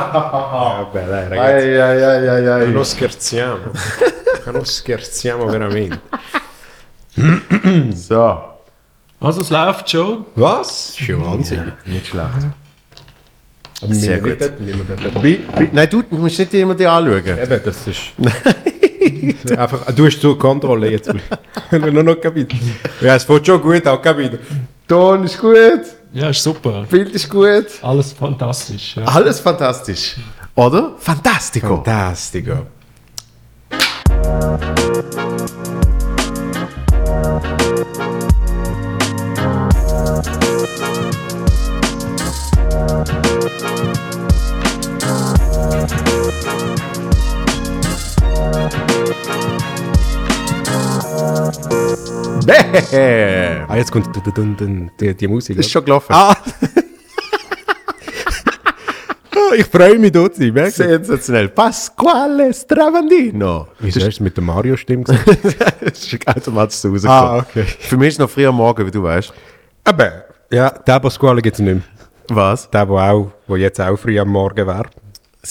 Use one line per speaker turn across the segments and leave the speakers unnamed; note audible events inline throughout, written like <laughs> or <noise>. Vabbè, dai, ragazzi.
Ai, ai, ai, ai, ai.
Ma non scherziamo. Ma non scherziamo veramente.
So,
Also es läuft schon.
Was? Schon Wahnsinn.
nicht schlecht.
Sehr
gut.
gut.
Bi, bi, nein, du musst nicht jemanden anschauen.
Eben, das <laughs> ist. Einfach, du hast zur Kontrolle jetzt. Wenn wir nur noch kapiert. Ja, es wird schon gut, auch kapiert.
Ton ist gut,
Ja, ist super.
Bild ist gut.
Alles fantastisch. Ja.
Alles fantastisch. Oder? Fantastico.
Fantastico.
Bäh.
Ah, jetzt kommt dun- dun- dun- die, die Musik.
Ist
oder?
schon gelaufen. <laughs>
Ah! Ah, ich freue mich, dort zu sein. merkst du?
Sensationell. Pasquale Stravandino.
Wieso hast du mit der <laughs> Mario-Stimme gesagt?
das ist automatisch so rausgekommen.
Ah, okay.
Für mich ist es noch früh am Morgen, wie du weißt.
Eben, ja, den Pasquale gibt es nicht mehr.
Was?
Der, der, auch, der jetzt auch früh am Morgen wäre.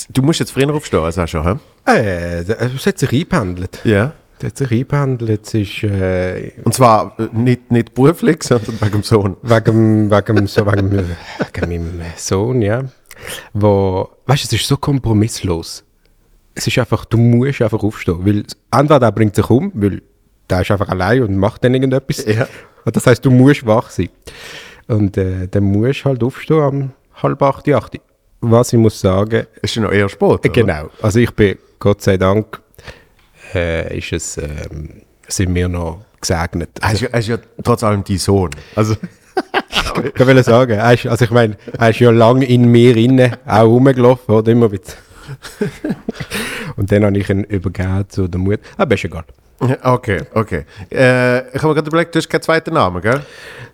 Du musst jetzt früher aufstehen als auch schon, hä?
Äh, es hat sich eingependelt.
Ja.
Es hat sich eingependelt. Es ist äh,
Und zwar äh, nicht, nicht beruflich, <laughs> sondern wegen dem Sohn.
wegen, wegen, so, wegen, wegen meinem Sohn, ja. Wo, weißt du, es ist so kompromisslos. Es ist einfach, du musst einfach aufstehen. Weil entweder er bringt sich um, weil der ist einfach allein und macht dann irgendetwas.
Ja.
Und das heißt, du musst wach sein. Und äh, dann musst du halt aufstehen am halb acht, acht. Was ich muss sagen,
Ist ja noch eher Sport.
Äh,
oder?
Genau. Also ich bin, Gott sei Dank, äh, ist es, ähm, sind wir noch gesegnet.
Er ist,
Also,
ja- er ist ja trotz allem dein Sohn. Also,
ich kann will sagen, er ist, also ich meine, er ist ja lange in mir inne auch rumgelaufen, oder immer wieder. Und dann habe ich ihn übergeben zu der Mutter. Aber ist egal.
okay, okay. Äh, ich habe mir gerade überlegt, du hast keinen zweiten Namen, gell?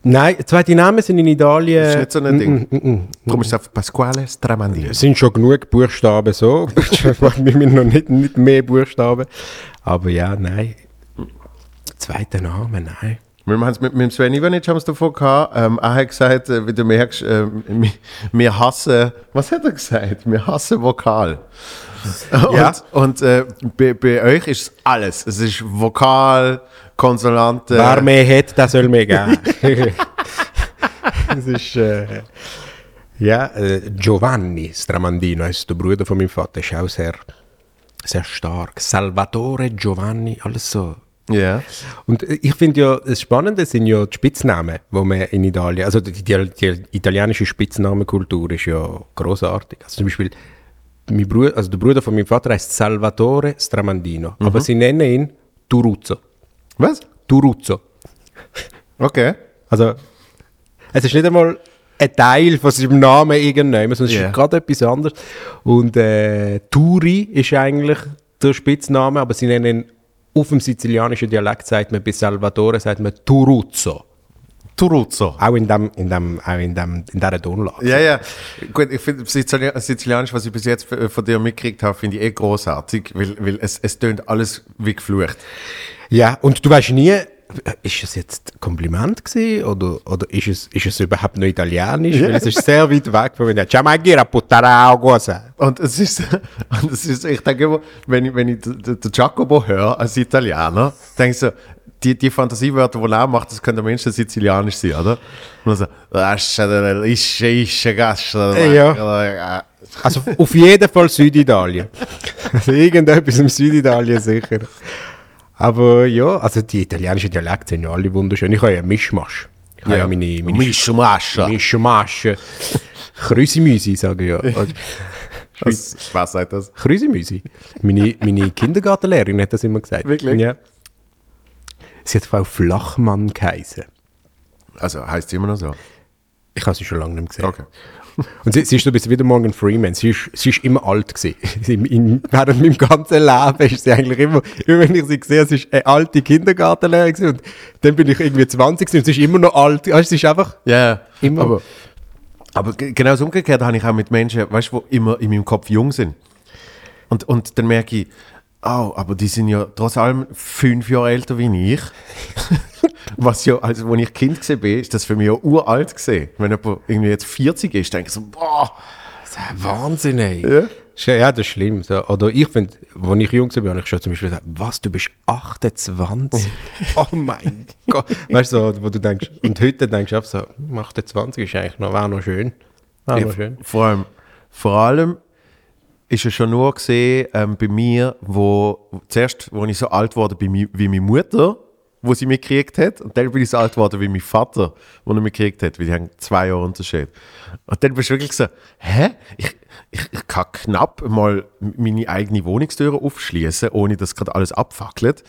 Nein, zweite Namen sind in Italien.
Das ist nicht so ein Ding. Darum ist es auf Pasquale Stramandino.
Es sind schon genug Buchstaben so. <laughs> Ich mache mir noch nicht, nicht mehr Buchstaben. Aber ja, nein. Zweiter Name, nein.
Wir haben es mit, mit dem Sven Ivanic haben es davon gehabt. Ähm, er hat gesagt, äh, wie du merkst, ähm, mi- wir hassen, was hat er gesagt? Wir hassen Vokal.
Ja.
Und, und äh, bei, bei euch ist alles. Es ist Vokal, Konsonanten.
Wer mehr hat, der soll mehr geben. das ist. Äh, ja, äh, Giovanni Stramandino ist der Bruder von meinem Vater, ist auch sehr, sehr stark. Salvatore, Giovanni, alles so.
Ja.
Und äh, ich finde ja, das Spannende sind ja die Spitznamen, die man in Italien, also die, die, die italienische Spitznamenkultur ist ja großartig. Also zum Beispiel, mein Bruder, also der Bruder von meinem Vater heißt Salvatore Stramandino, aber sie nennen ihn Turuzzo.
Was?
Turuzzo.
Okay.
Also, es ist nicht einmal ein Teil von seinem Namen irgendjemand, sondern es
Ja.
ist gerade etwas anderes. Und äh, Turi ist eigentlich der Spitzname, aber sie nennen ihn auf dem sizilianischen Dialekt, sagt man bei Salvatore, sagt man Turuzzo.
Turuzzo.
Auch in, dem, in, dem, auch in, dem, in dieser Tonlage.
Ja, ja. Gut, ich finde Sizili- Sizilianisch, was ich bis jetzt äh, von dir mitgekriegt habe, finde ich eh großartig, weil, weil es, es tönt alles wie geflucht.
Ja, und du weißt nie, ist es jetzt ein Kompliment gewesen oder, oder ist, es, ist es überhaupt noch italienisch? Weil es ist sehr weit weg von mir. Ciamagira puttana cosa.
Und es ist, <laughs> und es ist ich denke immer, wenn ich, wenn ich den- den den Jacopo höre als Italiener, denke ich so, die, die Fantasiewörter, die er macht, das könnte mindestens Sizilianisch sein, oder? Und so, «Lasciate, ische, ische, gasche». äh,
Ja. Also auf jeden Fall Süditalien. Also irgendetwas im Süditalien sicher. Aber ja, also die italienischen Dialekte sind ja alle wunderschön. Ich habe ja Mischmasch. Ich habe ja,
Ja.
meine, meine
Mische, Masche.
Mischmasch. Krüsimüsi, sage ich ja. Oder-
Das- Was sagt das?
Krüsimüsi. Meine, meine Kindergartenlehrerin hat das immer gesagt.
Wirklich?
Ja. Sie hat Frau Flachmann geheißen.
Also heißt immer noch so.
Ich habe sie schon lange nicht mehr gesehen.
Okay.
Und sie, sie ist so ein bisschen wieder Morgan Freeman. Sie ist, sie ist immer alt gewesen. <laughs> Sie, im- in, während meinem ganzen Leben ist sie eigentlich immer, immer wenn ich sie sehe, sie ist eine alte Kindergartenlehrerin gewesen. Und dann bin ich irgendwie 20 gewesen und sie ist immer noch alt. Weißt, du, sie ist einfach
Ja,
immer.
Aber, aber ge- genau das Umgekehrte habe ich auch mit Menschen, weißt du, die immer in meinem Kopf jung sind. Und, und dann merke ich, oh, aber die sind ja trotz allem fünf Jahre älter wie ich. <laughs> Was ja, also, als ich Kind war, ist das für mich ja uralt gesehen. Wenn jemand irgendwie jetzt 40 ist, denke ich so, boah,
Wahnsinn, ey.
Ja.
Ist Ja, ja, das ist schlimm. So, oder ich finde, als ich jung war, habe ich schon zum Beispiel gesagt, was, du bist 28? <laughs> oh mein Gott. Weißt du, so, wo du denkst, und heute denkst du auch so, hm, 28 ist eigentlich noch, wäre noch schön. Wäre noch schön.
Vor allem, vor allem ist es schon nur gesehen ähm, bei mir, wo zuerst, wo ich so alt wurde bei mi, wie meine Mutter, wo sie mich gekriegt hat, und dann bin ich so alt geworden wie mein Vater, wo er mich gekriegt hat, weil die haben zwei Jahre Unterschied. Und dann bist du wirklich so, hä? Ich, ich, ich kann knapp mal meine eigene Wohnungstür aufschließen, ohne dass gerade alles abfackelt.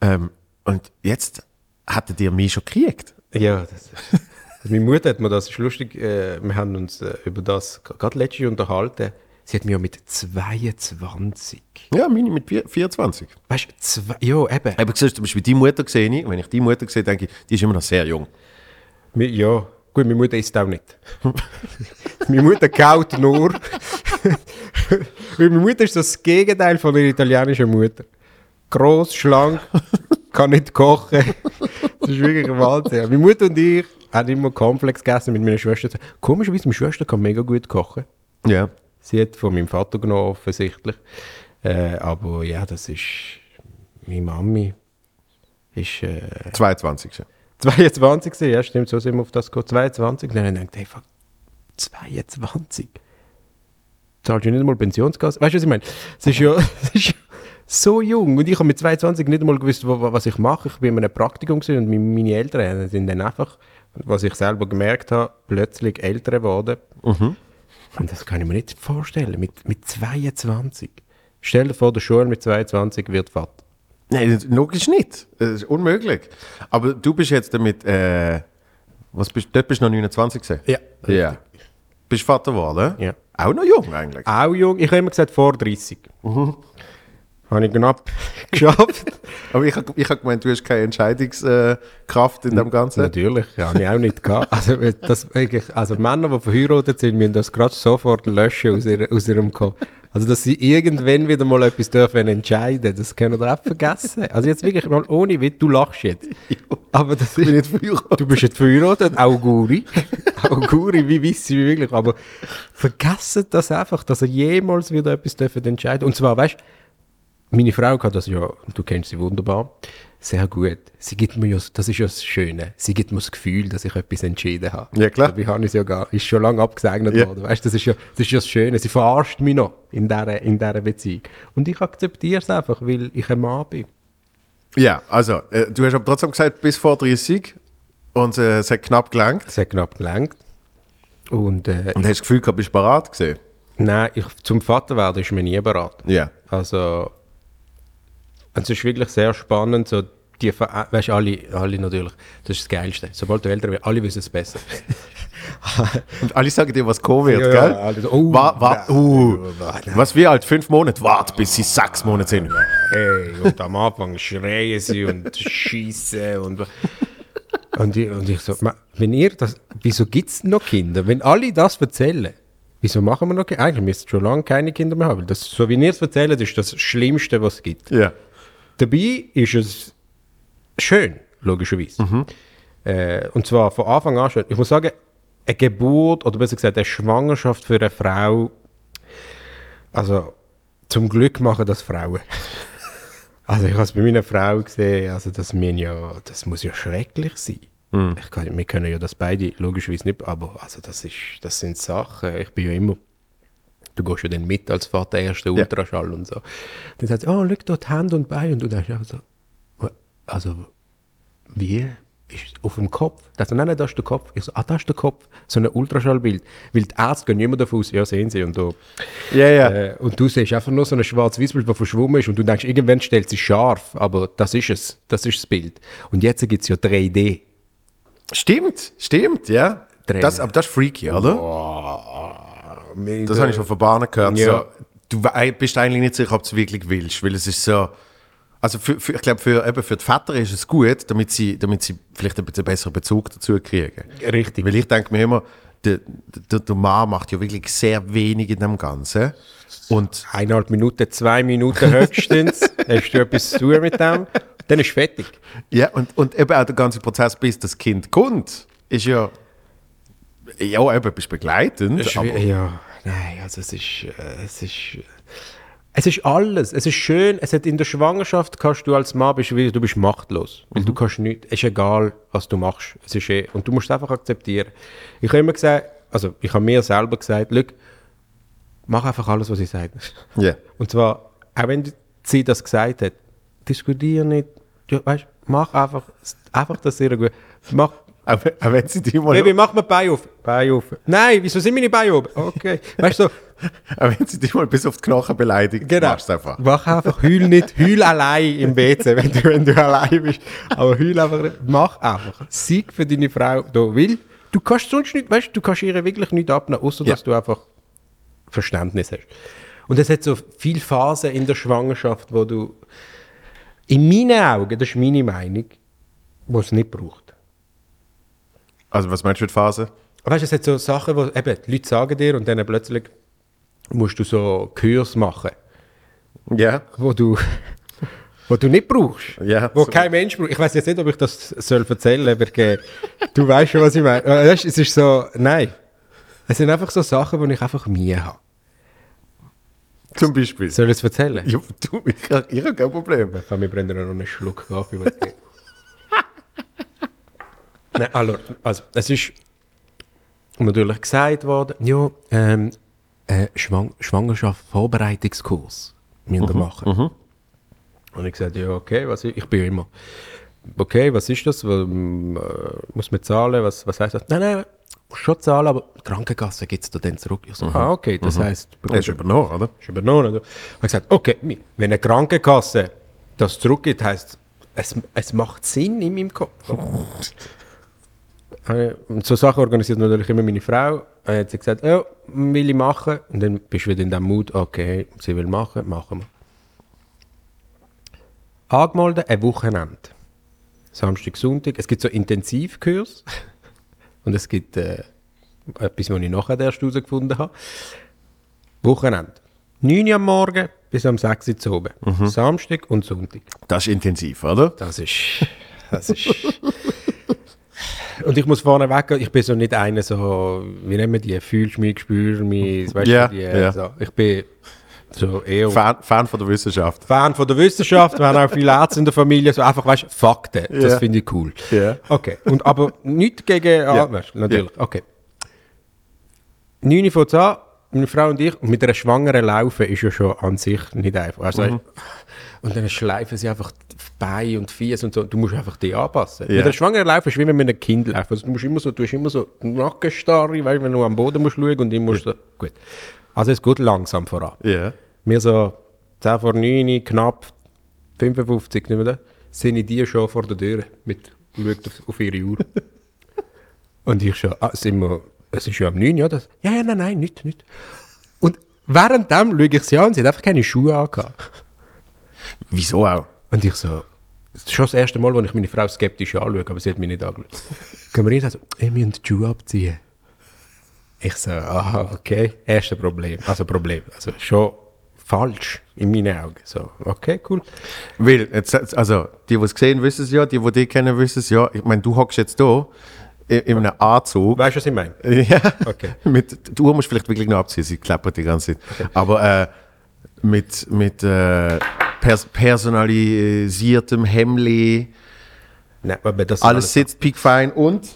Ähm, und jetzt hattet ihr mich schon gekriegt.
Ja, das also meine Mutter hat mir das, ist lustig, äh, wir haben uns äh, über das g- gerade letztens unterhalten. Sie hat mich ja mit 22.
Ja, meine mit vier- 24.
Weißt du, zwei, ja, eben.
Aber siehst, du, zum Beispiel deine Mutter sehe ich, wenn ich deine Mutter sehe, denke ich, die ist immer noch sehr jung.
Mi- Ja, gut, meine Mutter isst auch nicht. <laughs> meine Mutter kaut nur. <laughs> Weil meine Mutter ist das Gegenteil von der italienischen Mutter. Gross, schlank, kann nicht kochen. Das ist wirklich ein Wahnsinn. Meine Mutter und ich haben immer Komplex gegessen mit meiner Schwester. Komischerweise, meine Schwester kann mega gut kochen.
Ja.
Sie hat von meinem Vater genommen, offensichtlich. Äh, aber ja, das ist... Meine Mami ist... Äh,
22.
22 gewesen, ja stimmt, so sind wir auf das gekommen. 22, dann habe ich gedacht, hey, fuck, 22? Zahlst du nicht mal Pensionsgas? Weißt du, was ich meine? Es ist ja <laughs> es ist so jung und ich habe mit 22 nicht mal gewusst, wo, wo- was ich mache. Ich bin in einem Praktikum gewesen und mi- meine Eltern sind dann einfach, was ich selber gemerkt habe, plötzlich älter geworden. Und das kann ich mir nicht vorstellen, mit, mit 22. Stell dir vor, der Schule mit 22 wird Vater.
Nein, das- logisch nicht. Das ist unmöglich. Aber du bist jetzt damit, äh, was bist, dort bist du noch 29 gewesen?
Ja.
Ja. Bist Vater geworden? eh?
Ja. Ah.
Auch noch jung eigentlich.
Auch jung. Ich habe immer gesagt, vor 30. Habe ich knapp geschafft.
Aber ich habe ich hab gemeint, du hast keine Entscheidungskraft in dem
<laughs>
Ganzen.
Natürlich, habe ich auch nicht gehabt. Also, äh, das, eigentlich- also Männer, die verheiratet sind, müssen das gerade sofort löschen aus, ihrer, aus ihrem Kopf. Also, dass sie irgendwann wieder mal etwas dürfen entscheiden, das können wir auch vergessen. Also jetzt wirklich mal ohne Witz, du lachst <laughs> jetzt. Aber das
Ich bin
ist,
nicht verheiratet.
du bist jetzt verheiratet, Auguri. Auguri, wie weiss ich wirklich. Aber vergessen das einfach, dass er jemals wieder etwas dürfen entscheiden. Und zwar, weißt meine Frau hat das ja, du kennst sie wunderbar, sehr gut. Sie gibt mir ja, das ist ja das Schöne, sie gibt mir das Gefühl, dass ich etwas entschieden habe.
Ja, klar.
Dabei habe ich es ja gar, ist schon lange abgesegnet
Ja.
worden. Weißt, das, ist ja, das ist ja das Schöne, sie verarscht mich noch in dieser, in dieser Beziehung. Und ich akzeptiere es einfach, weil ich ein Mann bin.
Ja, also, äh, du hast aber trotzdem gesagt, bis vor 30 und äh, es hat knapp gelangt.
Es hat knapp gelangt. Und äh,
Und hast das Gefühl gehabt, bist du parat gesehen?
nein, ich, zum Vater werden ist mir nie beraten.
Ja.
Also, es ist wirklich sehr spannend, so die, Ver- äh, weißt du, alle, alle natürlich, das ist das Geilste. Sobald du älter wirst, alle wissen es besser.
Und alle sagen dir, was Co wird,
Ja, ja,
gell?
alle so, oh,
Wa- wa-
nein.
uh.
Ja, nein.
Was wir halt fünf Monate warten, bis sie sechs Monate sind.
hey, und am Anfang schreien sie und schießen und. Und ich, und ich so, "Ma, wenn ihr das, wieso gibt es noch Kinder? Wenn alle das erzählen, wieso machen wir noch Kinder? Eigentlich müsst ihr schon lange keine Kinder mehr haben. weil Das, so wie ihr es erzählt, ist das Schlimmste, was es gibt.
Ja.
Dabei ist es schön, logischerweise. Äh, und zwar von Anfang an schön. Ich muss sagen, eine Geburt oder besser gesagt eine Schwangerschaft für eine Frau, also zum Glück machen das Frauen. <laughs> Also ich habe es bei meiner Frau gesehen, also das, müssen ja, das muss ja schrecklich sein. Ich kann, wir können ja das beide logischerweise nicht, aber also das, ist, das sind Sachen. Ich bin ja immer Du gehst ja dann mit als Vater, erster Ultraschall und so. Dann sagt sie, oh, schau dort Hand und Bein. Und du denkst auch so, "Wa- also, wie? Ist auf dem Kopf? Das so, nein, nein, das ist der Kopf. Ich so, ah, das ist der Kopf. So ein Ultraschallbild. Weil die Ärzte gehen immer davon aus, ja, sehen sie und so.
Ja, ja.
Äh, und du siehst einfach nur so ein schwarz-weiß Bild, das verschwommen ist und du denkst, irgendwann stellt sich scharf, aber das ist es. Das ist das Bild. Und jetzt gibt es ja 3D.
Stimmt, stimmt, ja.
Tränen.
Das, aber das ist freaky, oder? Das habe ich schon von Bahnen gehört.
Ja.
So, du wei- bist eigentlich nicht sicher, ob du es wirklich willst, weil es ist so. Also für, für, ich glaube, für, eben für die Väter ist es gut, damit sie, damit sie vielleicht ein bisschen besseren Bezug dazu kriegen.
Richtig.
Weil ich denke mir immer, der, der, der Mann macht ja wirklich sehr wenig in dem Ganzen. Und
eineinhalb Minuten, zwei Minuten <laughs> höchstens. Hast du etwas zu tun mit dem? Dann ist fertig.
Ja, und, und eben auch der ganze Prozess, bis das Kind kommt, ist ja. Ja, eben, bist begleitend.
ja, Nein, also es ist, äh, es ist, es ist alles. Es ist schön. Es hat in der Schwangerschaft kannst du als Mann bist, wie- du bist machtlos, weil du kannst nicht. Es ist egal, was du machst. Es ist eh, und du musst es einfach akzeptieren. Ich habe immer gesagt, also ich habe mir selber gesagt, Glück, mach einfach alles, was ich sage.
Ja.
Und zwar, auch wenn sie das gesagt hat, diskutiere nicht. Ja, weißt, mach einfach, einfach das sehr gut. Mach,
Auch wenn- auch wenn sie dich mal,
Baby, mach mir die Beine auf. Beine auf. Nein, wieso sind meine Beine oben? Okay. Weißt du, so,
auch wenn sie dich mal bis auf die Knochen beleidigt,
genau.
machst du einfach.
Mach einfach, heul nicht, heul allein im WC, <laughs> wenn du, wenn du allein bist. Aber heul einfach, nicht. mach einfach. Sieg für deine Frau, du will. Du kannst sonst nicht, weißt du, du kannst ihr wirklich nicht abnehmen, außer
Ja.
dass du einfach Verständnis hast. Und es hat so viele Phasen in der Schwangerschaft, wo du, in meinen Augen, das ist meine Meinung, wo es nicht braucht.
Also was meinst du mit Phase?
Weißt du, es hat so Sachen, wo eben, die Leute sagen dir und dann plötzlich musst du so Kurs machen,
Ja.
wo du, <laughs> wo du nicht brauchst.
Ja,
wo
so-
kein Mensch braucht. Ich weiß jetzt nicht, ob ich das soll erzählen soll, aber äh, du weißt schon, was ich meine. Äh, Weißt, du, es ist so, nein. Es sind einfach so Sachen, die ich einfach Mühe habe.
Zum Beispiel.
Soll ich es erzählen?
Ja, du, ich, hab- ich habe kein Problem.
Ich kann mir brennen noch einen Schluck Kaffee. was geht. Nein, also, also, es ist natürlich gesagt worden, ja, ähm, äh, Schwang Schwangerschaft-Vorbereitungskurs müssen wir machen. Und ich gesagt, ja, okay, was ist, ich bin ja immer, okay, was ist das, Wo- m, äh, muss man zahlen, was, was heißt das? Nein, nein, muss schon zahlen, aber die Krankenkasse gibt es da dann zurück. Ich so, ah, okay, das heisst,
Er ist übernommen, oder?
ist übernommen. Oder? Ich habe gesagt, okay, mi- wenn eine Krankenkasse das zurückgibt, heisst es, es macht Sinn in meinem Kopf. <laughs> Äh, Und so Sachen organisiert natürlich immer meine Frau. Dann hat sie gesagt, ja, will ich machen. Und dann bist du wieder in dem Mut, okay, sie will machen, machen wir. Angemeldet, ein Wochenende. Samstag, Sonntag. Es gibt so Intensivkurs. <laughs> Und es gibt äh, etwas, was ich nachher erst herausgefunden habe. Wochenende. 9 Uhr am Morgen bis am 6 Uhr zu oben. Samstag und Sonntag.
Das ist intensiv, oder?
Mhm. Das ist. Das ist. <laughs> Und ich muss vorne weg, ich bin so nicht einer so, wie nennen wir die, fühlst mich, spür mich, weißt
Ja,
du, die,
ja.
so. ich bin so eher
Fan, Fan von der Wissenschaft.
Fan von der Wissenschaft, wir haben auch viele Ärzte in der Familie, so einfach, weißt du, Fakten, das
Ja.
finde ich cool.
Ja.
Okay, und aber nichts gegen Atmen, natürlich, okay. 9 Uhr fängt an, meine Frau und ich, und mit einer Schwangeren laufen ist ja schon an sich nicht einfach. Also,
Mhm.
Und dann schleifen sie einfach die Beine und Fies und so, du musst einfach dich anpassen.
Ja.
Mit einer Schwangeren laufen ist wie wenn man mit einem Kind läuft, also du musst immer so, du hast immer so Nackenstarre, weißt du, wenn du am Boden musst schauen und immer musst so, gut. Also es geht langsam voran.
Ja.
Wir so 10 vor 9, knapp 55, nicht mehr da, sind die schon vor der Tür mit schaut auf, auf ihre Uhr. Und ich schon, ah, sind wir, es ist ja am 9, ja? Das, ja, ja, nein, nein, nicht, nicht. Und währenddem schaue ich sie an, sie hat einfach keine Schuhe angehabt.
Wieso auch?
Und ich so, das ist schon das erste Mal, wo ich meine Frau skeptisch anschaue, aber sie hat mich nicht angeschaut. <laughs> Gehen wir hin und sagt, so, ich muss die Schuhe abziehen. Ich so, aha, okay, erste Problem, also Problem, also schon falsch in meinen Augen. So, okay, cool.
Weil, jetzt, jetzt- also, die, die es gesehen wissen es ja, die, die dich kennen, wissen es ja. Ich meine, du hockst jetzt hier in, in einem Anzug.
Weißt du, was ich meine?
Ja.
Okay.
<laughs> Mit, die Uhr musst du vielleicht wirklich noch abziehen, sie klappert die ganze Zeit. Aber äh, mit, mit äh, pers personalisiertem Hemli,
Nein, aber das
alles sitzt piekfein und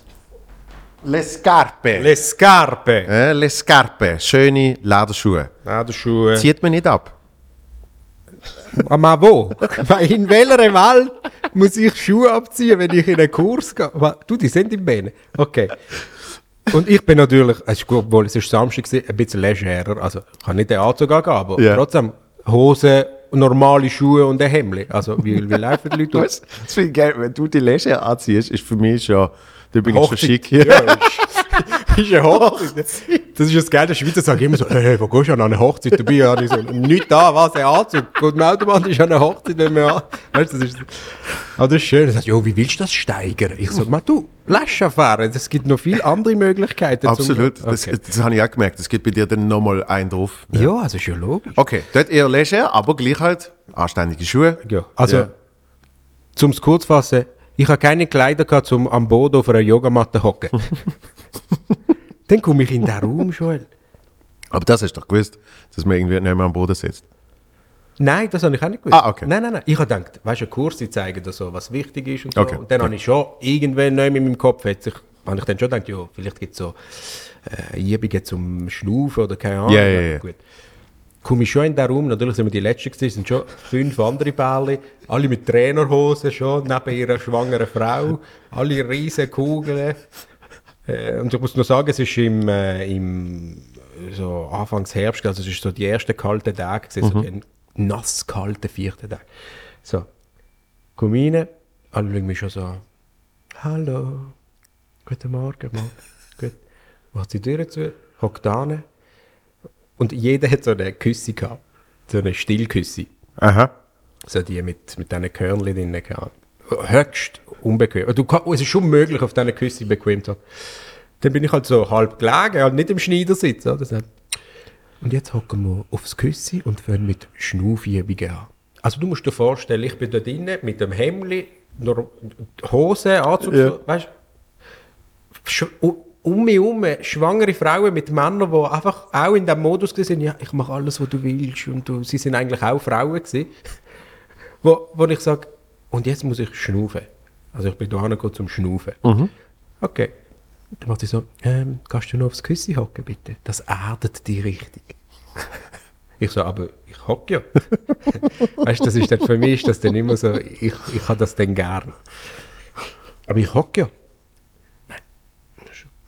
Le Scarpe. Le,
Le Scarpe!
äh, Le Scarpe, schöne Lederschuhe.
Ladenschuhe.
Zieht man nicht ab.
Aber wo? <laughs> in welcher Welt muss ich Schuhe abziehen, wenn ich in einen Kurs gehe? Wa- Du, die sind im Bene. Okay. Und ich bin natürlich, es ist gut, obwohl es ist Samstag war, ein bisschen legerer. Also, ich kann nicht den Anzug angehen, aber
Ja.
trotzdem Hose, normale Schuhe und ein Hemd. Also, wie, wie laufen die
<laughs>
Leute?
Weißt, das finde ich geil, wenn du die Leger anziehst, ist für mich schon, du bist schon
Hochzeit.
schick.
Ja, <laughs> ist- ist eine Hochzeit. Das ist das Geile, der Schweizer sagt immer so, hey, wo gehst du an eine Hochzeit? Du bist ja nicht so, nicht da, was, ein Anzug. Gut, man automatisch an eine Hochzeit, wenn man an... Weißt du, das ist... Aber das ist schön. Er sagt, jo, wie willst du das steigern? Ich sag, mal du, lass fahren. Es gibt noch viele andere Möglichkeiten. zum-
<laughs> Absolut, das,
Okay.
das habe ich auch gemerkt. Es gibt bei dir dann nochmal einen drauf.
Ja, also ist ja logisch.
Okay, dort eher leger, aber gleich halt anständige Schuhe.
Ja, also,
Ja.
zum es kurz fassen, ich habe keine Kleider gehabt, um am
<laughs>
Boden auf einer Yogamatte zu hocken. Dann komme ich in den Raum, Joel.
Aber das hast du doch gewusst, dass man irgendwie nicht mehr am Boden sitzt.
Nein, das habe ich auch nicht gewusst.
Ah, okay.
Nein, nein, nein. Ich habe gedacht, weißt du, Kurse zeigen da so, was wichtig ist und so.
Okay.
Und dann habe ich schon irgendwann neu in meinem Kopf, hat sich, habe ich dann schon gedacht, ja, vielleicht gibt es so äh, Übungen zum Schnaufen oder keine Ahnung.
Ja, ja, ja.
Gut. Komme ich schon in den Raum, natürlich sind wir die Letzten gewesen, es sind schon fünf andere Bälle, alle mit Trainerhosen schon, neben ihrer schwangeren Frau, alle riesen Kugeln. Äh, und ich muss noch sagen, es ist im, äh, im äh, so Anfangs Herbst, also es ist so die ersten kalten Tage, gewesen,
Mhm.
so ein nass kalten vierten Tag. So, komm rein, alle schauen mich schon so an. Hallo, guten Morgen, Mann. Gut. Macht die Tür zu, hockt an. Und jeder hat so eine Küsse gehabt, so eine Stillküsse.
Aha.
So die mit, mit diesen Körnchen drinnen gehabt. Höchst unbequem. Du kann, es ist schon möglich, auf diesen Küsse bequem zu haben. Dann bin ich halt so halb gelegen, halt nicht im Schneidersitz. Oder? so. Und jetzt hocken wir aufs Küsse und fangen mit Schnaufübungen an. Also du musst dir vorstellen, ich bin da drinnen mit dem Hemdli, nur Hose, Anzug,
Ja.
so, weißt Sch- u- um mich herum schwangere Frauen mit Männern, die einfach auch in dem Modus waren, ja, ich mache alles, was du willst. Und du, sie sind eigentlich auch Frauen. Gewesen, wo, wo ich sage, und jetzt muss ich schnaufen. Also ich bin da hingegangen zum Schnaufen. Okay. Dann macht sie so, ähm, kannst du noch aufs Küssi hocken, bitte? Das erdet dich richtig. <laughs> Ich so, aber ich hocke ja. <laughs> weißt du, das ist dann für mich ist das dann immer so, ich, ich habe das dann gern. Aber ich hocke ja.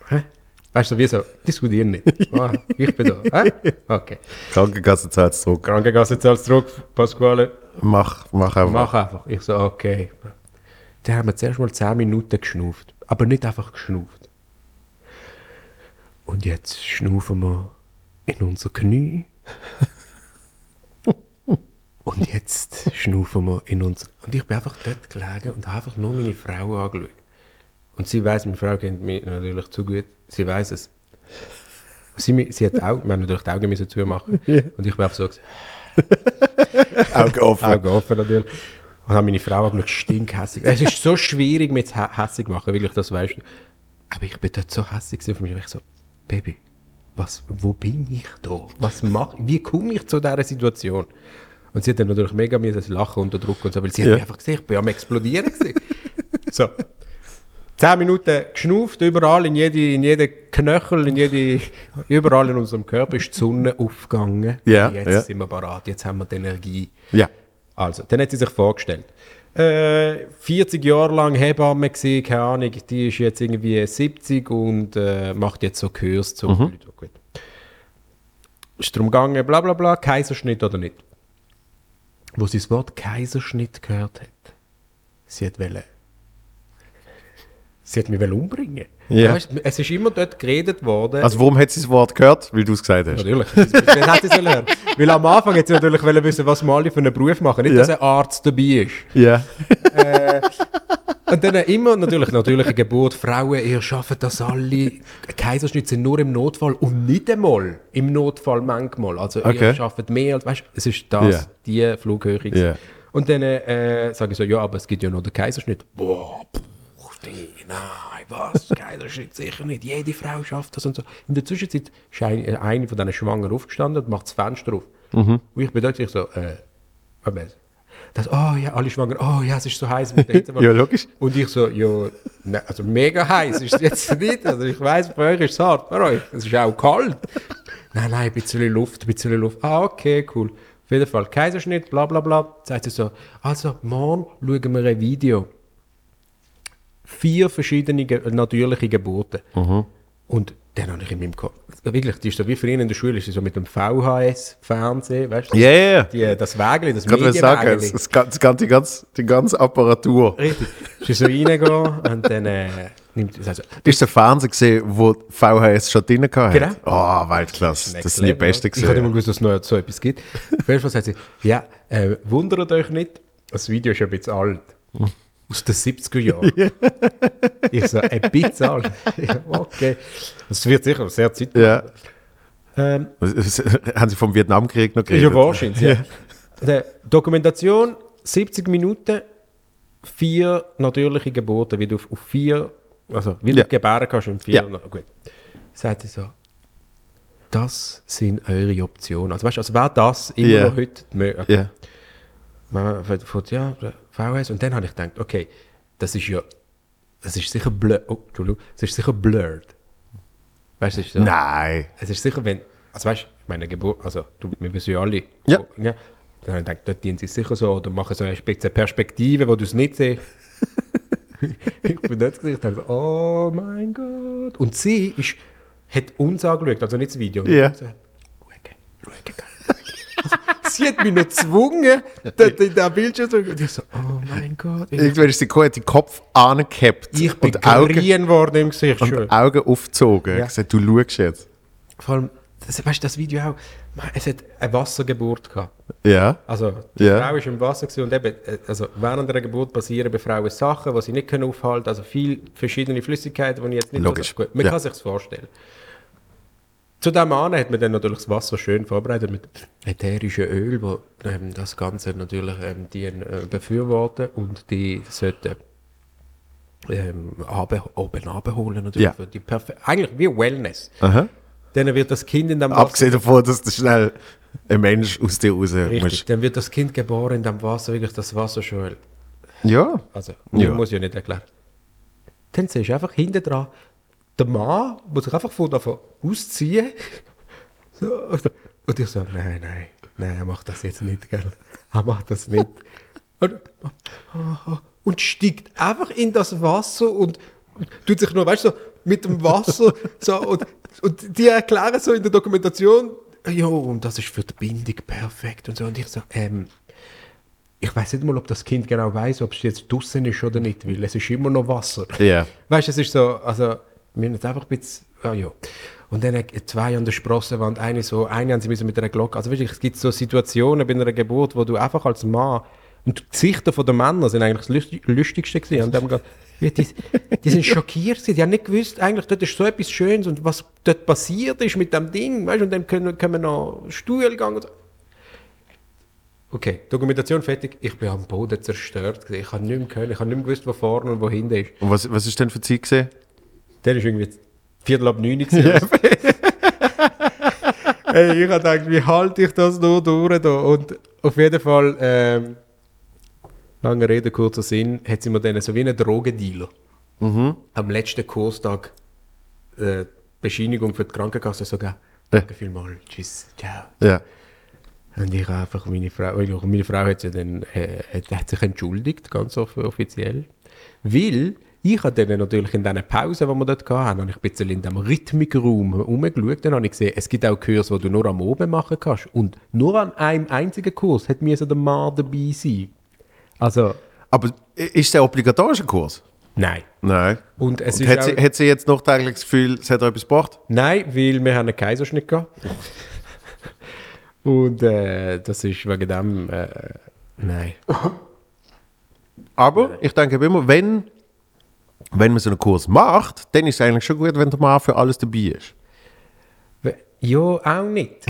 Hä? Weißt du, wie so, diskutier nicht. Ah, ich bin da. Hä? Okay.
Krankenkasse zahlt zurück.
Krankenkasse zahlt zurück, Pasquale.
Mach, mach einfach.
Mach einfach. Ich so, okay. Dann haben wir zuerst mal 10 Minuten geschnauft. Aber nicht einfach geschnauft. Und jetzt schnaufen wir in unser Knie. und jetzt schnaufen wir in unser... Und ich bin einfach dort gelegen und habe einfach nur meine Frau angeschaut. Und sie weiß, meine Frau kennt mich natürlich zu gut. Sie weiß es. Sie, mi- sie hat auch, wir haben natürlich die Augen müssen zumachen. Und ich bin einfach so gesagt,
Auge offen.
Augen offen natürlich. Und habe meine Frau angeschaut, stinkhässig. Es ist so schwierig, mich zu hä- hässig zu machen, wirklich, das weißt du. Aber ich bin dort so hässig gewesen für mich. Ich so, Baby, was, wo bin ich da? Was mach, wie komme ich zu dieser Situation? Und sie hat dann natürlich mega mir das Lachen unter Druck und so, weil sie hat
Ja.
mich einfach gesehen, ich bin am explodieren gewesen. <laughs> so. Zehn Minuten geschnauft, überall, in jede, in jeden Knöchel, in jede, überall in unserem Körper ist die Sonne aufgegangen.
Ja,
jetzt
ja.
sind wir parat, jetzt haben wir die Energie.
Ja.
Also, dann hat sie sich vorgestellt. Äh, 40 Jahre lang Hebamme gewesen, keine Ahnung, die ist jetzt irgendwie 70 und äh, macht jetzt so Kurs zum mhm. Leuten. Gut. Ist darum gegangen, bla bla bla, Kaiserschnitt oder nicht. Wo sie das Wort Kaiserschnitt gehört hat, sie hat wollen, sie hat mich wollen umbringen.
Ja.
Weißt, du, es ist immer dort geredet worden,
Also warum hat sie das Wort gehört? Weil du es gesagt hast.
Natürlich, das, das hätte ich sollen hören. Weil am Anfang hätte sie natürlich wollen wissen, was wir alle für einen Beruf machen. Nicht,
Ja.
dass ein Arzt dabei ist.
Ja.
Und dann immer natürlich, natürliche Geburt, Frauen, ihr schafft das alle. Kaiserschnitt sind nur im Notfall und nicht einmal im Notfall manchmal. Also ihr
Okay.
schafft mehr als, weißt, es ist das, die Flughöhe. gewesen.
Ja.
Und dann äh, sage ich so, ja, aber es gibt ja noch den Kaiserschnitt. Boah, puh, die, nein, was, <laughs> Kaiserschnitt sicher nicht. Jede Frau schafft das und so. In der Zwischenzeit ist ein, äh, eine von diesen Schwangeren aufgestanden und macht das Fenster auf.
Mhm.
Und ich bin dort ich so, äh, was? Das, oh ja, alle schwanger, oh ja, es ist so heiß mit der Hitze.
Ja, logisch.
Und ich so, ja, ne, also mega heiß ist es jetzt <laughs> nicht. Also ich weiß, bei euch ist es hart, bei euch. Es ist auch kalt. Nein, nein, ein bisschen Luft, ein bisschen Luft. Ah, okay, cool. Auf jeden Fall Kaiserschnitt, bla bla bla. Sagt sie so, also morgen schauen wir ein Video. Vier verschiedene ge natürliche Geburten.
Mhm.
Und dann habe ich in meinem Kopf, wirklich, die ist so wie früher in der Schule, ist sie so mit dem VHS-Fernsehen, weißt du?
Ja, ja, ja.
Die, das Wägeli, das
Ich wollte sagen,
Medienwägeli.
es, es, kann- es kann die, ganze, die ganze Apparatur.
Richtig. Sie so reingegangen und dann äh, nimmt sie also,
Ist der Fernseher gesehen, wo die VHS schon drin hatte?
Genau.
Oh, Weltklasse. Das, sind die besten
Ich hatte immer
gesehen.
gewusst, dass es noch so etwas gibt. Auf jeden Fall sagt sie, ja, äh, wundert euch nicht, das Video ist ein bisschen alt. Aus den 70er
<laughs>
Jahren. ich so, ein bisschen alt. <laughs> Ja, okay. Das wird sicher sehr Zeit.
Ja. <laughs>
Ähm,
Was- was- Haben sie vom Vietnamkrieg noch
Ist
geredet?
Ja, wahrscheinlich. Ja. Der Dokumentation, 70 Minuten, vier natürliche Geburten, wie du auf, auf vier, also wie
Ja.
du gebären kannst in vier.
Ja.
Na, gut. Sagt er so, das sind eure Optionen. Also weißt du, als wäre das immer
Ja.
noch heute möglich.
Ja.
Wenn man von- von- ja, VHS. Und dann habe ich gedacht, okay, das ist ja, das ist sicher blur, oh, Entschuldigung, es ist sicher blurred. Weißt du, es ist so-
Nein.
es ist sicher, wenn, also weißt du, ich meine Geburt, also du, wir wissen ja alle,
Ja.
Wo, ja dann habe ich gedacht, dort dienen sie sicher so oder machen so eine spezielle Perspektive, wo du es nicht
<laughs>
siehst. ich bin dort gesehen, ich dachte, oh mein Gott. Und sie ist, hat uns angeschaut, also nicht das Video.
Ja.
Sie hat gesagt, «Schau, schau, schau.» <laughs> Sie hat mich noch gezwungen, dort in diesen Bildschirm zu Und ich so, oh mein Gott. Ich,
Irgendwann ist sie gekommen, hat den Kopf angehabt
ich bin
und Augen,
grün worden im Gesicht. schon.
und Augen aufgezogen.
Ja.
Ich gesagt, du schaust jetzt.
Vor allem, das, weißt du, das Video auch, man, es hat eine Wassergeburt gehabt.
Ja.
Also, die
Ja.
Frau war im Wasser gewesen und eben, äh, also während einer Geburt passieren bei Frauen Sachen, die sie nicht können aufhalten können. Also, viele verschiedene Flüssigkeiten, die ich jetzt nicht
Logisch.
So, gut, man
Ja.
kann sich vorstellen. Zu dem an hat man dann natürlich das Wasser schön vorbereitet mit ätherischem Öl, wo ähm, das Ganze natürlich ähm, die äh, befürworten und die sollten ähm, abe- oben abholen natürlich.
Ja.
Für die Perfe Eigentlich wie Wellness.
Aha.
Dann wird das Kind in dem Wasser
Abgesehen davon, dass du schnell ein Mensch aus dir raus
Richtig,
musst.
dann wird das Kind geboren in dem Wasser, wirklich das Wasser schon.
Ja.
Also,
Ja.
ja. muss ich ja nicht erklären. Dann siehst du einfach hinten dran, der Mann, der sich einfach von davon ausziehen. So, also, und ich so, nein, nein, nein, er macht das jetzt nicht, gell. Er macht das nicht. Und, und steigt einfach in das Wasser und tut sich nur, weißt du, so, mit dem Wasser so und, und die erklären so in der Dokumentation, ja, und das ist für die Bindung perfekt und so. Und ich so, ähm, ich weiß nicht mal, ob das Kind genau weiß, ob es jetzt draußen ist oder nicht, weil es ist immer noch Wasser.
Ja.
Weißt du, es ist so, also, wir müssen einfach ein bisschen, ah ja. Und dann hat- zwei an der Sprossenwand, eine so, eine haben sie müssen mit einer Glocke. Also wirklich, es gibt so Situationen bei einer Geburt, wo du einfach als Mann, und die Gesichter der Männer sind eigentlich das Lüsti- Lustigste gewesen. Und die, haben gesagt, wie, die, die sind schockiert gewesen. Die haben nicht gewusst, eigentlich, dort ist so etwas Schönes und was dort passiert ist mit dem Ding, weißt du, und dann können, können wir noch Stuhl gehen und so. Okay, Dokumentation fertig. Ich bin am Boden zerstört. gewesen. Ich habe nicht mehr können. Ich habe nicht mehr gewusst, wo vorne und wo hinten ist.
Und was, was ist denn für die Zeit gewesen?
Der war irgendwie Viertel ab neun. gewesen. <laughs> Ey, ich habe gedacht, wie halte ich das nur durch? Da? Und auf jeden Fall, ähm, lange Rede, kurzer Sinn, hat sie mir dann so wie einen Drogendealer am letzten Kurstag äh, Bescheinigung für die Krankenkasse sogar. Danke vielmals, tschüss, ciao.
Ja.
Und ich habe einfach meine Frau, weil auch meine Frau hat, ja dann, äh, hat, hat sich entschuldigt, ganz off- offiziell. Weil ich habe dann natürlich in diesen Pausen, die wir dort hatten, habe ich ein bisschen in diesem Rhythmikraum rumgeschaut, dann habe ich gesehen, es gibt auch Kurse, die du nur am Oben machen kannst. Und nur an einem einzigen Kurs hat mir so der Mann dabei sein. Also,
Aber ist der obligatorische Kurs?
nein.
Nein.
Und es
Und
ist
hat,
auch,
sie, hat sie jetzt noch täglich das Gefühl, es hat ihr etwas gebracht?
Nein, weil wir haben einen Kaiserschnitt <laughs> gehabt. Und äh, das ist wegen dem, äh, nein.
Aber ich denke immer, wenn, wenn man so einen Kurs macht, dann ist es eigentlich schon gut, wenn der Mann für alles dabei ist.
We- Ja, auch
<laughs>
nicht.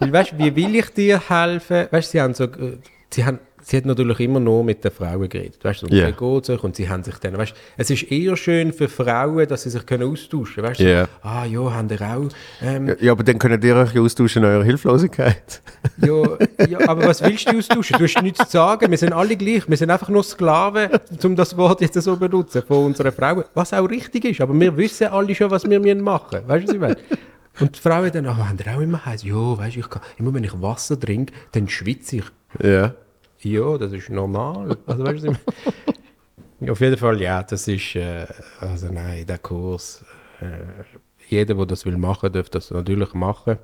Weil weißt, wie will ich dir helfen? Weißt, sie haben so, äh, sie haben, sie hat natürlich immer nur mit den Frauen geredet. Weißt, und
Ja.
wie geht's euch? Und sie haben sich dann, weißt, es ist eher schön für Frauen, dass sie sich können austauschen. Weißt,
Ja.
so, ah ja, haben ihr auch. Ähm,
Ja, Ja, aber dann könnt ihr euch austauschen in eurer Hilflosigkeit.
ja, ja, aber was willst du austauschen? Du hast nichts zu sagen. Wir sind alle gleich. Wir sind einfach nur Sklaven, um das Wort jetzt so zu benutzen von unseren Frauen. Was auch richtig ist. Aber wir wissen alle schon, was wir müssen machen. Weißt du, was ich meine? Und die Frauen dann, aber haben die auch immer heiß. Ja, weißt du, ich kann, immer wenn ich Wasser trinke, dann schwitze ich.
Ja.
Ja, das ist normal. Also, weißt du, was ich meine? Auf jeden Fall, ja, das ist, äh, also nein, der Kurs. Äh, jeder, der das will machen, darf das natürlich machen.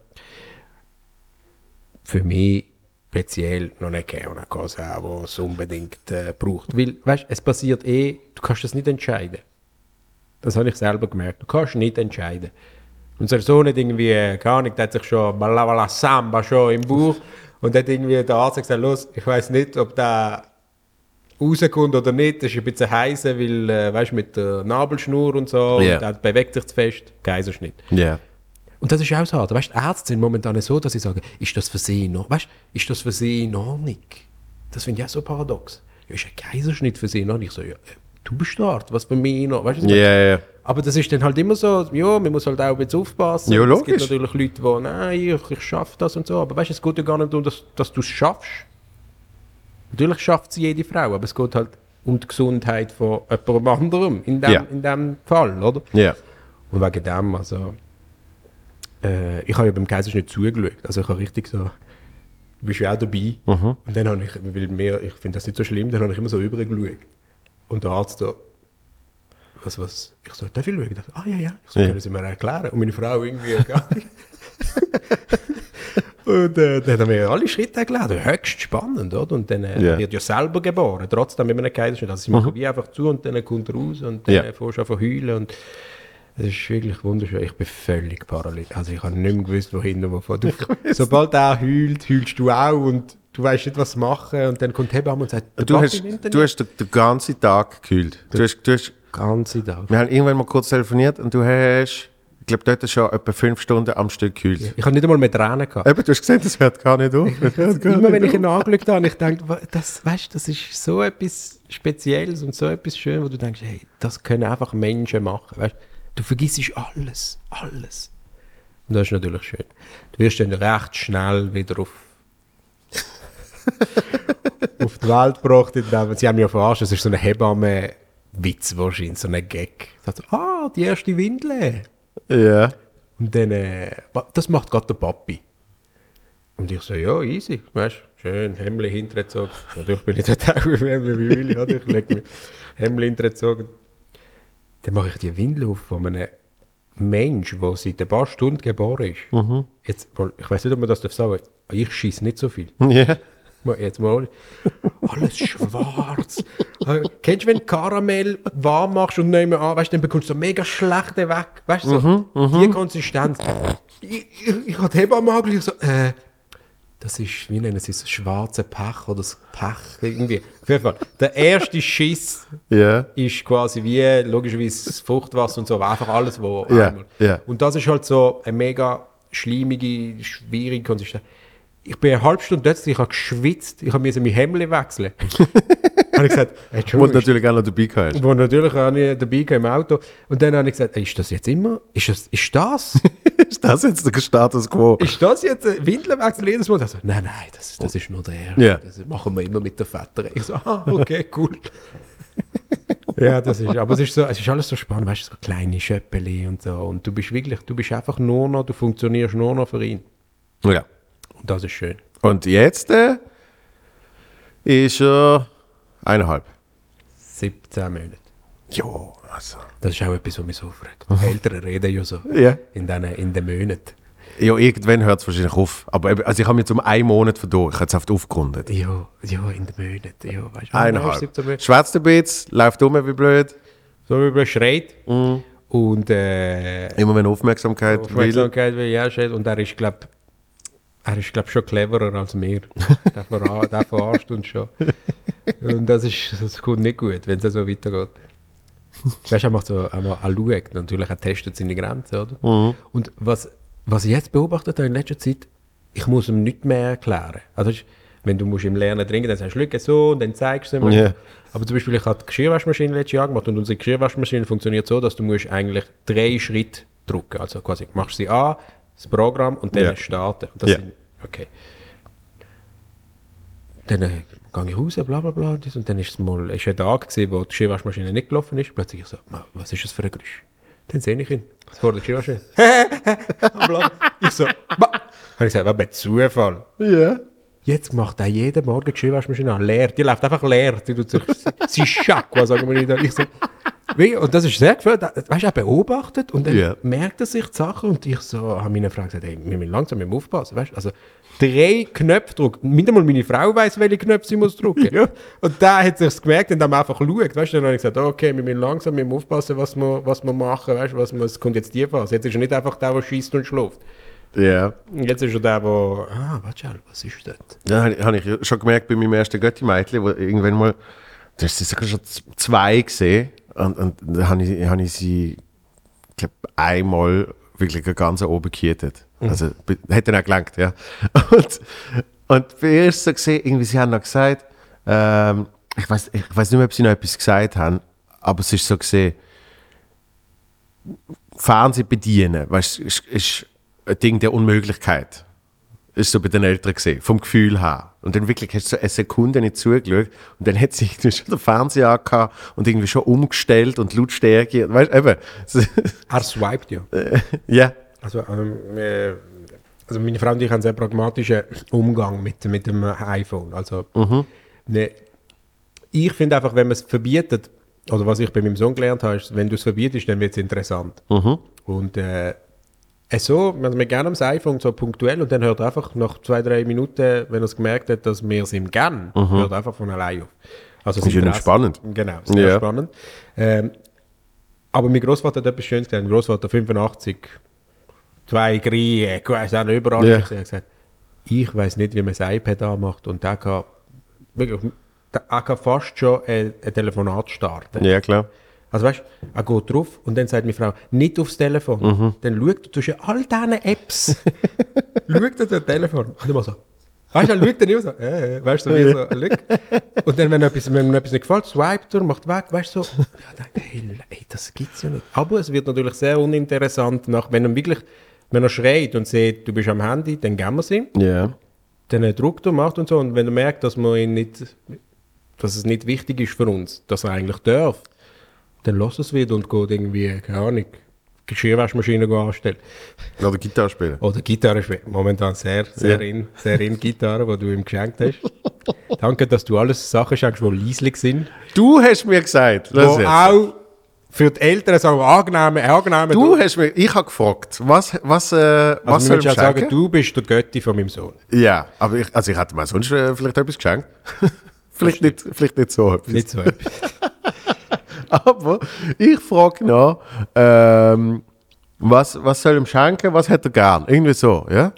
Für mich speziell noch nicht keine Kurs haben, die es unbedingt äh, braucht. Weil, weißt du, es passiert eh, du kannst das nicht entscheiden. Das habe ich selber gemerkt. Du kannst nicht entscheiden. Unser Sohn hat irgendwie, äh, keine Ahnung, der hat sich schon Balawala Samba schon im Buch und hat irgendwie der Arzt hat gesagt, los, ich weiß nicht, ob der rauskommt oder nicht. Das ist ein bisschen heißer, weil, äh, weißt du, mit der Nabelschnur und so,
Ja.
und der bewegt sich zu fest, Kaiserschnitt.
Ja.
Und das ist auch so hart. Weißt, die Ärzte sind momentan so, dass sie sagen, ist das Versehen, weißt, ist das Versehen in Ordnung? Das finde ich auch so paradox. Ja, ist ein Kaiserschnitt Versehen in Ordnung? Ich so, ja, äh, du bist dort, was bei mir noch, weißt du? was ich
Ja,
meine?
ja.
Aber das ist dann halt immer so, ja, man muss halt auch jetzt aufpassen.
Ja,
es gibt
logisch.
natürlich Leute, die, nein, ich, ich schaffe das und so. Aber weißt du, es geht ja gar nicht darum, dass, dass du es schaffst. Natürlich schafft es jede Frau, aber es geht halt um die Gesundheit von jemand anderem in dem,
Ja.
in dem Fall, oder?
Ja.
Und wegen dem, also. Äh, ich habe ja beim Kaiserschnitt zugeschaut. Also ich habe richtig so. Du bist ja auch dabei.
Mhm.
Und dann habe ich, weil mir, ich finde das nicht so schlimm, dann habe ich immer so übergeschaut. Und der Arzt so. Was, was? Ich so, darf ich schauen? Ich so, ah, ja, ja. Ich so,
Ja.
können Sie mir erklären? Und meine Frau irgendwie. gar nicht. <laughs> Und äh, dann haben wir alle Schritte erklärt. Höchst spannend, oder? Und dann äh,
Ja.
wird ja selber geboren, trotzdem mit einem Kaiserschnitt. Also sie machen wie einfach zu und dann kommt er raus und dann
Mhm. Ja.
äh, fährst du einfach heulen. Und es ist wirklich wunderschön. Ich bin völlig paralysiert. Also ich habe nicht mehr gewusst, wohin und wovon.
<laughs>
Du, sobald er heult, heulst du auch und du weißt nicht, was machen. Und dann kommt die Hebamme und sagt, der
Du
Papi
hast,
nimmt ihn
du hast den, den ganzen Tag gekühlt. Du hast, du hast,
den ganzen Tag.
wir haben irgendwann mal kurz telefoniert und du hast, ich glaube, dort schon etwa fünf Stunden am Stück gekühlt.
Ich habe nicht einmal mehr Tränen gehabt.
Eben, du hast gesehen, das hört gar nicht auf. Das hört gar
Immer
nicht
wenn ich ihn angeschaut habe, ich denke, wa- das, weißt, das ist so etwas Spezielles und so etwas Schönes, wo du denkst, hey, das können einfach Menschen machen. Weißt? Du vergisst alles, alles. Und das ist natürlich schön. Du wirst dann recht schnell wieder auf, auf die Welt gebracht. indem- Sie haben mich ja verarscht, das ist so ein Hebamme-Witz wahrscheinlich, so ein Gag. Sagt so, ah, die erste Windel.
auf. Ja.
Und dann, äh, wa- das macht gerade der Papi. Und ich so, ja, easy, weißt schön, Hemmli hintergezogen. Natürlich bin ich dort auch mit Hemmli wie Willi, oder? Ich leg mir Hemmli hintergezogen. Dann mache ich die Windel auf von einem Mensch, der seit ein paar Stunden geboren ist. Jetzt, mal- ich weiß nicht, ob man das darf sagen ich schieße nicht so viel.
Ja.
Mal- Jetzt mal. Alles schwarz. Äh, Kennst du, wenn du Karamell warm machst und nicht mehr an, weißt du, dann bekommst du so mega schlechte weg. Weißt du, so, die Konsistenz. ich ich, ich hatte Hebamme angelegt, so, äh, das ist, wie nennen sie es, schwarze Pech oder das Pech, irgendwie. Auf jeden Fall, der erste Schiss
Ja.
ist quasi wie logischerweise das Fruchtwasser und so, aber einfach alles, wo
Ja,
einmal-
ja.
Und das ist halt so eine mega schleimige, schwierige Konsistenz. Ich bin eine halbe Stunde dort, ich habe geschwitzt, ich habe mir mein Hemd
<laughs>
wechseln. habe ich gesagt,
Und
Entschuldigung,
natürlich auch noch dabei gehabt.
wo natürlich auch nicht dabei war im Auto. Und dann habe ich gesagt, ist das jetzt immer, ist das, ist das,
Ist das jetzt der Status Quo?
ist das jetzt äh, ein Windelwechsel jedes Mal? Also, nein, nein, das, das ist nur der erste.
Ja.
Das machen wir immer mit den Vätern. Ich so, <laughs> ah, okay, cool. ja, das ist, aber es ist, so, es ist alles so spannend, weißt du, so kleine Schöppeli und so. Und du bist wirklich, du bist einfach nur noch, du funktionierst nur noch für ihn.
Ja.
Und das ist schön.
Und jetzt äh, ist er eineinhalb.
17 Monate.
Ja, also.
Das ist auch etwas, was mich so <laughs> fragt. Eltern reden ja so
Ja.
in, den, in den Monaten.
Ja, irgendwann hört es wahrscheinlich auf. Aber eben, also ich habe jetzt um einen Monat verdorben. Ich habe es oft aufgerundet.
Ja, ja, in den Monaten. Ja, weißt du, hast 17 Monate.
Eineinhalb. Schwätzt ein bisschen, läuft um wie blöd.
So wie man schreit. Und äh,
Immer wenn Aufmerksamkeit, will.
Aufmerksamkeit will ja schon. Und er ist, glaube er ist, glaub, schon cleverer als
<laughs>
wir. der, ver der verarscht uns schon. Und das ist, das kommt nicht gut, wenn es so weitergeht. Weißt du, er macht so, er, macht, er schaut, natürlich, er testet seine Grenzen, oder?
Mhm.
Und was, was ich jetzt beobachtet habe in letzter Zeit, ich muss ihm nicht mehr erklären. Also, weißt du, wenn du musst im Lernen dringend, dann sagst du, «Schau, so, und dann zeigst du es ihm.
Ja.
Aber zum Beispiel, ich habe die Geschirrwaschmaschine letztes Jahr gemacht und unsere Geschirrwaschmaschine funktioniert so, dass du musst eigentlich drei Schritte drücken. Also quasi machst sie an, das Programm und dann
Ja.
starten. Und das
Ja.
sind, okay. Dann äh, gehe ich raus, bla bla bla. und das. Und dann ist es mal ist ein Tag, gewesen, wo die Geschirrwaschmaschine nicht gelaufen ist. Plötzlich ich so, «Ma, was ist das für ein Geräusch? Dann sehe ich ihn vor der Geschirrwaschmaschine. Und bla. ich so, «Ma!» Habe ich gesagt, «Was ein Zufall!»
Ja.
Jetzt macht er jeden Morgen die Geschirrwaschmaschine an. Leer. Die läuft einfach leer. Die tut sich, <laughs> sie ist Schakwa, sagen wir in Italien. Ich so, wie? Und das ist sehr gefällt. Weißt du, er beobachtet und dann
Ja.
merkt er sich die Sachen. Und ich so, habe meine Frau gesagt, ey, wir müssen langsam wir müssen aufpassen. Weißt? du? Also drei Knöpfe drücken. Nicht einmal meine Frau weiß, welche Knöpfe sie muss drücken Und da hat sich gemerkt und dann einfach geschaut. Weißt? du? Dann habe ich gesagt, okay, wir müssen langsam wir müssen aufpassen, was wir, was wir machen. Weißt? du, Was wir, es kommt jetzt die Phase. Jetzt ist er nicht einfach der, der schießt und schläft.
Ja.
Jetzt ist er der, der, ah, warte schnell, was ist das?
Ja, habe ich- habe ich schon gemerkt bei meinem ersten Götti-Mädchen, wo irgendwann mal, da hast du sogar schon z- zwei gesehen und, und dann habe ich, habe ich sie, ich glaube, einmal wirklich ganz oben gehütet. Also, bi- hat dann auch gelangt, ja. <laughs> Und, und bei ihr ist so gesehen, irgendwie, sie haben noch gesagt, ähm, ich weiß ich weiß nicht mehr, ob sie noch etwas gesagt haben, Aber es ist so gesehen, Fernsehen bedienen, weißt, ist, ist ein Ding der Unmöglichkeit. Ist so bei den Eltern gesehen, vom Gefühl her. Und dann wirklich hast du so eine Sekunde nicht zugeschaut und dann hat sie <laughs> irgendwie schon den Fernseher angehabt und irgendwie schon umgestellt und Lautstärke. Weißt du, eben. <laughs>
Er swiped ja.
ja.
Also, ähm, äh, also meine Frau und ich haben einen sehr pragmatischen Umgang mit, mit dem iPhone. Also,
Mhm.
ne, ich finde einfach, wenn man es verbietet, oder was ich bei meinem Sohn gelernt habe, ist, wenn du es verbietest, dann wird es interessant.
Mhm.
Und äh, äh, so, also wir gerne am iPhone so punktuell und dann hört einfach nach zwei, drei Minuten, wenn er es gemerkt hat, dass wir es ihm gern, hört einfach von allein auf. Also das
Mhm. Ist ja noch
Interesse-
spannend.
Genau, sehr
Ja.
spannend. Ähm, aber mein Großvater hat etwas Schönes gesagt. Mein Großvater 85, zwei äh, Griechen, ich weiß auch nicht überall.
Ja.
Ich habe gesagt, ich weiß nicht, wie man das iPad anmacht. Und der kann, wirklich, der, er kann fast schon ein, ein Telefonat starten.
Ja, klar.
Also weißt du, er geht drauf und dann sagt meine Frau, nicht aufs Telefon. Dann schaut er zwischen all diesen Apps, schaut er das Telefon. Und immer so, weißt du, dann schaut er immer so, äh, äh, weißt du, so wie so, schau. Und dann, wenn etwas, wenn ihm etwas nicht gefällt, swipet er, macht weg, weißt du, so. Und ich dachte, hey, ey, das gibt's ja nicht. Aber es wird natürlich sehr uninteressant, nach, wenn er wirklich, wenn er schreit und sieht, du bist am Handy, dann geben wir es ihm
Ja.
dann einen Druck da macht und so. Und wenn er merkt, dass man ihn nicht, dass es nicht wichtig ist für uns, dass er eigentlich darf, dann lass es wieder und geht irgendwie, keine Ahnung, Geschirrwaschmaschine go anstellen.
Oder Gitarre spielen.
Oder Gitarre spielen. Momentan sehr, sehr
Ja.
in, sehr in Gitarre, die du ihm geschenkt
<laughs>
hast. Danke, dass du alles Sachen schenkst, die leislich sind.
Du hast mir gesagt,
Die
lass jetzt.
auch für die Eltern so angenehm, angenehm.
Du hast mir, ich habe gefragt, was, was, äh, was
also,
soll
soll
ich
ja
schenken?
sagen, du bist der Götti von meinem Sohn.
Ja, aber ich, also ich hätte mir sonst äh, vielleicht etwas geschenkt. <laughs> vielleicht, nicht, vielleicht nicht so etwas.
Nicht so etwas.
Aber ich frage nach, ähm, was, was soll ihm schenken, was hätte er gern? Irgendwie so, ja?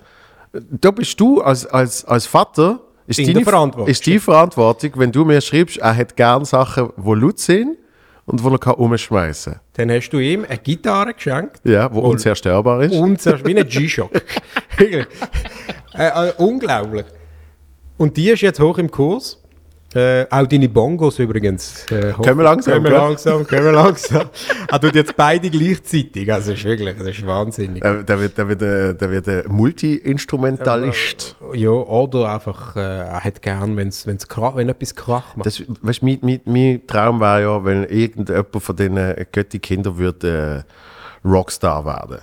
Da bist du als, als, als Vater, ist
In
deine
der Verantwortung.
Ist die Verantwortung, wenn du mir schreibst, er hätte gern Sachen, die laut sind und die er kann umschmeißen kann.
Dann hast du ihm eine Gitarre geschenkt.
Ja, wo unzerstörbar ist.
Unzerst wie ein
<laughs>
G-Shock. Wirklich. äh, äh, unglaublich. Und die ist jetzt hoch im Kurs. Äh, auch deine Bongos übrigens. Äh, hoch-
Können wir langsam,
Können wir
gell?
langsam, können wir langsam. <laughs> Er tut jetzt beide gleichzeitig. Also ist wirklich, das ist wahnsinnig.
Äh, Der wird, der wird, äh, der wird ein Multi-Instrumentalist.
Ja, genau. oder einfach, äh, er hat gern, wenn's, wenn's krach, wenn etwas Krach macht.
Das, weißt, mein, mein, mein Traum war ja, wenn irgendjemand von diesen Götti-Kindern würde äh, Rockstar werden.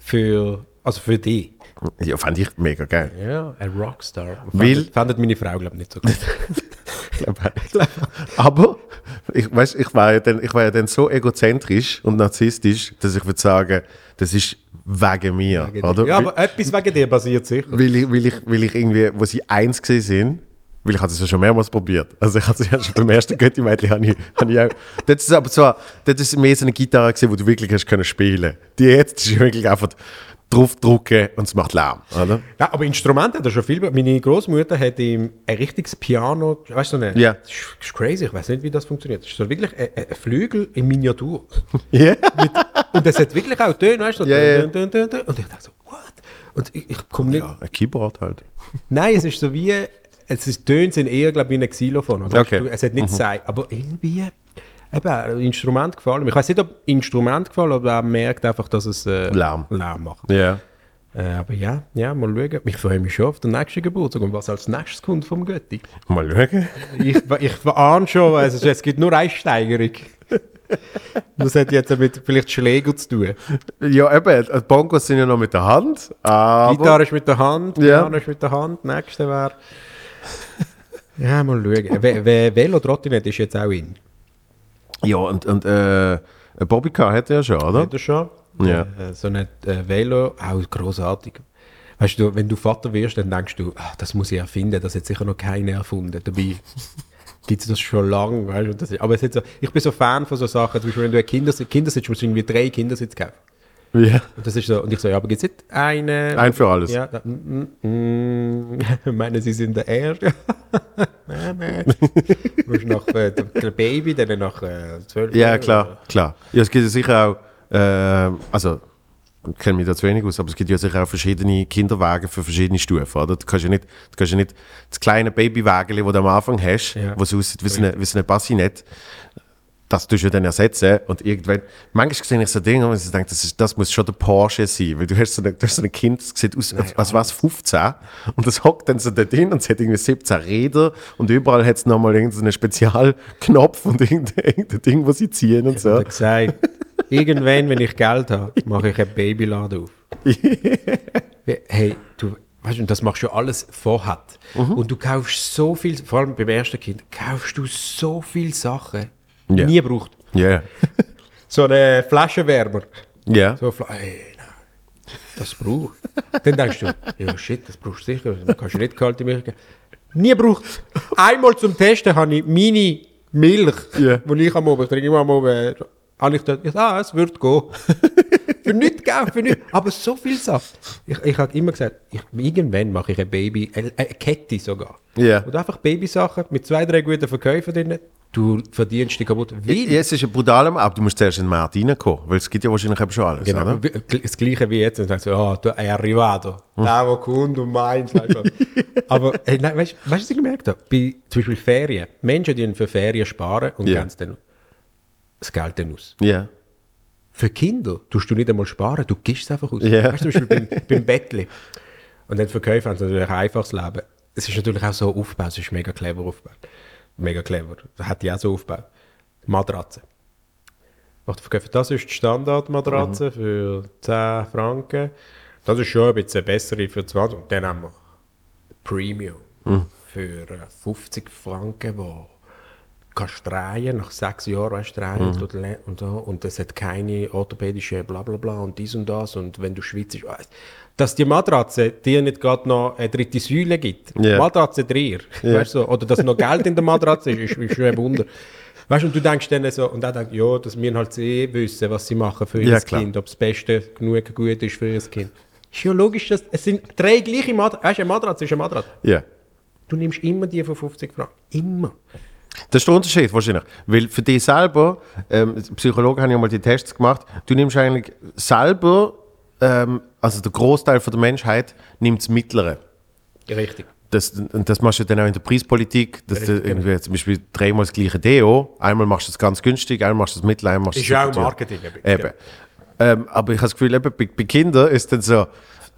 Für, also für dich.
Ja, fand ich mega geil.
Ja, ein Rockstar.
Weil-
Fändet, fändet meine Frau, glaube ich, nicht so gut.
Aber ich, weißt, ich, war ja dann, ich war ja dann so egozentrisch und narzisstisch, dass ich würde sagen, das ist wegen mir. <laughs> oder?
ja, aber etwas wegen dir passiert sicher.
weil, ich, weil, ich, weil ich irgendwie, wo sie eins gesehen sind, weil ich hatte es ja schon mehrmals probiert. Also ich hatte es ja schon beim ersten Götti-Mädchen habe ich, habe ich auch. Das ist aber zwar, das ist mehr so eine Gitarre gewesen, wo du wirklich hast können spielen. Die jetzt ist wirklich einfach draufdrücken und es macht Lärm, oder?
Ja, aber Instrumente hat er schon viel. be- Meine Großmutter hat ihm ein richtiges Piano, weißt du nicht?
Ja.
Das ist, das ist crazy, ich weiß nicht, wie das funktioniert. Das ist so wirklich ein, ein ein Flügel in Miniatur.
Ja.
Mit, und das hat wirklich auch Töne, weißt du?
Ja, ja.
dun, dun, dun, dun. Und ich dachte so, what? Und ich, ich komme nicht.
Ja, ein Keyboard halt.
Nein, es ist so wie, es ist, Töne sind eher, glaube ich, wie ein Xylophon. Also,
Okay. Mhm.
du, Es hat nicht sein, aber irgendwie, eben, ein Instrument gefallen. mir. Ich weiß nicht, ob Instrument gefallen, aber er merkt einfach, dass es äh,
Lärm.
Lärm macht.
Ja.
Äh, aber ja, ja, mal schauen. Ich freue mich schon auf den nächsten Geburtstag und was als nächstes kommt vom Götti.
Mal schauen.
Ich, ich ahne schon, also es gibt nur eine Steigerung. Das hat jetzt mit vielleicht Schläger zu tun.
Ja, eben, die Bongos sind ja noch mit der Hand, aber
Gitarre ist mit der Hand,
Ja.
Piano ist mit der Hand, nächste wäre... Ja, mal schauen. Äh, We We Velotrottinette ist jetzt auch in.
ja, und, und äh, ein Bobbycar hat er ja schon, oder?
Hat er schon?
Ja.
Äh, so ein äh, Velo, auch großartig. Weißt du, wenn du Vater wirst, dann denkst du, ah, das muss ich erfinden, das hat sicher noch keiner erfunden.
<laughs>
Dabei gibt es das schon lange. Weißt du, das ist, aber es hat so, ich bin so Fan von so Sachen. Zum Beispiel, wenn du ein Kindersitz, Kindersitz musst du irgendwie drei Kindersitz kaufen.
Ja.
Und, das ist so, und ich so, ja, aber gibt es nicht einen?
Ein für alles.
Ja, da, mm, mm, <laughs> mm. meine, sie sind der Erste. <laughs> nein,
<laughs>
nein. Du musst nach äh, dem dem Baby, dann nach äh, 12
Ja, klar, klar. Ja, es gibt ja sicher auch, ähm, also ich kenne mich da zu wenig aus, aber es gibt ja sicher auch verschiedene Kinderwagen für verschiedene Stufen, oder? Du kannst ja nicht, du kannst ja nicht das kleine Babywagen, das du am Anfang hast,
Ja.
was aussieht wie so eine, wie so eine Bassinette, das tust du dann ersetzen und irgendwann, manchmal sehe ich so Dinge, wo ich so denke, das, ist, das muss schon der Porsche sein, weil du hast so, eine, du hast so ein Kind, das sieht aus, als,
oh.
als wäre es 15 und das hockt dann so da drin und es hat irgendwie 17 Räder und überall hat es nochmal irgendeinen Spezialknopf und irgendein, irgendein Ding, was sie ziehen und so.
hat gesagt, irgendwann, wenn ich Geld habe, mache ich einen Babyladen auf. hey, du, weißt du, und das machst du alles vorher. Und du kaufst so viel, vor allem beim ersten Kind, kaufst du so viele Sachen, die
Ja.
nie braucht.
<laughs> Ja,
So eine Flaschenwärmer.
ja,
So Fla hey, nein, das braucht. Dann denkst du, ja shit, das brauchst du sicher, das kannst du nicht kalte Milch geben. Nie braucht Einmal zum Testen habe ich meine Milch,
Ja.
die ich am Oben ich trinke, immer am Oben, habe ich gedacht, ich sage, ah, es wird
<laughs>
gehen. für nichts, gell, für nichts. Aber so viel Saft. Ich, ich habe immer gesagt, ich, irgendwann mache ich ein Baby, eine, eine Kette sogar.
Ja.
Und einfach Babysachen mit zwei, drei guten Verkäufen drin, du verdienst die kaputt. Weil-
ja. Es ist ein brutaler Markt, aber du musst zuerst in den Markt reinkommen, weil es gibt ja wahrscheinlich eben schon alles,
Genau,
oder?
wie- gl- das gleiche wie jetzt. Und dann so, ah, du è arrivato.
Hm.
Da, wo kommt und meint. weisst
<laughs>
du. Aber hey, nein, weißt du, weißt du, was ich gemerkt habe? Bei zum Beispiel Ferien. Menschen, die für Ferien sparen und
Ja.
geben es dann, das Geld dann aus.
Ja.
Für Kinder tust du nicht einmal sparen, du gibst es einfach aus.
Ja.
Weißt du, zum Beispiel beim, beim Bettli. Und dann Verkäufer haben sie natürlich ein einfaches Leben. Es ist natürlich auch so aufgebaut, es ist mega clever aufgebaut. Mega clever. Das hat die auch so aufgebaut. Matratze. Macht der Verkäufer, das ist die Standardmatratze für 10 Franken. Das ist schon ein bisschen bessere für 20. Und dann haben wir Premium für äh, 50 Franken, wo kannst drehen, nach sechs Jahren weißt du drehen und tut le- und, so. und das hat keine orthopädische Blablabla und dies und das und wenn du schwitzt, weisst- dass die Matratze dir nicht gerade noch eine dritte Säule gibt.
Ja.
Matratze Dreier, weißt du, so. oder dass noch Geld in der Matratze ist, ist, ist schon ein Wunder. Weißt du, und du denkst dann so, und er denkt, ja, dass wir halt eh wissen, was sie machen für ihr
Ja, klar.
Kind, ob das Beste genug gut ist für ihr Kind. Ist ja logisch, dass, es sind drei gleiche Matratze, weißt du, eine Matratze ist eine Matratze.
Ja.
Du nimmst immer die von 50 Franken. Immer.
Das ist der Unterschied wahrscheinlich. Weil für dich selber, ähm, Psychologen haben ja mal die Tests gemacht, du nimmst eigentlich selber, ähm, also der Großteil von der Menschheit nimmt das Mittlere.
Richtig.
Das, und das machst du dann auch in der Preispolitik, dass du irgendwie zum Beispiel dreimal das gleiche Deo, einmal machst du es ganz günstig, einmal machst du es mittel, einmal machst du es
Ist ja auch
super teuer.
Marketing, eben.
Eben. Ähm, aber ich habe das Gefühl, eben bei, bei Kindern ist dann so,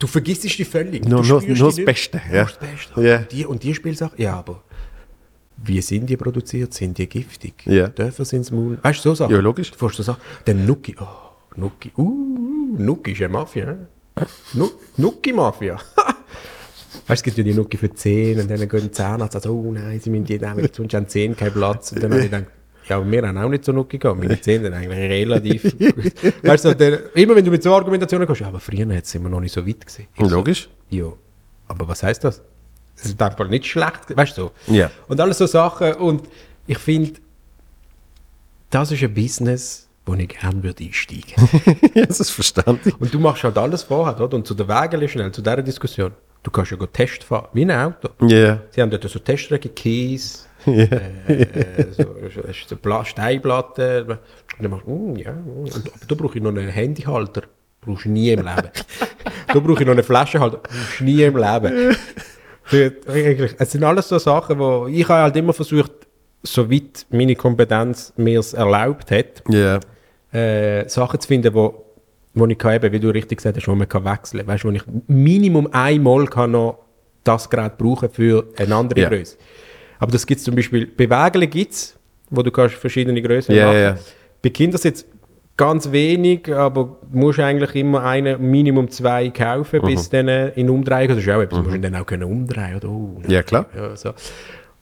Du vergisst dich völlig.
Nur-
du
nur-
spürst
nur
die nicht.
das Beste,
Nur
ja.
das Beste.
Ja.
Und die, und die Spielsache, ja, aber wie sind die produziert? Sind die giftig?
Ja.
Dürfen sie ins Maul? Weißt du, so Sachen?
Ja, logisch.
Du fährst so Sachen. Dann Nuki, oh, Nuki, uh, Nuki ist eine Mafia. hä? Nu, Nuki-Mafia. <laughs> Weißt du, es gibt ja die Nuki für 10 und dann gehen die Zahnarzt und sagen, oh nein, sie müssen die dann weg, sonst haben 10 keinen Platz. Und dann habe ich gedacht, ja, aber wir haben auch nicht so Nuki gehabt, meine Zähne sind eigentlich relativ gut. Weißt du, dann, immer wenn du mit so Argumentationen kommst, ja, aber früher hat es immer noch nicht so weit gesehen.
logisch, <laughs>
Ja, aber was heißt das? Es ist einfach nicht schlecht, weißt du? so.
Ja.
Und alles so Sachen. Und ich finde, das ist ein Business, wo ich gerne würde einsteigen
ja, das ist verständlich.
und du machst halt alles vorher, oder? Und zu der Wägele schnell, zu dieser Diskussion. Du kannst ja go Test fahren, wie ein Auto.
Ja,
Sie haben dort so Teststrecke, Kies, äh, äh, so, so, so Pla- Steinplatten. Und dann machst du, mm, ja, mm. und, aber da brauche ich noch einen Handyhalter. Brauchst du nie im Leben. da brauche ich noch einen Flaschenhalter. Brauchst du nie im Leben. Dort, eigentlich, es sind alles so Sachen, wo ich habe halt immer versucht, soweit meine Kompetenz mir es erlaubt hat,
ja.
äh, Sachen zu finden, wo, wo ich kann, eben, wie du richtig gesagt hast, wo man kann wechseln kann. Weißt du, wo ich Minimum einmal kann noch das Gerät brauchen für eine andere
Ja.
Größe. Aber das gibt es zum Beispiel, bei Wägeln gibt es, wo du kannst verschiedene Größen
Ja,
machen
ja, ja.
Bei Kindern jetzt ganz wenig, aber musst eigentlich immer einen, Minimum zwei kaufen,
Mhm.
bis dann äh, in Umdrehung, das ist auch etwas, musst du dann auch können umdrehen oder oh,
Ja, klar.
Ja, so.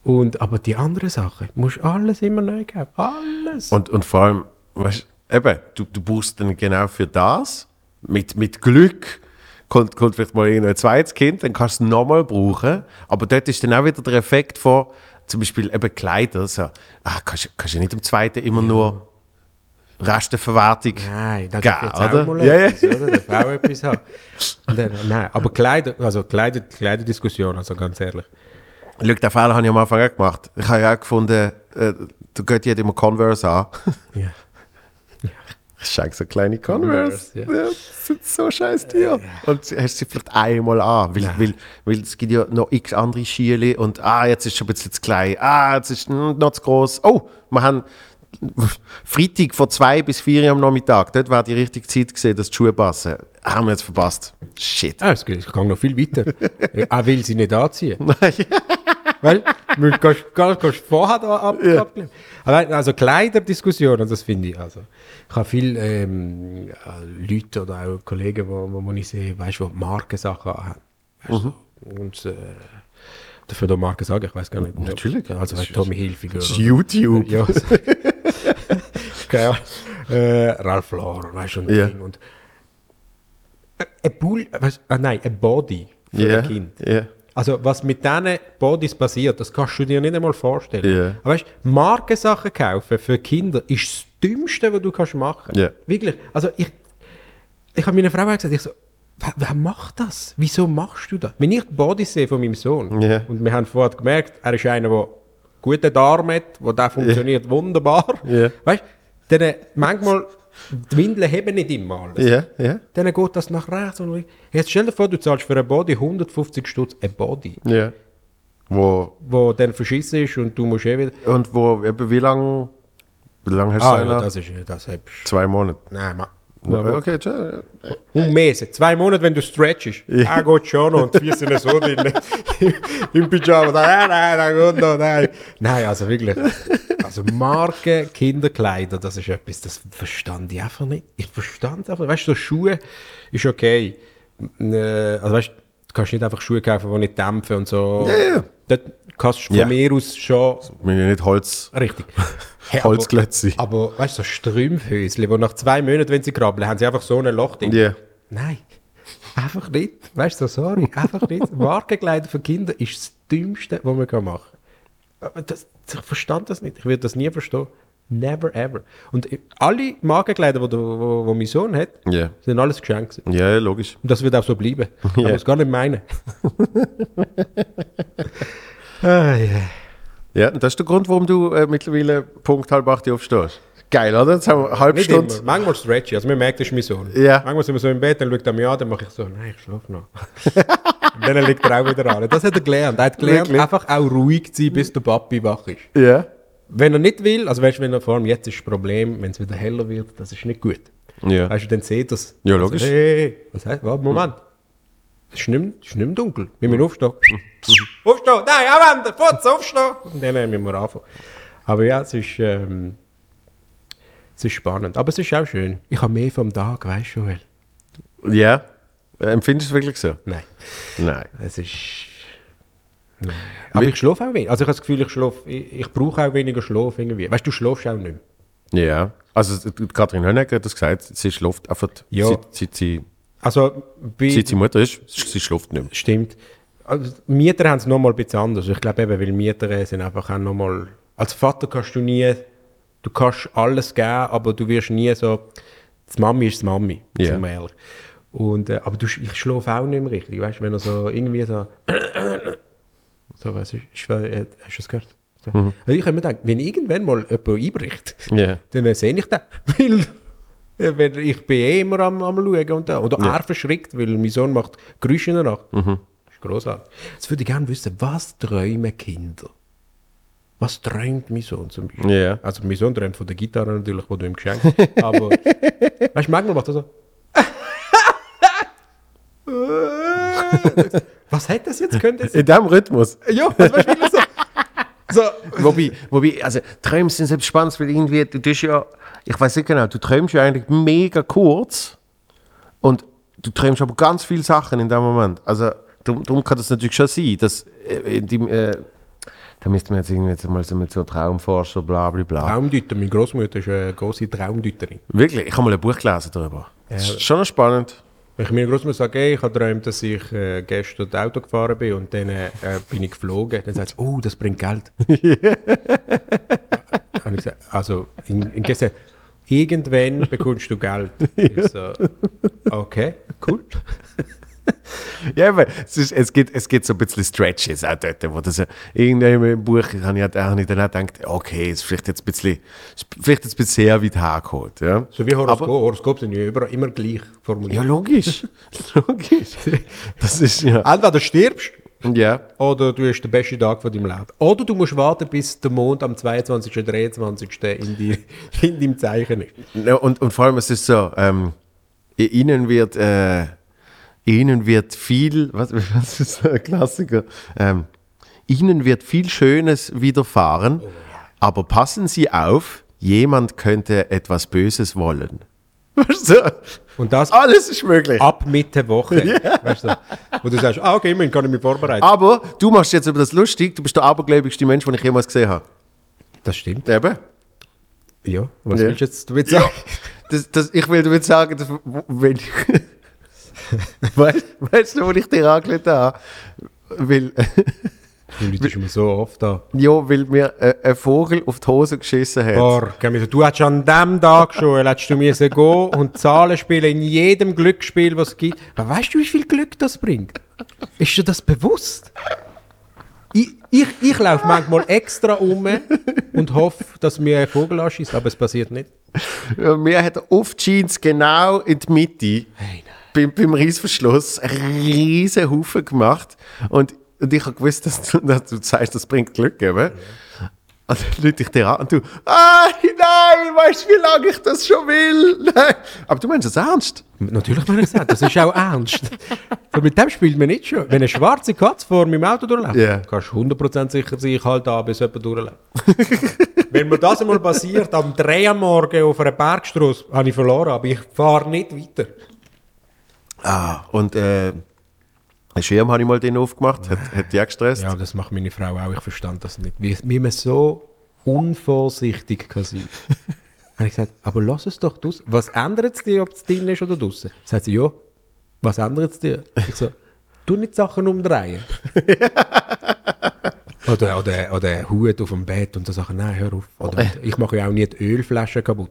Und, aber die anderen Sachen, musst alles immer neu kaufen, alles.
Und, und vor allem, weißt eben, du, du brauchst dann genau für das, mit, mit Glück, kommt, kommt vielleicht mal irgendein zweites Kind, dann kannst du es nochmal brauchen. Aber dort ist dann auch wieder der Effekt von, zum Beispiel eben Kleider, so, ah, kannst, kannst du nicht im zweiten immer nur Resteverwertung
Nein, das
geben,
darf jetzt
oder?
auch mal
ja, ja.
etwas, oder? Darf auch etwas haben. Und Dann, nein, aber Kleider, also Kleider, Kleiderdiskussion, also ganz ehrlich.
Schau, den Fehler habe ich am Anfang auch gemacht. Ich habe ja auch gefunden, äh, der Götti hat immer Converse an.
Ja.
Ich schenke so kleine Converse.
Converse, ja.
ja. das sind so scheiß Tier. Und du hast sie vielleicht einmal an, weil, weil, weil es gibt ja noch x andere Schiele und ah, jetzt ist schon ein bisschen zu klein, ah, jetzt ist hm, noch zu groß. Oh, wir haben Freitag von 2 bis 4 Uhr am Nachmittag, dort war die richtige Zeit gesehen, dass die Schuhe passen. Haben wir jetzt verpasst. Shit.
Ah, es geht- es ging noch viel weiter. Ja, Auch will sie nicht
<laughs>
anziehen. Weil, du kannst, kannst, kannst vorher da ab,
Ja.
abnehmen. Allein, Also Kleiderdiskussionen, das finde ich. Also, ich habe viele ähm, äh, Leute oder auch Kollegen, wo, wo, wo ich sehe, weißt du, die Markensachen haben.
Mhm.
Und äh, dafür da Marken sagen, ich weiß gar nicht.
Natürlich.
Also weißt, du, Tommy Hilfiger.
Das ist
oder-
YouTube.
ja.
<laughs>
Keine Ahnung. Äh, Ralph Lauren, weißt du, und,
Ja.
Ding. und Ä- ein Bull, weißt, ah nein, ein Body für
Ja,
ein Kind.
ja.
Also was mit diesen Bodies passiert, das kannst du dir nicht einmal vorstellen.
Ja.
Aber weißt, Markensachen kaufen für Kinder ist das Dümmste, was du kannst machen.
Ja.
Wirklich. Also ich, ich habe meiner Frau auch gesagt, ich so, wer, wer macht das? Wieso machst du das? Wenn ich die Bodies sehe von meinem Sohn
Ja.
und wir haben vorher gemerkt, er ist einer, der guten Darm hat, wo der funktioniert wunderbar.
Ja.
Weißt, dann äh, manchmal die Windeln heben nicht immer alles.
Ja, ja,
Dann geht das nach rechts und links. Jetzt stell dir vor, du zahlst für ein Body 150 Stutz ein Body,
ja. Wo,
wo dann verschissen ist und du musst eh wieder.
und wo, eben, wie lange, wie lange hast du
Ah,
ah,
ja, das ist das hebst.
Zwei Monate.
Nein, Mann.
Okay, tschö.
Und Mäse. Zwei Monate, wenn du stretchest. Ja. Er geht schon noch und wir sind so drin. ne? Im Pyjama. Nein, nein, nein, gut noch, nein. Nein, also wirklich. Also Marken, Kinderkleider, das ist etwas, das verstand ich einfach nicht. Ich verstand einfach nicht. Weißt du, so Schuhe ist okay. Äh, Also weißt du, du kannst nicht einfach Schuhe kaufen, die nicht dämpfen und so.
Ja, ja.
Dort kannst du von
Ja.
mir aus schon
Wir haben ja nicht Holz.
<laughs> Richtig.
Holzklötzi.
Aber, aber weißt du, so Strümpfhäusle, die nach zwei Monaten, wenn sie krabbeln, haben sie einfach so ein Loch drin.
Ja.
Nein, einfach nicht. Weißt du, so sorry, einfach
<laughs>
nicht. Markenkleider für Kinder ist das Dümmste, was man kann machen kann. Aber das, ich verstand das nicht. Ich würde das nie verstehen. Never ever. Und äh, alle Markenkleider, die wo, wo, wo mein Sohn hat,
Ja.
sind alles Geschenke. gewesen.
Ja, ja, logisch.
Und das wird auch so
<laughs>
bleiben.
Ja.
Aber es gar nicht
<laughs>
meinen. ah, ja.
Ja, und das ist der Grund, warum du äh, mittlerweile Punkt halb acht Uhr aufstehst. Geil, oder? Jetzt haben wir eine halbe
Nicht
Stunde.
immer. Manchmal stretchy. Also man merkt, das ist mein Sohn.
Ja.
Manchmal sind wir so im Bett, dann schaut er mich an, dann mache ich so, nein, ich schlafe noch. <laughs> Und dann liegt er auch wieder an. Das hat er gelernt. Er hat gelernt,
Wirklich?
einfach auch ruhig zu sein, bis der Papi wach ist.
Ja.
Wenn er nicht will, also weißt du, wenn er vor allem jetzt ist das Problem, wenn es wieder heller wird, das ist nicht gut.
Ja.
Weißt du, dann sieht das.
Ja, logisch.
Also, hey, hey, hey. was heißt, warte, Moment. Es ist nicht, mehr- es ist nicht mehr dunkel. Wir müssen
<laughs>
aufstehen. aufstehen! Nein, anwenden! Fotz, aufstehen! Und dann äh, müssen wir anfangen. Aber ja, es ist, ähm, es ist spannend. Aber es ist auch schön. Ich habe mehr vom Tag, weißt du, Joel?
Ja. Äh, Empfindest du es wirklich so?
Nein.
Nein.
Es ist. Nein. Aber ich schlafe auch weniger. Also ich habe das Gefühl, ich schlafe. Ich, ich brauche auch weniger Schlaf irgendwie. Weißt du, du schlafst auch nicht mehr.
Ja. Also, die Katrin Hönecker hat das gesagt, sie schläft einfach,
Ja.
seit, seit, sie,
Also bei,
seit sie Mutter ist, sie schläft nicht mehr.
Stimmt. Also, Mieter haben es nochmal ein bisschen anders. Ich glaube eben, weil Mieter äh, sind einfach auch nochmal... Als Vater kannst du nie... Du kannst alles geben, aber du wirst nie so... Die Mami ist die Mami,
Ja.
sind wir ehrlich. Und, äh, aber du, sch- ich schlafe auch nicht mehr richtig. Weißt du, wenn er so irgendwie so... <coughs> so was ist, ist, äh, hast du das gehört? So. Also ich habe mir gedacht, wenn irgendwann mal jemand einbricht,
Ja.
dann äh, sehe ich den. <laughs> Weil äh, wenn- ich bin eh immer am, am Schauen und da. Oder er verschrickt, weil mein Sohn macht Geräusche in der Nacht. Das ist grossartig. Jetzt würde ich gerne wissen, was träumen Kinder? Was träumt mein Sohn zum Beispiel?
Ja.
Also mein Sohn träumt von der Gitarre natürlich, die du ihm geschenkt hast. Aber weißt du, manchmal macht er so. <laughs> was hätte das jetzt können?
In diesem Rhythmus.
Ja, das war wirklich so. so.
wobei, wobei, also Träume sind selbst spannend, weil irgendwie, du tust ja, ich weiß nicht genau, du träumst ja eigentlich mega kurz und du träumst aber ganz viele Sachen in dem Moment. Also darum, darum kann das natürlich schon sein, dass äh, in dem, äh, da müsste man jetzt irgendwie jetzt mal so mit so Traumforscher, bla bla bla.
Traumdeuter, meine Großmutter ist eine große Traumdeuterin.
Wirklich, ich habe mal ein Buch gelesen darüber. Das ist schon noch spannend.
Wenn ich meiner Großmutter sage, hey, ich habe geträumt, dass ich äh, gestern Auto gefahren bin und dann äh, bin ich geflogen, dann sagt sie, oh, das bringt <laughs> Geld. Habe ich gesagt, also, in, in gesagt, irgendwann bekommst du <laughs> Geld. Ich so, okay, cool.
Ja, aber es, ist, es, gibt, es gibt so ein bisschen Stretches auch dort, wo das ja- irgendjemand im Buch, da habe ich, hab ich dann auch gedacht, okay, ist vielleicht jetzt ein bisschen, ist vielleicht jetzt ein bisschen sehr weit hergeholt. Ja.
So wie Horoskop.
Aber-
Horoskop sind ja überall immer gleich
Ja, <laughs>
formuliert.
logisch. logisch. Das ist ja.
Ah, Entweder stirbst
Ja.
Oder du hast den besten Tag von deinem Leben. Oder du musst warten, bis der Mond am 22. oder 23. in, die, <laughs> in deinem Zeichen ist.
Ja, Ne, Und, und vor allem, es ist so, ähm, i- ihnen wird, äh, ihnen wird viel, was, <laughs> was ist der Klassiker? Ähm, ihnen wird viel Schönes widerfahren, aber passen Sie auf, jemand könnte etwas Böses wollen. <laughs> Weißt du?
Und das
Alles ist möglich.
ab Mitte Woche.
<laughs>
Weißt du, wo du sagst, ah, okay, immerhin kann ich mich vorbereiten.
Aber du machst jetzt über das lustig, du bist der abergläubigste Mensch, den ich jemals gesehen habe.
Das stimmt.
Eben.
Ja, was
Ja.
willst du jetzt damit sagen?
<laughs> Das, das, ich will damit sagen, dass, wenn <laughs> weißt, weißt du, wo ich dir angelegt habe? Weil, <laughs>
Du Leute immer so oft da.
ja, weil mir äh, ein Vogel auf die Hose geschissen hat.
Boah, gell, wir so, du hättest an dem Tag schon, hättest du müssen gehen und Zahlen spielen in jedem Glücksspiel, was es gibt. Aber weißt du, wie viel Glück das bringt? Ist dir das bewusst? Ich, ich, ich laufe manchmal extra um und hoffe, dass mir ein Vogel anschießt, aber es passiert nicht.
Ja, Mir hat er auf die Jeans genau in die Mitte
Hey, nein.
beim, beim Reissverschluss einen riesen Haufen gemacht. Und, und ich habe gewusst, dass du, dass du sagst, das bringt Glück, eben. Und dann lüte ich dir an und du, ah, nein, weißt du, wie lange ich das schon will? <laughs> Nein. Aber du meinst das ernst?
Natürlich meine ich gesagt, das ist auch ernst. So, mit dem spielt man nicht schon. Wenn eine schwarze Katze vor meinem Auto durchläuft,
Ja.
kannst du 100% sicher sein, ich halte an, bis jemand durchläuft. <laughs> Wenn mir das einmal passiert, am 3 am Morgen auf einer Bergstrasse, habe ich verloren, aber ich fahre nicht weiter.
Ah, und äh, einen Schirm habe ich mal den aufgemacht, hat, hat die auch gestresst.
Ja, das macht meine Frau auch, ich verstand das nicht. Wie, wie man so unvorsichtig kann sein
<laughs>
kann. habe ich gesagt, aber lass es doch draussen. Was ändert es dir, ob es drin ist oder draußen? Sagt sie, ja, was ändert es dir? Ich so, tu nicht Sachen
<laughs>
umdrehen. oder, oder, oder einen Hut auf dem Bett und so Sachen, nein, hör auf. Oder, ich mache ja auch nie die Ölflaschen kaputt.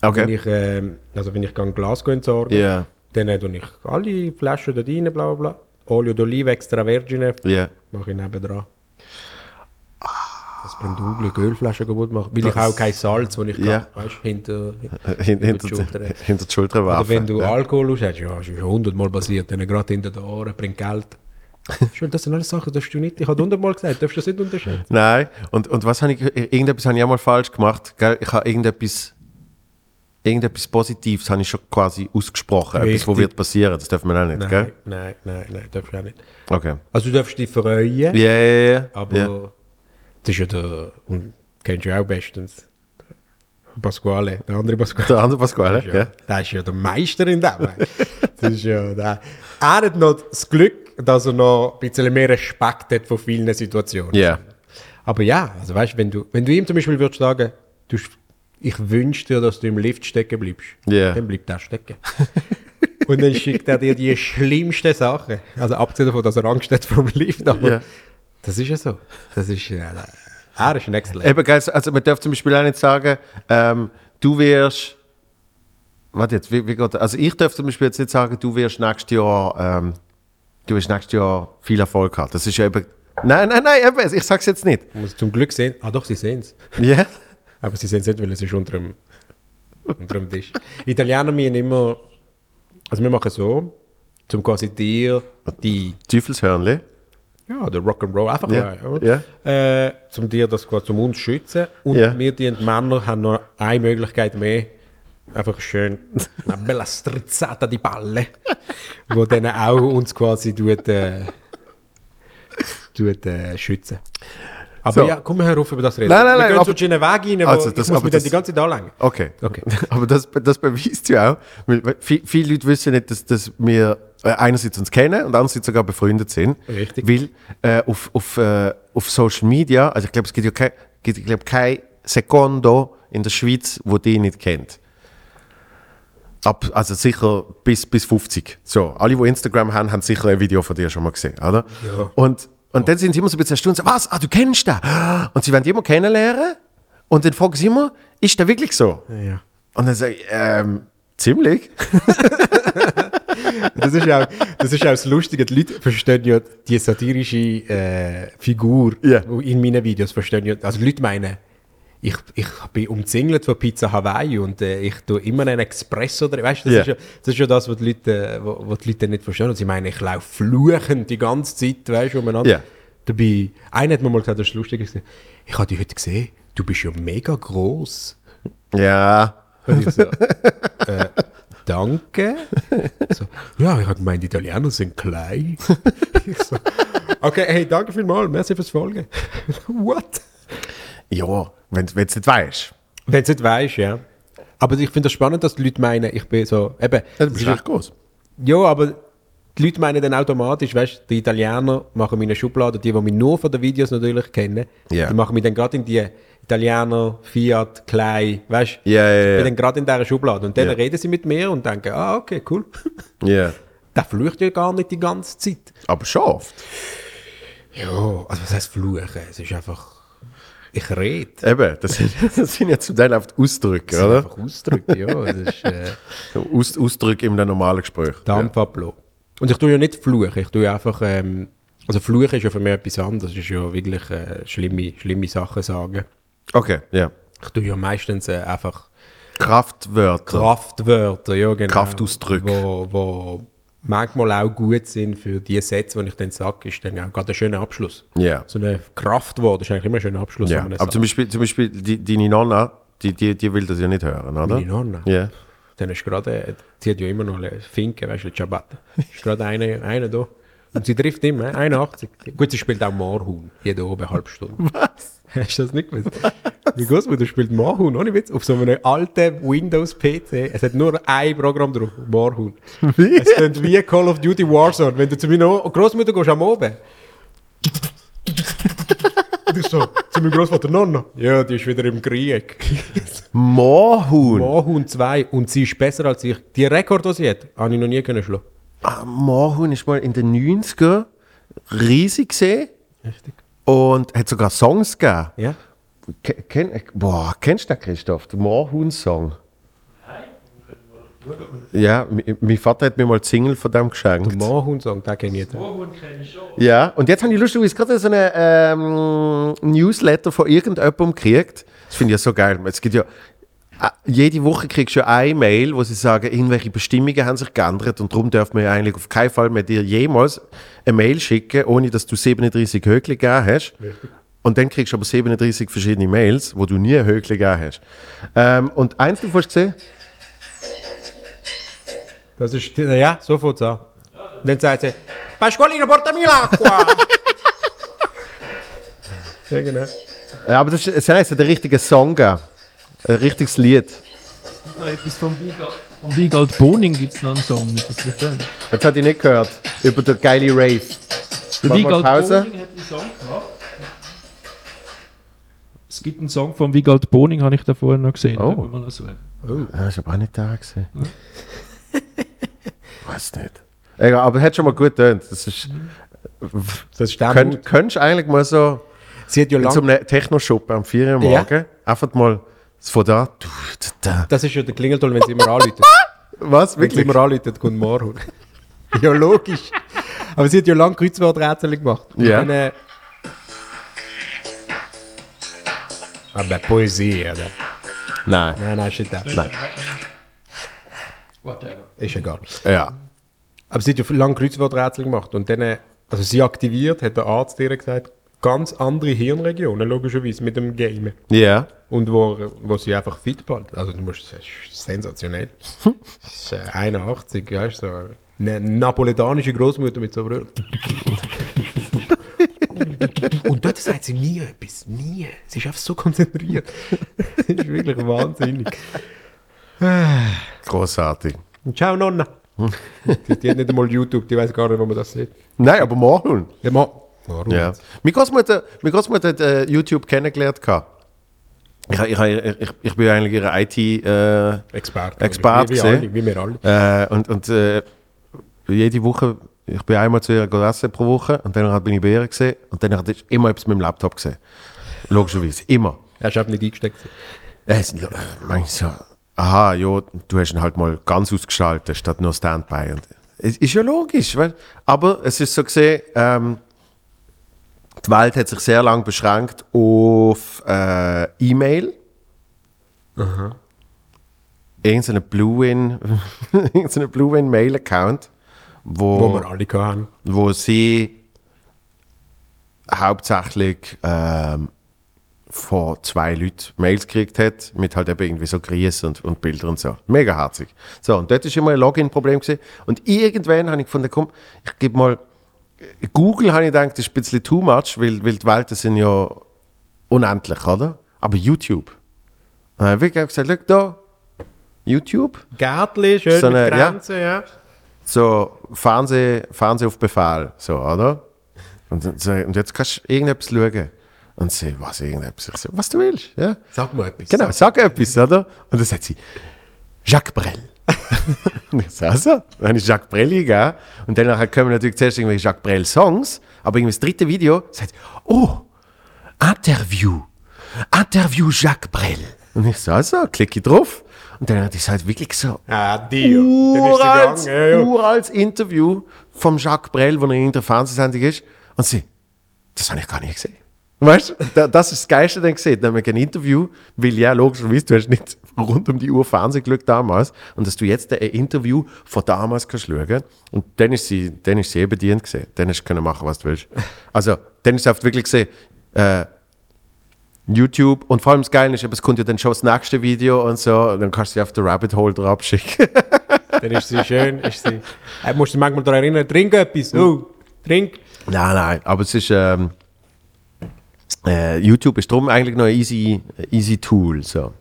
Wenn
Okay.
ich, ähm, also wenn ich gehe Glas entsorge,
Ja.
dann äh, tue ich alle Flaschen da rein, bla bla bla. Olio d'olive extra vergine.
Ja.
Mache ich nebendran. Das bringt Unglück, Ölflaschen kaputt machen. Weil ich auch kein Salz, das ich
Ja.
kann, weißt, hinter,
Hin, <laughs> hinter,
die Schulter.
die- <laughs> hinter die Schulter
Oder
werfen.
wenn du
ja.
Alkohol hast, ja, das ist hundertmal passiert, dann gerade hinter den Ohren, bringt Geld.
<laughs>
Schön, das sind alles Sachen, das du nicht. Ich habe hundertmal gesagt, darfst du das nicht
<laughs>
unterschätzen.
Nein, und, und was habe ich, irgendetwas habe ich auch mal falsch gemacht, gell? Ich habe irgendetwas, irgendetwas Positives habe ich schon quasi ausgesprochen, etwas,
Richtig.
was wird passieren, das darf man auch nicht,
Nein,
gell?
nein, nein, nein, darfst du auch nicht.
Okay.
Also du darfst dich freuen.
Ja, ja, ja.
Aber
ja.
das ist ja der, und kennst du auch bestens, Pasquale, der andere Pasquale.
Der andere Pasquale,
Ja.
ja.
Der ist ja der Meister in dem. ey. das ist ja der. Er hat noch das Glück, dass er noch ein bisschen mehr Respekt hat von vielen Situationen.
Ja.
Aber ja, also weißt, wenn du, wenn du ihm zum Beispiel würdest sagen, du, sch- ich wünsche dir, dass du im Lift stecken bleibst,
Ja.
dann bleibt er stecken. Und dann schickt er dir die schlimmsten Sachen. Also abgesehen davon, dass er Angst hat vom Lift, aber
Ja.
das ist ja so. Das ist, äh, er ist Next Level.
Eben, gell, also man darf zum Beispiel auch nicht sagen, ähm, du wirst, warte jetzt, wie, wie geht das? Also ich darf zum Beispiel jetzt nicht sagen, du wirst nächstes Jahr, ähm, du wirst nächstes Jahr viel Erfolg haben. Das ist ja eben, nein, nein, nein, eben, ich sag's jetzt nicht.
Muss zum Glück sehen. Ah doch, sie sehen es.
Ja.
Aber sie sehen es nicht, weil es ist unter dem, unter dem Tisch. Italiener müssen immer. Also wir machen so, zum quasi dir die.
Teufelshörnli.
Ja, der Rock'n'Roll einfach
Ja,
rein, oder? Äh, zum dir das quasi zum uns schützen. Und
Ja.
wir, die Männer, haben noch eine Möglichkeit mehr. Einfach
<laughs>
schön eine bella strizzata di Balle. wo dann auch uns quasi tut, äh, tut äh, schützen. Aber
So.
ja, komm, hör auf über das reden.
Nein, nein,
wir
nein,
gehen
aber-
so in einen Weg rein, wo
Also, das-
ich muss
aber
mich
das-
dann die ganze Zeit anlängen.
Okay.
Okay.
<laughs> Aber das, das beweist ja auch, weil weil viel, viele Leute wissen nicht, dass, dass wir äh, einerseits uns kennen und andererseits sogar befreundet sind.
Richtig.
Weil äh, auf, auf, äh, auf Social Media, also ich glaube, es gibt ja kein, gibt, ich glaub, kein Sekondo in der Schweiz, wo die nicht kennt. Ab, also sicher bis, bis 50. So, alle, die Instagram haben, haben sicher ein Video von dir schon mal gesehen, oder?
Ja.
Und, und dann sind sie immer so ein bisschen erstaunt, so, was, ah, du kennst den? Und sie wollen die immer kennenlernen und dann fragen sie immer, ist der wirklich so?
Ja.
Und dann sage ich, ähm, ziemlich. <laughs>
Das ist, auch, das ist auch das Lustige. Die Leute verstehen ja die satirische äh, Figur
Ja.
wo in meinen Videos. Verstehen ja, also die Leute meinen, ich, ich bin umzingelt von Pizza Hawaii und äh, ich tue immer einen Express oder weißt du, das,
Ja.
ist ja, das ist ja das, was die Leute, äh, wo, wo die Leute nicht verstehen. Und sie meinen, ich laufe fluchend die ganze Zeit, weißt du, umeinander.
Ja.
Dabei, einer hat mir mal gesagt, das ist lustig, gewesen, ich habe dich heute gesehen, du bist ja mega gross.
Ja.
Und <laughs> ich so, äh, danke. So, ja, ich habe gemeint, Italiener sind klein. <laughs> Ich so, okay, hey, danke vielmals, merci fürs Folgen. <laughs> What?
Ja, wenn du es nicht weißt.
Wenn du nicht weißt, ja. Aber ich finde das spannend, dass die Leute meinen, ich bin so, eben,
Dann bist du echt groß.
ja, aber die Leute meinen dann automatisch, weißt du, die Italiener machen meine Schublade, die, die mich nur von den Videos natürlich kennen,
Ja.
die machen mich dann gerade in die Italiener, Fiat, Klein, weißt du,
Ja, ja,
ich
ja.
bin dann gerade in dieser Schublade und dann
Ja.
reden sie mit mir und denken, ah, okay, cool. <laughs>
Ja.
Der flucht ja gar nicht die ganze Zeit.
Aber schafft.
Ja, also was heißt fluchen? Es ist einfach, ich rede.
Eben, das sind, <laughs> das sind ja zum Teil oft Ausdrücke,
Das sind
oder?
einfach Ausdrücke, ja. Das ist, äh,
Aus, Ausdrücke im normalen Gespräch. Ja.
Dampfablo. Und ich tue ja nicht fluchen, ich tue ja einfach, ähm, also fluchen ist ja für mich etwas anderes, das ist ja wirklich äh, schlimme, schlimme Sachen sagen.
Okay, ja.
Ich tue ja meistens äh, einfach
Kraftwörter.
Kraftwörter, ja genau.
Kraftausdrücke.
Wo, wo manchmal auch gut sind für die Sätze, die ich dann sage, ist dann auch gerade ein schöner Abschluss.
Ja.
So ein Kraftwort ist eigentlich immer ein schöner Abschluss.
Ja.
wenn man das
Aber zum Beispiel, zum Beispiel die, deine Nonna, die, die, die will das ja nicht hören, oder?
Meine Nonna?
Ja.
Dann ist gerade, äh, sie hat ja immer noch eine Finke, weißt du, Ciabatta. Ist gerade einer eine da. Und sie trifft immer, äh, 81. Gut, sie spielt auch Marhuhn, jede oben eine halbe Stunde. Was? <laughs> Hast du das nicht gewusst? Wie Großmutter spielt Marhuhn, ohne Witz, auf so einem alten Windows-PC. Es hat nur ein Programm drauf, Marhuhn. Es klingt wie Call of Duty Warzone, wenn du zu meiner O- Großmutter gehst am Oben. Und ich so, zu meinem Großvater Nonna. Ja, die ist wieder im <laughs> Krieg.
Moorhuhn.
Mohun 2 und sie ist besser als ich. Die Rekord, die sie hat, habe ich noch nie können schlagen.
Ah, Moorhuhn ist mal in den 90ern riesig gesehen
Richtig.
und hat sogar Songs gegeben.
Ja?
Ke- Ken, boah, kennst du den Christoph? Den Moorhuhn-Song? Ja, mi- mein Vater hat mir mal die Single von dem geschenkt.
Mohun sagen, den kenne ich nicht.
Ja, und jetzt habe ich lustigerweise gerade so einen ähm, Newsletter von irgendjemandem gekriegt. Das finde ich ja so geil. Es gibt ja, äh, jede Woche kriegst du ja eine Mail, wo sie sagen, irgendwelche Bestimmungen haben sich geändert und darum dürfen wir ja eigentlich auf keinen Fall mehr dir jemals eine Mail schicken, ohne dass du 37 Höckli gegeben hast. Und dann kriegst du aber 37 verschiedene Mails, wo du nie ein Höckli gegeben hast. Ähm, und eins davon hast du gesehen?
Das ist, ja, sofort so. Dann sagt sie, Pasqualino, portami l'acqua! <laughs> ja, genau.
Ja, aber das, ist- das heisst, es hat einen richtigen Song gegeben. Ein richtiges Lied.
Noch etwas vom Wiegald. Vom Wiegald Boning gibt es noch einen Song. Ist das nicht drin?
Jetzt hat ich nicht gehört. Über den geile Rave.
Der
Machen wir
Wiegald
Pause?
Boning hat einen Song gemacht. Es gibt einen Song von Wiegald Boning, habe ich da vorher noch gesehen.
Oh.
Wenn man das will.
Ah, ist aber auch nicht da gewesen. Weiß nicht. Egal, aber hat schon mal gut getönt. Das ist.
Das ist der
Könnt,
Kön
könntest du eigentlich mal so
Sie hat ja
in
lang,
so einem Techno-Shop am 4 Uhr
Ja.
morgen einfach mal von da. du, da, da.
das ist ja der Klingelton, wenn sie immer <laughs> anläutet.
Was?
Wenn sie
Wirklich?
immer anläutet, kommt Mohun. <laughs> ja, logisch. Aber sie hat ja lange Kreuzworträtsel gemacht. Und
Ja.
dann, äh, aber Ah, Poesie, oder?
Nein.
Nein, nein, ist nicht der. Nein.
Whatever.
Ist egal.
Ja.
Aber sie hat ja lange Kreuzworträtsel gemacht und dann, äh, also sie aktiviert, hat der Arzt ihr gesagt, ganz andere Hirnregionen, logischerweise, mit dem Game.
Ja.
Und wo, wo sie einfach fit bleibt. Also du musst, das ist sensationell. Das ist äh, 81, weißt du, so eine napoletanische Großmutter mit so Brille. Und dort sagt sie nie etwas, nie. Sie ist einfach so konzentriert. das ist wirklich wahnsinnig.
Großartig.
Und Ciao Nonna. die, die hat nicht einmal YouTube, die weiß gar nicht, wo man das sieht.
Nein, aber morgen.
Ja, ma. Warum?
Ja. Meine Großmutter, meine Großmutter hat äh, YouTube kennengelernt. gehabt. Ich, ich, ich, ich bin eigentlich ihre IT. Äh,
Experte.
Experte
Wie, wie,
gesehen.
alle, wie wir alle.
Äh, und und äh, jede Woche, ich bin einmal zu ihr gegessen pro Woche und dann bin ich bei ihr gesehen und dann hat ich dus immer etwas mit dem Laptop gesehen. Logischerweise, immer.
Er ist einfach nicht eingesteckt.
Äh, es- äh, mein ich so, aha, ja, du hast ihn halt mal ganz ausgeschaltet statt nur Standby. Und, es ist ja logisch, weil, aber es ist so gesehen, ähm, die Welt hat sich sehr lange beschränkt auf äh, E-Mail. Irgendeinen Blue-In, <laughs> irgendeinen Blue-In-Mail-Account, wo,
Wo wir alle hatten.
wo sie hauptsächlich ähm, von zwei Leuten Mails gekriegt hat, mit halt eben irgendwie so Grüße und, und Bildern und so. Mega herzig. So, und dort war immer ein Login-Problem. gewesen. Und irgendwann habe ich gefunden, komm, ich gebe mal. Google habe ich gedacht, das ist ein bisschen too much, weil, weil die Welten sind ja unendlich, oder? Aber YouTube. Dann habe ich wirklich auch gesagt, schau da, YouTube.
Gärtli, schön
So
mit
eine- ja.
Grenzen, ja.
so Fernseh, Fernseh auf Befehl, so, oder? Und, dann so, und jetzt kannst du irgendetwas schauen. Und sie, was, irgendetwas? Ich so, was du willst, ja?
Sag mal etwas.
Genau, sag etwas, oder? Und dann sagt sie, Jacques Brel. <laughs> und ich so, also, dann ist Jacques Brel eingegeben. Und danach kommen natürlich zuerst irgendwelche Jacques Brel Songs, aber irgendwie das dritte Video sagt, oh, Interview, Interview Jacques Brel. Und ich so, also, klicke ich drauf. Und dann hat ich halt wirklich so,
Ah, Dio. Dann ist
uraltes,
sie gegangen, ja, ja.
uraltes Interview vom Jacques Brel, wo er in der Fernsehsendung ist. Und sie, das habe ich gar nicht gesehen. Weißt du, da- das ist das Geilste, den ich gesehen habe. Nämlich ein Interview, weil ja, logischerweise, du hast nicht <laughs> rund um die Uhr Fernsehen geschaut damals. Und dass du jetzt ein Interview von damals kannst schauen. Und dann ist sie, dann ist sie eh bedient gesehen. Dann hast du können machen, was du willst. Also, dann ist es oft wirklich gesehen, äh, YouTube und vor allem das Geile ist, aber es kommt ja dann schon das nächste Video und so, und dann kannst du dich auf den Rabbit Hole drauf schicken.
Dann ist sie schön. Ist sie. Äh, musst du manchmal daran erinnern, trink etwas. Oh, trink.
Nein, nein, aber es ist. Ähm, äh, YouTube ist drum eigentlich noch ein easy, easy Tool. So.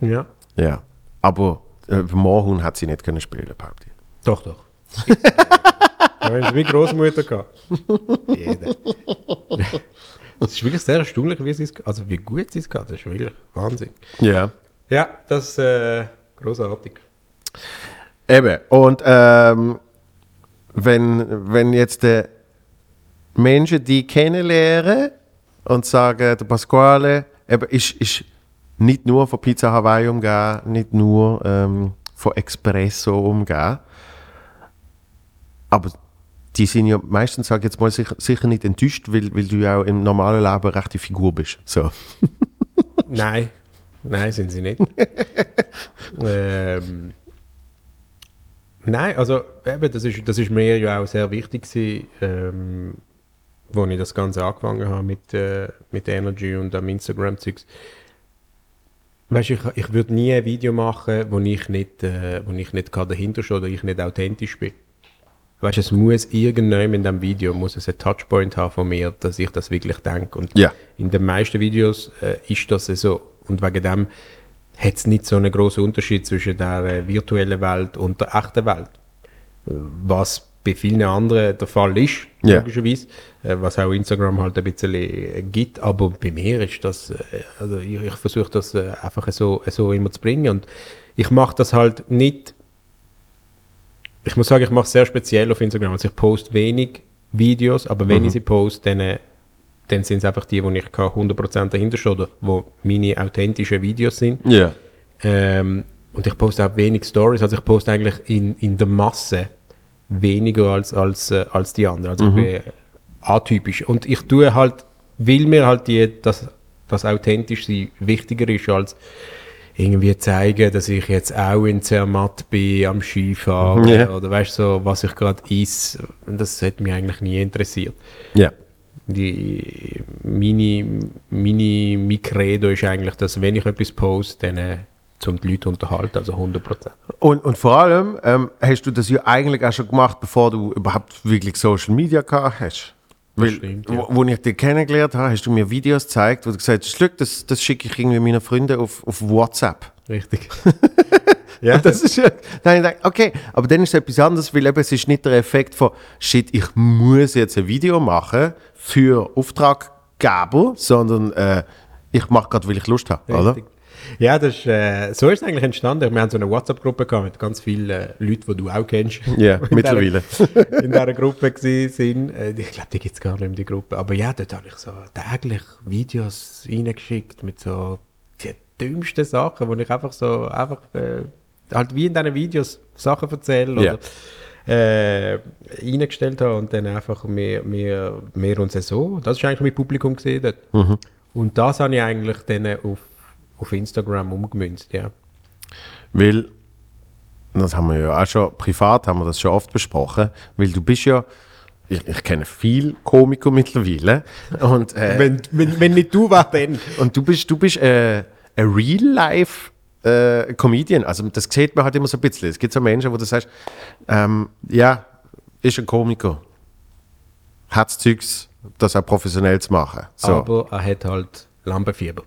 Ja.
Ja. Aber äh, Moorhuhn hat sie nicht können spielen, behaupte ich.
Doch, doch. <laughs> da haben sie wie Großmutter gehabt. Jeder. Es ist wirklich sehr erstaunlich, wie, sie es, also wie gut sie es geht. Das ist wirklich Wahnsinn.
Ja.
Ja, das ist äh, großartig.
Eben. Und ähm, wenn, wenn jetzt äh, Menschen die kennenlernen und sagen, der Pasquale eben, ist, ist nicht nur von Pizza Hawaii umgehen, nicht nur ähm, von Espresso umgehen, aber die sind ja meistens, sag ich jetzt mal, sicher, sicher nicht enttäuscht, weil, weil du ja auch im normalen Leben rechte Figur bist. So.
Nein, nein, sind sie nicht. ähm, nein, also eben, das ist, das ist mir ja auch sehr wichtig gewesen, ähm, wo ich das Ganze angefangen habe mit, äh, mit Energy und am Instagram-Zeugs. Weißt du, ich, ich würde nie ein Video machen, wo ich nicht, äh, wo ich nicht gerade dahinter stehe oder ich nicht authentisch bin. Weißt du, es muss irgendjemand in diesem Video muss es einen Touchpoint haben von mir, dass ich das wirklich denke. Und
Ja.
in den meisten Videos äh, ist das so. Und wegen dem hat es nicht so einen großen Unterschied zwischen der äh, virtuellen Welt und der echten Welt. Was bei vielen anderen der Fall ist,
Ja.
logischerweise. Äh, was auch Instagram halt ein bisschen äh, gibt. Aber bei mir ist das, äh, also ich, ich versuche das äh, einfach so, so immer zu bringen. Und ich mache das halt nicht ich muss sagen, ich mache es sehr speziell auf Instagram. Also ich poste wenig Videos, aber wenn ich sie poste, dann, äh, dann sind es einfach die, wo ich kann 100% dahinter stehe oder wo meine authentischen Videos sind.
Ja.
Ähm, und ich poste auch wenig Stories. Also ich poste eigentlich in, in der Masse weniger als, als, äh, als die anderen. Also ich bin atypisch. Und ich tue halt, will mir halt die, dass das authentisch sein wichtiger ist als irgendwie zeigen, dass ich jetzt auch in Zermatt bin, am Skifahren
Ja.
oder weißt du, so, was ich gerade is. Das hat mich eigentlich nie interessiert
Ja.
die meine, meine, mein Credo ist eigentlich, dass wenn ich etwas poste, dann äh, zum die Leute unterhalten, also 100%.
Und, und vor allem ähm, hast du das ja eigentlich auch schon gemacht, bevor du überhaupt wirklich Social Media gehabt hast. Weil,
stimmt, ja.
wo, wo ich dich kennengelernt habe, hast du mir Videos gezeigt, wo du gesagt hast, Glück, das, das schicke ich irgendwie meinen Freunden auf, auf WhatsApp.
<laughs> Richtig.
Ja. Und <laughs> das ist ja, dann habe ich gedacht, okay, aber dann ist es etwas anderes, weil eben es ist nicht der Effekt von, shit, ich muss jetzt ein Video machen für Auftraggeber, sondern äh, ich mache gerade, weil ich Lust habe, oder?
Richtig. Ja, das ist, äh, so ist es eigentlich entstanden. Wir haben so eine WhatsApp-Gruppe gehabt mit ganz vielen äh, Leuten, die du auch kennst. <laughs>
Ja,
In dieser-
mittlerweile.
in dieser Gruppe gewesen sind. Äh, ich glaube, die gibt es gar nicht mehr, die Gruppe. Aber ja, dort habe ich so täglich Videos reingeschickt mit so die dümmsten Sachen, wo ich einfach so, einfach äh, halt wie in diesen Videos Sachen erzähle.
Ja.
Oder äh, reingestellt habe und dann einfach mehr, mehr, mehr und so. Das war eigentlich mein Publikum gesehen dort. Und das habe ich eigentlich dann auf, auf Instagram umgemünzt, ja.
Weil, das haben wir ja auch schon, privat haben wir das schon oft besprochen, weil du bist ja, ich, ich kenne viel Komiker mittlerweile <laughs> und, äh,
Wenn, wenn, wenn nicht du, wer denn?
und du bist, du bist äh, ein Real-Life äh, Comedian, also das sieht man halt immer so ein bisschen. Es gibt so Menschen, wo du sagst, ähm, ja, ist ein Komiker, hat's Zeugs, das auch professionell zu machen. So.
Aber er hat halt Lampenfieber.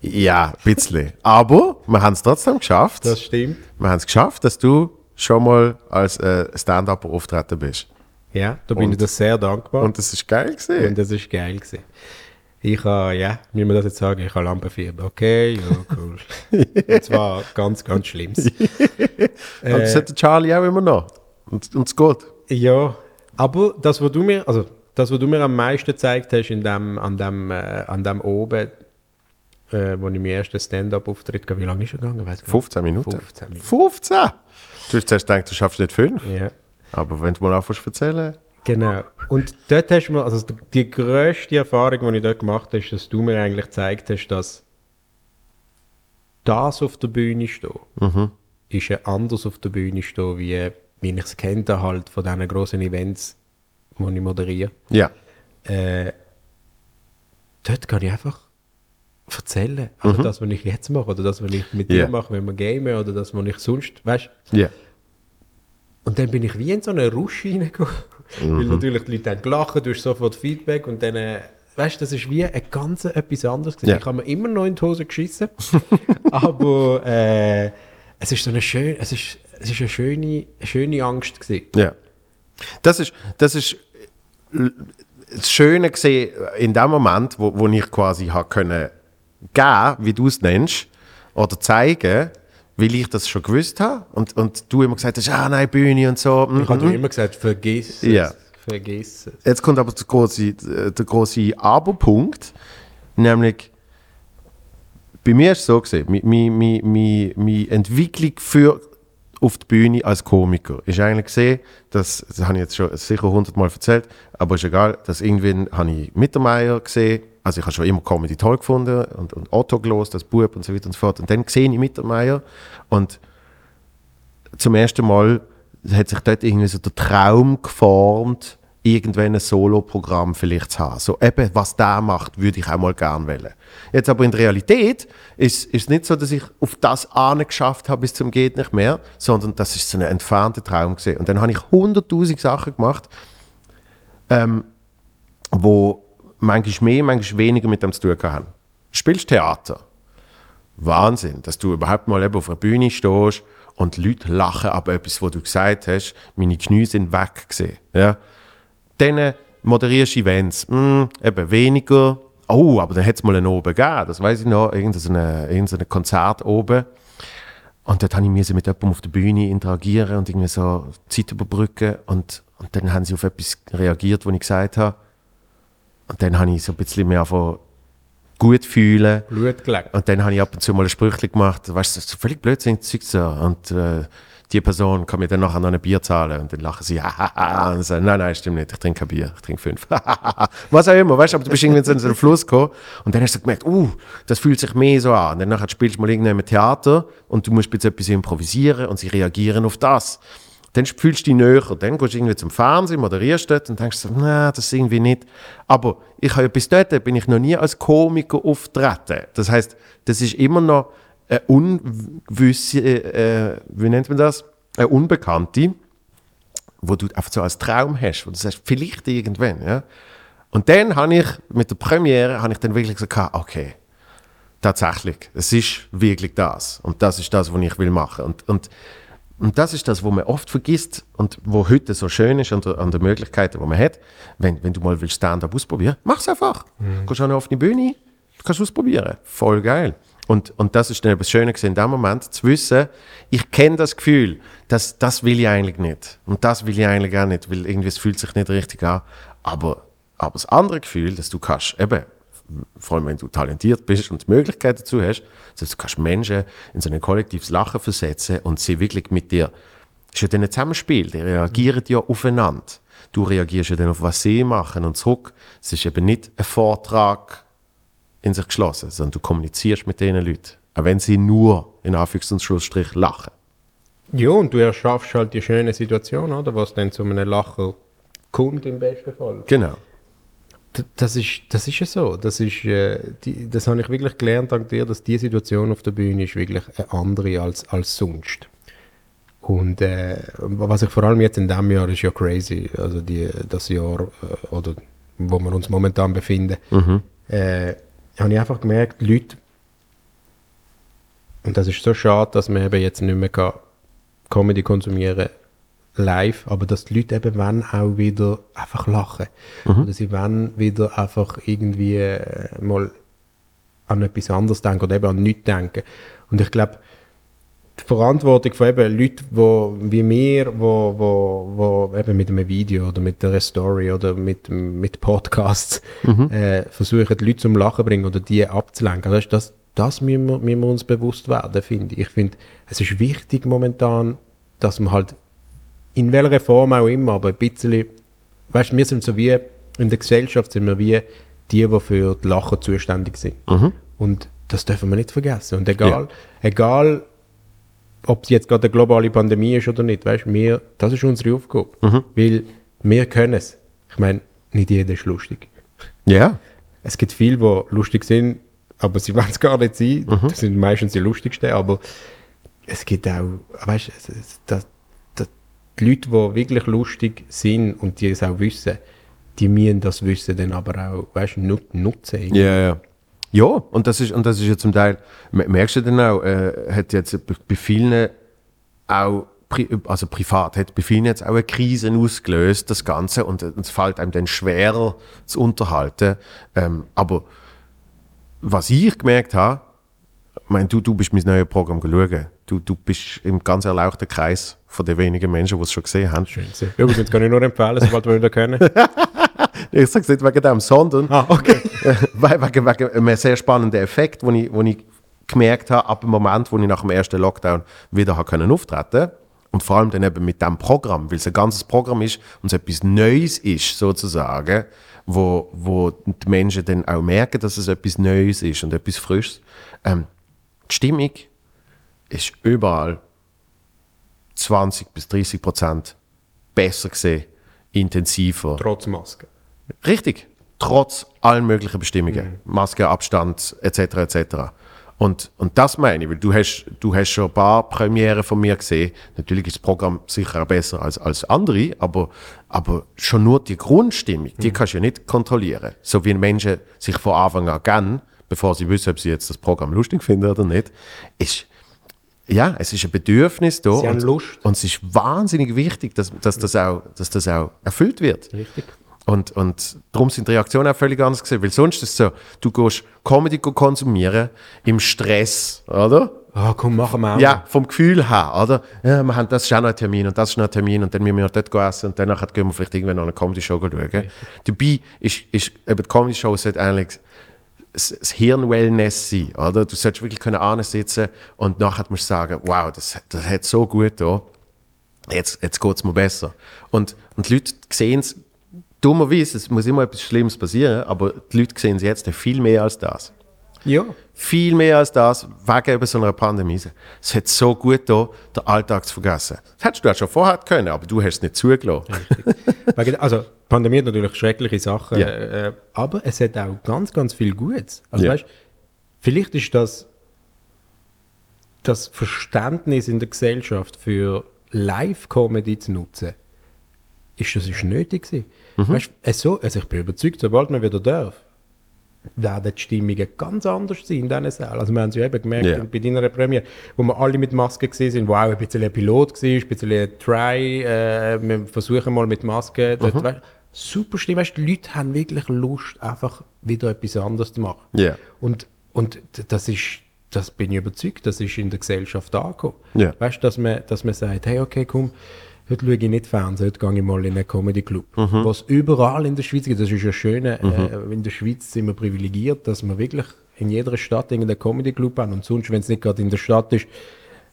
Ja, ein bisschen. Aber wir haben es trotzdem geschafft.
Das stimmt.
Wir haben es geschafft, dass du schon mal als äh, Stand-Upper auftreten bist.
Ja, da bin ich dir sehr dankbar.
Und das ist geil gesehen.
Und das ist geil gewesen. Ich habe, ja, wie man das jetzt sagen, ich habe Lampenfieber. Okay, ja, cool. und zwar ganz, ganz Schlimmes.
Und äh, das hat der Charlie auch immer noch. Und und es geht.
Ja, aber das, was du mir, also das, was du mir am meisten gezeigt hast in dem, an dem, äh, an dem oben, äh, wo ich meinen ersten Stand-up-Auftritt hatte, wie lange ist er gegangen? Weiss gar nicht.
15 Minuten.
15 Minuten.
15? Du hast zuerst gedacht, du schaffst nicht 5.
Ja,
Aber wenn du mal anfängst zu erzählen.
genau. Und dort hast du mir, also die grösste Erfahrung, die ich dort gemacht habe, ist, dass du mir eigentlich gezeigt hast, dass das auf der Bühne stehen, ist ja anders auf der Bühne stehen, wie, wie ich es kennt habe halt von diesen grossen Events, die ich moderiere.
Ja.
äh, dort kann ich einfach erzählen. Also das, was ich jetzt mache, oder das, was ich mit
Ja.
dir mache, wenn wir gamen, oder das, was ich sonst, weißt
Ja.
Und dann bin ich wie in so einen Rush reingegangen,
Mhm.
weil natürlich die Leute haben gelacht, du hast sofort Feedback und dann, äh, weißt du, das ist wie ein ganz etwas anderes. gewesen.
Ja.
Ich habe mir immer noch in die Hose geschissen, <laughs> aber äh, es ist so eine schöne, es ist, es ist eine schöne, eine schöne Angst gewesen.
Ja. Das ist, das ist äh, das Schöne gesehen in dem Moment, wo, wo ich quasi habe können geben, wie du es nennst, oder zeigen, weil ich das schon gewusst habe und, und du immer gesagt hast, ah nein, Bühne und so. mhm,
Ich habe dir immer gesagt, vergiss es,
Ja.
vergiss es.
Jetzt kommt aber der große, äh, der große Aber-Punkt, nämlich bei mir ist es so gesehen, meine, meine, meine, meine Entwicklung für auf die Bühne als Komiker ist eigentlich gesehen, dass, das habe ich jetzt schon sicher hundertmal erzählt, aber ist egal, dass irgendwann habe ich Mittermeier gesehen, also ich habe schon immer Comedy toll gefunden und, und Otto gelost, das Bub und so weiter und so fort und dann sehe ich Mittermeier und zum ersten Mal hat sich dort irgendwie so der Traum geformt, irgendwann ein Solo-Programm vielleicht zu haben. So eben, was der macht, würde ich auch mal gerne wollen. Jetzt aber in der Realität ist es nicht so, dass ich auf das geschafft habe bis zum geht nicht mehr, sondern das ist so ein entfernter Traum gesehen. Und dann habe ich hunderttausend Sachen gemacht, ähm, wo manchmal mehr, manchmal weniger mit dem zu tun haben. Spielst Theater? Wahnsinn, dass du überhaupt mal eben auf einer Bühne stehst und die Leute lachen ab etwas, was du gesagt hast. Meine Knie sind weg gewesen, ja. Dann moderierst du Events. Hm, eben weniger. Oh, aber dann hat es mal einen oben gegeben. Das weiß ich noch. Irgend so eine, irgend so ein Konzert oben. Und dort habe ich müssen mit jemandem auf der Bühne interagieren und irgendwie so Zeit überbrücken. Und, und dann haben sie auf etwas reagiert, was ich gesagt habe. Und dann habe ich so ein bisschen mehr von gut fühlen.
Blut gelegt.
Und dann habe ich ab und zu mal ein Sprüchli gemacht, weißt du, so völlig Blödsinn, Zeug so. Und äh, die Person kann mir dann nachher noch ein Bier zahlen und dann lachen sie, <laughs> hahaha, und sagen, nein, nein, stimmt nicht, ich trinke kein Bier, ich trinke fünf. <laughs> Was auch immer, weißt du, aber du bist irgendwie so in so einen Fluss gekommen und dann hast du gemerkt, uh, das fühlt sich mehr so an. Und dann nachher spielst du mal irgendwann im Theater und du musst jetzt etwas improvisieren und sie reagieren auf das. Dann fühlst du dich näher, dann gehst du irgendwie zum Fernsehen, moderierst dort und denkst so, na, das ist irgendwie nicht. Aber ich habe ja bis dort bin ich noch nie als Komiker auftreten. Das heißt, das ist immer noch eine ungewisse, äh, äh, wie nennt man das? Eine Unbekannte, wo du einfach so als Traum hast, wo du sagst, vielleicht irgendwann, ja. Und dann habe ich mit der Premiere habe ich dann wirklich gesagt, ah, okay, tatsächlich, es ist wirklich das und das ist das, was ich will machen und, und und das ist das, was man oft vergisst und wo heute so schön ist an der, an der Möglichkeiten, die man hat. Wenn, wenn du mal willst Stand-up ausprobieren, mach's einfach. Du Gehst an eine offene Bühne, du kannst ausprobieren. Voll geil. Und, und das ist dann eben das Schöne gewesen in dem Moment, zu wissen, ich kenne das Gefühl, das, das will ich eigentlich nicht. Und das will ich eigentlich auch nicht, weil irgendwie es fühlt sich nicht richtig an. Aber, aber das andere Gefühl, dass du kannst, eben, vor allem wenn du talentiert bist und die Möglichkeit dazu hast, dass du kannst Menschen in so ein kollektives Lachen versetzen und sie wirklich mit dir ist ja dann ein Zusammenspiel. Die reagieren ja aufeinander. Du reagierst ja dann auf was sie machen und zurück. Es ist eben nicht ein Vortrag in sich geschlossen, sondern du kommunizierst mit diesen Leuten. Auch wenn sie nur, in Anführungs- und Schlussstrich, lachen.
Ja, und du erschaffst halt die schöne Situation, oder? Was dann zu einem Lachen kommt im besten Fall.
Genau.
D- Das ist, das ist ja so. Das, ist, äh, die, das habe ich wirklich gelernt dank dir, dass die Situation auf der Bühne ist wirklich eine andere als, als sonst. Und äh, was ich vor allem jetzt in diesem Jahr ist ja crazy, also die, das Jahr, äh, oder wo wir uns momentan befinden, äh, habe ich einfach gemerkt, die Leute, und das ist so schade, dass man eben jetzt nicht mehr kann Comedy konsumieren live, aber dass die Leute eben wenn auch wieder einfach lachen. Oder sie wollen wieder einfach irgendwie äh, mal an etwas anderes denken oder eben an nichts denken. Und ich glaube, die Verantwortung von eben Leuten, wo, wie mir, wo, wo, wo eben mit einem Video oder mit einer Story oder mit, mit Podcasts äh, versuchen, die Leute zum Lachen bringen oder die abzulenken. Das, ist das, das müssen, wir, müssen wir uns bewusst werden, finde ich. Ich finde, es ist wichtig momentan, dass man halt in welcher Form auch immer, aber ein bisschen, weißt du, wir sind so wie, in der Gesellschaft sind wir wie die, die für die Lachen zuständig sind. Und das dürfen wir nicht vergessen. Und egal, egal, ob es jetzt gerade eine globale Pandemie ist oder nicht, weißt wir, das ist unsere Aufgabe. Weil wir können es. Ich meine, nicht jeder ist lustig.
Ja.
Es gibt viele, die lustig sind, aber sie <laughs> wollen es gar nicht sein. Das sind meistens die lustigsten, aber es gibt auch, weißt du, das, das, die Leute, die wirklich lustig sind und die es auch wissen, die müssen das Wissen dann aber auch, weißt du, nutzen.
Ja, ja. Ja, und das ist, und das ist ja zum Teil, me- merkst du dann auch, äh, hat jetzt bei- bei vielen auch, pri also privat, hat bei vielen jetzt auch eine Krise ausgelöst, das Ganze, und äh, es fällt einem dann schwerer zu unterhalten. Ähm, aber was ich gemerkt habe, ich meine, du, du bist mein neues Programm geschaut. Du, du bist im ganz erlauchten Kreis von den wenigen Menschen, die es schon gesehen haben.
Übrigens kann ich nur empfehlen, sobald wir wieder können.
Ich sage es nicht wegen dem, sondern
Ah, okay.
äh, we- wegen, wegen einem sehr spannenden Effekt, den ich, wo ich gemerkt habe, ab dem Moment, wo ich nach dem ersten Lockdown wieder habe können auftreten und vor allem dann eben mit dem Programm, weil es ein ganzes Programm ist und es etwas Neues ist, sozusagen, wo, wo die Menschen dann auch merken, dass es etwas Neues ist und etwas Frisches. Ähm, die Stimmung ist überall 20 bis 30 Prozent besser gesehen, intensiver.
Trotz Maske.
Richtig. Trotz allen möglichen Bestimmungen.
Mhm.
Maske, Abstand, etc. etc. Und, und das meine ich, weil du hast, du hast schon ein paar Premieren von mir gesehen. Natürlich ist das Programm sicher auch besser als, als andere, aber, aber schon nur die Grundstimmung,
Mhm.
die kannst du ja nicht kontrollieren. So wie Menschen sich von Anfang an kennen, bevor sie wissen, ob sie jetzt das Programm lustig finden oder nicht, ist, ja, es ist ein Bedürfnis da.
Sie haben
und,
Lust.
und es ist wahnsinnig wichtig, dass, dass, das, auch, dass das auch erfüllt wird.
Richtig.
Und, und darum sind die Reaktionen auch völlig anders gewesen. Weil sonst ist es so, du gehst Comedy konsumieren im Stress, oder?
Ah, komm, machen wir auch.
Ja, vom Gefühl her, oder? Ja, wir haben das ist auch noch ein Termin und das ist noch ein Termin und dann müssen wir noch dort gehen essen und danach gehen wir vielleicht irgendwann noch eine Comedy-Show schauen. Dabei ist, ist eben die Comedy-Show sollte eigentlich das das Hirn-Wellness sein, oder? Du solltest wirklich können ansitzen und nachher musst du sagen, wow, das, das hat so gut da. Jetzt, jetzt geht es mir besser. Und, und die Leute sehen es, dummerweise, es muss immer etwas Schlimmes passieren, aber die Leute sehen es jetzt viel mehr als das
ja.
viel mehr als das, wegen eben so einer Pandemie. Es hat so gut da den Alltag zu vergessen. Das hättest du auch schon vorher können, aber du hast es nicht zugelassen.
Wegen- Also, die Pandemie hat natürlich schreckliche Sachen,
Ja.
äh, aber es hat auch ganz, ganz viel Gutes. Also,
Ja.
weißt, vielleicht ist das, das Verständnis in der Gesellschaft für Live-Comedy zu nutzen, ist das ist nötig gewesen.
Mhm.
Weißt, es so, also ich bin überzeugt, sobald man wieder darf, werden die Stimmungen ganz anders sein in diesen Sälen. Also wir haben es ja eben gemerkt
Ja.
bei deiner Premiere, wo wir alle mit Maske gesehen sind, wo auch ein bisschen ein Pilot war, ein bisschen ein Try, äh, wir versuchen mal mit
Mhm.
Maske, dort, weißt, super schlimm, weißt, die Leute haben wirklich Lust, einfach wieder etwas anderes zu machen.
Ja.
Und, und d- das ist, das bin ich überzeugt, das ist in der Gesellschaft angekommen.
Ja.
Weißt du, dass man, dass man sagt, hey, okay, komm, heute schaue ich nicht Fernsehen, heute gehe ich mal in einen Comedy Club. Was überall in der Schweiz gibt, das ist ja schön, äh, in der Schweiz sind wir privilegiert, dass wir wirklich in jeder Stadt irgendeinen Comedy Club haben und sonst, wenn es nicht gerade in der Stadt ist,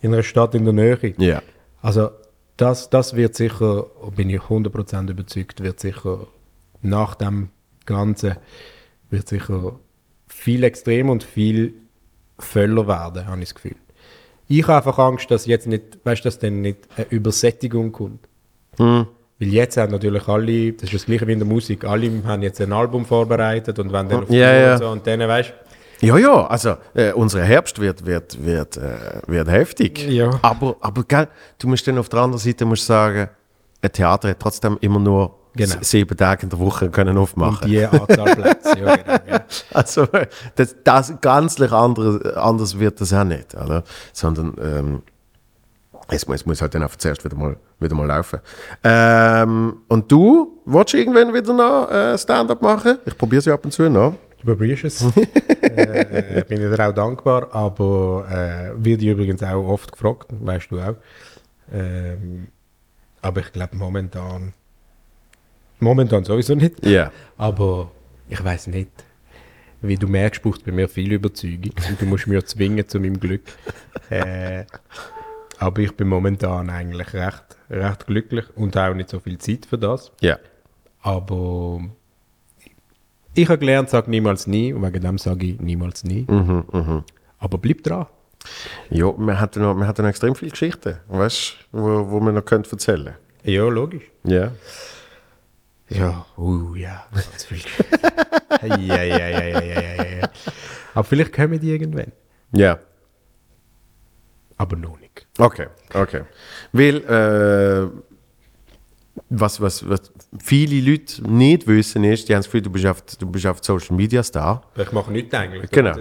in einer Stadt in der Nähe.
Ja.
Also, das, das wird sicher, bin ich 100% überzeugt, wird sicher nach dem Ganzen wird sicher viel extremer und viel völler werden, habe ich das Gefühl. Ich habe einfach Angst, dass jetzt nicht, weißt, dass dann nicht eine Übersättigung kommt.
Hm.
Weil jetzt haben natürlich alle, das ist das gleiche wie in der Musik, alle haben jetzt ein Album vorbereitet und wenn dann auf die
Ja,
Tour
ja.
und so und dann, weißt du,
Ja, ja, also äh, unser Herbst wird, wird, wird, äh, wird heftig.
Ja.
Aber, aber gell, du musst dann auf der anderen Seite musst sagen, ein Theater hat trotzdem immer nur
Genau.
s- sieben Tage in der Woche können aufmachen.
die Anzahl Plätze. ja, genau, ja.
Also das, das ganzlich andere, anders wird das auch nicht, oder? sondern ähm, es, muss, es muss halt dann einfach zuerst wieder mal, wieder mal laufen. Ähm, und du, willst du irgendwann wieder noch äh, Stand-up machen? Ich probiere es ja ab und zu noch.
Du probierst es. äh, ich bin dir auch dankbar, aber äh, wird übrigens auch oft gefragt, weißt du auch. Ähm, aber ich glaube momentan, momentan sowieso nicht.
Ja.
Aber ich weiß nicht. Wie du merkst, braucht es bei mir viel Überzeugung. Und du musst mich zwingen zu meinem Glück. Äh, aber ich bin momentan eigentlich recht, recht glücklich und auch nicht so viel Zeit für das.
Ja.
Aber ich habe gelernt, sag niemals nie. Und wegen dem sage ich niemals nie. mhm. Aber bleib dran.
Ja, wir hatten noch, wir hatten noch extrem viele Geschichten, weißt du, wo, wo wir noch können erzählen
Ja, logisch.
Ja.
Ja, uh, ja. Ganz <laughs> viel. ja, ja, ja, ja, ja, ja, ja. Aber vielleicht kommen die irgendwann.
Ja.
Aber noch nicht.
Okay, okay. Weil, äh, was, was, was viele Leute nicht wissen ist, die haben das Gefühl, du bist auf, du bist auf Social Media Star.
Ich mache nichts eigentlich.
Genau.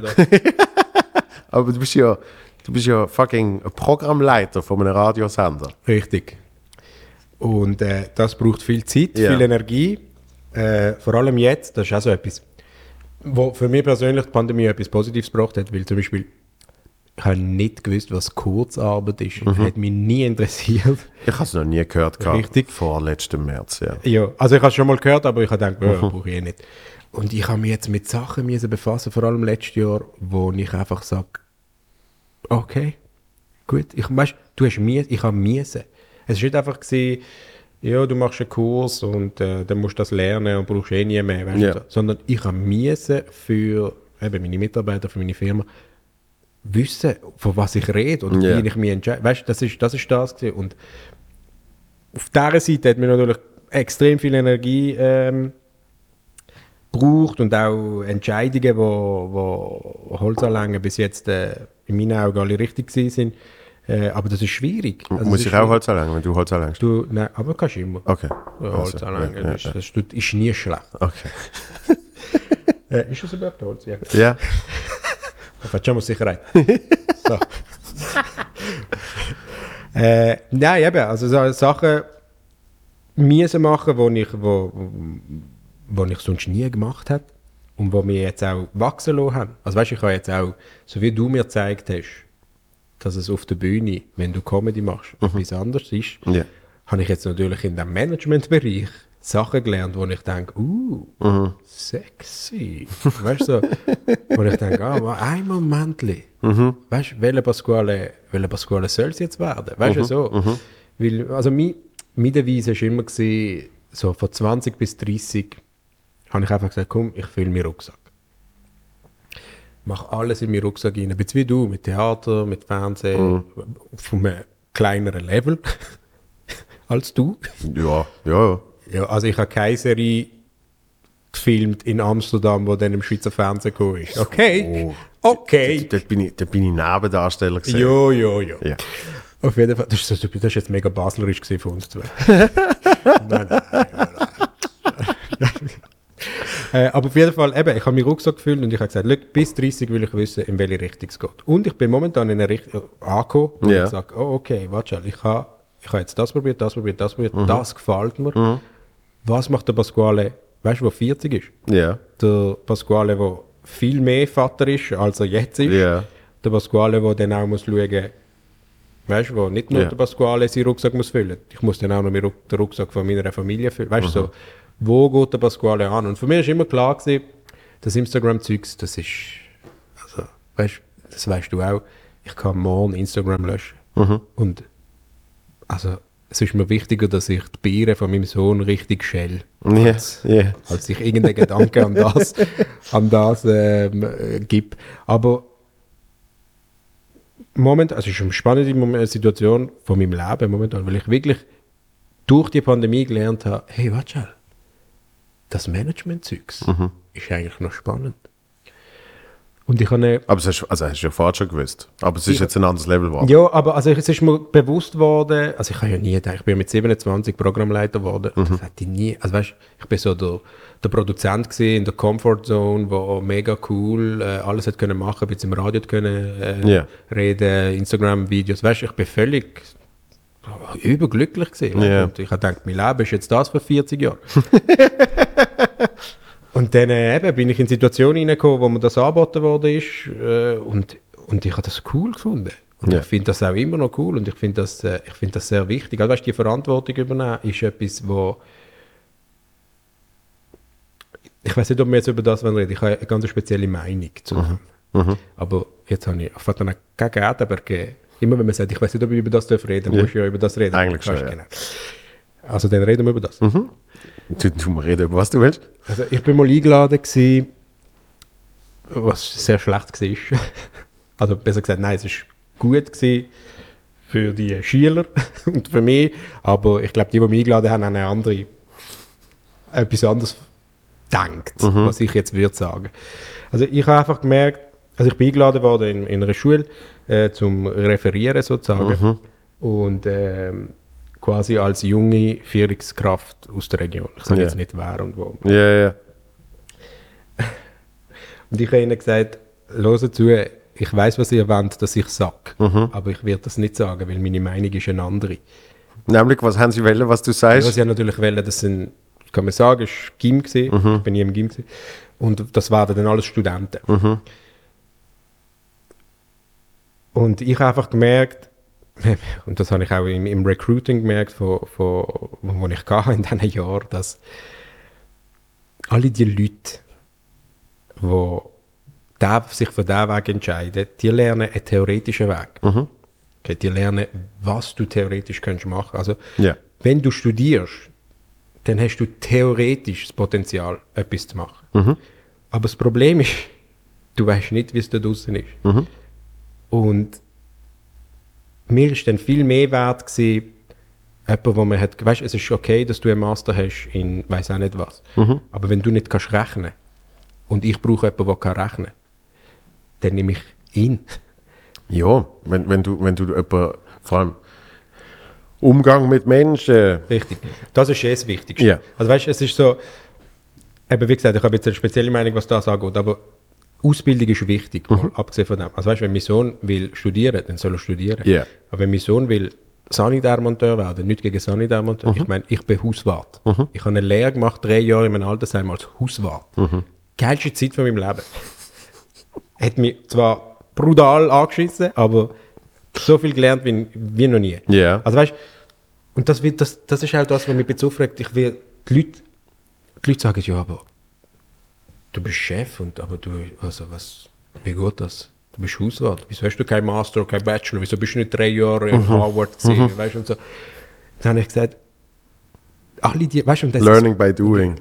Aber du bist ja, du bist ja fucking Programmleiter von einem Radiosender.
Richtig. Und äh, das braucht viel Zeit,
Ja.
viel Energie. Äh, vor allem jetzt, das ist auch so etwas, wo für mich persönlich die Pandemie etwas Positives gebracht hat, weil zum Beispiel ich habe nicht gewusst, was Kurzarbeit ist. Hat mich nie interessiert.
Ich habe es noch nie gehört. gehabt.
Richtig.
Vorletzten März, ja. Mhm.
Ja, also ich habe es schon mal gehört, aber ich habe gedacht, ja, brauche ich eh nicht. Und ich habe mich jetzt mit Sachen müssen befassen, vor allem letztes Jahr, wo ich einfach sage, okay, gut, ich weißt, du hast mies, ich habe miese. Es ist nicht einfach gewesen, ja, du machst einen Kurs und äh, dann musst du das lernen und brauchst eh nie mehr, weißt
Ja.
du, sondern ich habe miese für eben meine Mitarbeiter, für meine Firma wissen, von was ich rede oder
Ja.
wie ich mich entscheide. Weißt, das ist das ist das gewesen. und auf dieser Seite hat mir natürlich extrem viel Energie ähm, braucht und auch Entscheidungen, wo, wo Holzanlängen bis jetzt äh, in meinen Augen alle richtig gewesen sind. Äh, aber das ist schwierig. Also
Muss
es
ich
ist
auch Holz anlangen, wenn du Holz anlangst?
Du, nein, aber kannst du immer.
Okay.
Ja,
Also,
Holz anlängen,
ja, ja,
das, ist- das tut- ist nie schlecht.
Okay.
Äh, ist das überhaupt Holz? Ja.
Ja.
Auf hat schon mal Sicherheit. so. äh, nein, eben, also so Sachen müssen machen, wo ich, wo, wo ich sonst nie gemacht habe und wo wir jetzt auch wachsen lassen haben. Also weißt, du, ich habe jetzt auch, so wie du mir gezeigt hast, dass es auf der Bühne, wenn du Comedy machst, etwas anderes ist,
Ja.
habe ich jetzt natürlich in dem Managementbereich Sachen gelernt, wo ich denke, uh, sexy. Weißt du, so, wo ich denke, ah, mal ein Momentli. Weißt du, welcher Pasquale, welcher Pasquale soll es jetzt werden? Weißt du, so. Weil, also, mein, meine Devise war immer, gewesen, so von 20 bis 30 habe ich einfach gesagt, komm, ich fülle meinen Rucksack. Mach alles in meinen Rucksack rein. Ein bisschen wie du, mit Theater, mit Fernsehen, auf einem kleineren Level <laughs> als du.
Ja, ja, ja.
Ja, also ich habe keine Serie gefilmt in Amsterdam, wo dann im Schweizer Fernsehen gekommen ist. Okay, okay.
Dort bin ich, dort bin ich Nebendarsteller gewesen.
Jo, jo, jo.
Ja.
Auf jeden Fall, das ist, das ist jetzt mega baslerisch gewesen von uns zwei.
<laughs>
nein, nein, nein, <laughs> nein. äh, aber auf jeden Fall, eben, ich habe meinen Rucksack gefüllt und ich habe gesagt, «Look, bis 30 will ich wissen, in welche Richtung es geht. Und ich bin momentan in einer Richtung äh, angekommen, wo
Ja.
ich sage, oh, okay, warte schon, ich habe ich ha jetzt das probiert, das probiert, das probiert,
Mhm.
das gefällt mir. Was macht der Pasquale, weißt du, der 40 ist?
Ja.
der Pasquale, der viel mehr Vater ist, als er jetzt ist.
Ja.
Der Pasquale, der dann auch muss schauen weißt du, wo nicht nur
Ja.
der Pasquale seinen Rucksack muss füllen Ich muss dann auch noch meinen Ruck- den Rucksack von meiner Familie füllen. Weißt du, so, wo geht der Pasquale an? Und für mich war immer klar, gewesen, das Instagram-Zeugs, das ist. Also, weißt du,
Mhm.
das weißt du auch, ich kann morgen Instagram löschen. Und also es ist mir wichtiger, dass ich die Beeren von meinem Sohn richtig schäle,
Ja, ja.
als ich irgendeinen Gedanken an das, an das ähm, äh, gebe. Aber Moment, also es ist eine spannende Mom- Situation von meinem Leben momentan, weil ich wirklich durch die Pandemie gelernt habe, hey, warte mal, das Management-Zeugs ist eigentlich noch spannend. Und ich habe eine
Aber es hast, also hast du ja vorher schon gewusst. Aber es ist jetzt ein anderes Level geworden.
ja, aber also es ist mir bewusst geworden, also ich habe ja nie gedacht, ich bin ja mit 27 Programmleiter geworden,
Mhm.
und das hätte ich nie, also weißt, ich bin so der, der Produzent gewesen, in der Comfort Zone, wo mega cool äh, alles hat können machen, bis im Radio hat können äh,
Ja.
reden, Instagram Videos, weißt, ich bin völlig überglücklich gewesen.
Ja.
Und ich habe gedacht, mein Leben ist jetzt das vor 40 Jahren. Und dann äh, eben bin ich in Situationen reingekommen, wo mir das angeboten worden ist äh, und, und ich habe das cool gefunden. Und
Ja.
ich finde das auch immer noch cool und ich finde das, äh, ich find das sehr wichtig. Also weißt, die Verantwortung übernehmen ist etwas, wo ich weiß nicht, ob wir jetzt über das reden. Ich habe eine ganz spezielle Meinung zu dem.
Mhm.
Aber jetzt habe ich auf jeden Fall keine Geld, aber gegeben. äh, immer wenn man sagt, ich weiß nicht, ob ich über das reden darf,
Ja.
muss ich ja über das reden.
Eigentlich schon, Mhm.
Weißt du,
ja.
genau. Also dann reden wir über das.
Du, du mal reden, über was du willst.
Also ich bin mal eingeladen gewesen, was sehr schlecht war. <laughs> Also besser gesagt, nein, es ist gut gewesen für die Schüler <laughs> und für mich. Aber ich glaube, die, die mich eingeladen haben, haben eine andere, etwas anderes denkt, was ich jetzt würde sagen. Also ich habe einfach gemerkt, also ich bin eingeladen worden in, in einer Schule äh, zum Referieren sozusagen und ähm, quasi als junge Führungskraft aus der Region. Ich sage
Ja.
jetzt nicht wer und wo.
Ja, ja.
Und ich habe ihnen gesagt, hören zu, ich weiß, was ihr wollt, dass ich sage, aber ich werde das nicht sagen, weil meine Meinung ist eine andere.
Nämlich, was haben sie wollen, was du
Ja,
sagst?
sie haben natürlich wollen, das sind, kann man sagen, ist Gym gewesen, ich bin nie im Gym gewesen. Und das waren dann alles Studenten. Und ich habe einfach gemerkt, <laughs> und das habe ich auch im, im Recruiting gemerkt, von, von, wo ich hatte in diesen Jahren, dass alle die Leute, die der, sich für diesen Weg entscheiden, die lernen einen theoretischen Weg. Okay, die lernen, was du theoretisch kannst machen. Also,
Ja.
wenn du studierst, dann hast du theoretisch das Potenzial, etwas zu machen. Aber das Problem ist, du weißt nicht, wie es da draußen ist. Und mir ist dann viel mehr wert gewesen, jemand, wo man hat, weißt, es ist okay, dass du einen Master hast in, weiß auch nicht was. Aber wenn du nicht kannst rechnen und ich brauche jemanden, der kann rechnen, dann nehme ich ihn.
Ja, wenn, wenn du, wenn du jemanden, vor allem Umgang mit Menschen.
Richtig. Das ist eh das Wichtigste.
Ja.
Also weißt, es ist so, eben wie gesagt, ich habe jetzt eine spezielle Meinung, was das angeht, aber Ausbildung ist wichtig, mal
Mhm.
abgesehen von dem. Also weißt, wenn mein Sohn will studieren, dann soll er studieren.
Ja.
Aber wenn mein Sohn will Sanitärmonteur werden, nicht gegen Sanitärmonteur,
Mhm.
ich meine, ich bin Hauswart. Ich habe eine Lehre gemacht, drei Jahre in meinem Altersheim als Hauswart.
Mhm.
Geilste Zeit von meinem Leben. Hat mich zwar brutal angeschissen, aber so viel gelernt wie, wie noch nie.
Ja.
Also weißt und das, wird, das, das ist auch das, was mich jetzt aufregt. Ich will, die Leute, die Leute sagen ja, aber du bist Chef, und, aber du, also was, wie geht das? Du bist Hauswart. Wieso hast du keinen Master, keinen Bachelor? Wieso bist du nicht drei Jahre
Mhm.
in Harvard gesehen? Weißt du, und so. Dann habe ich gesagt, alle die, weißt du, und das ist
Learning by doing.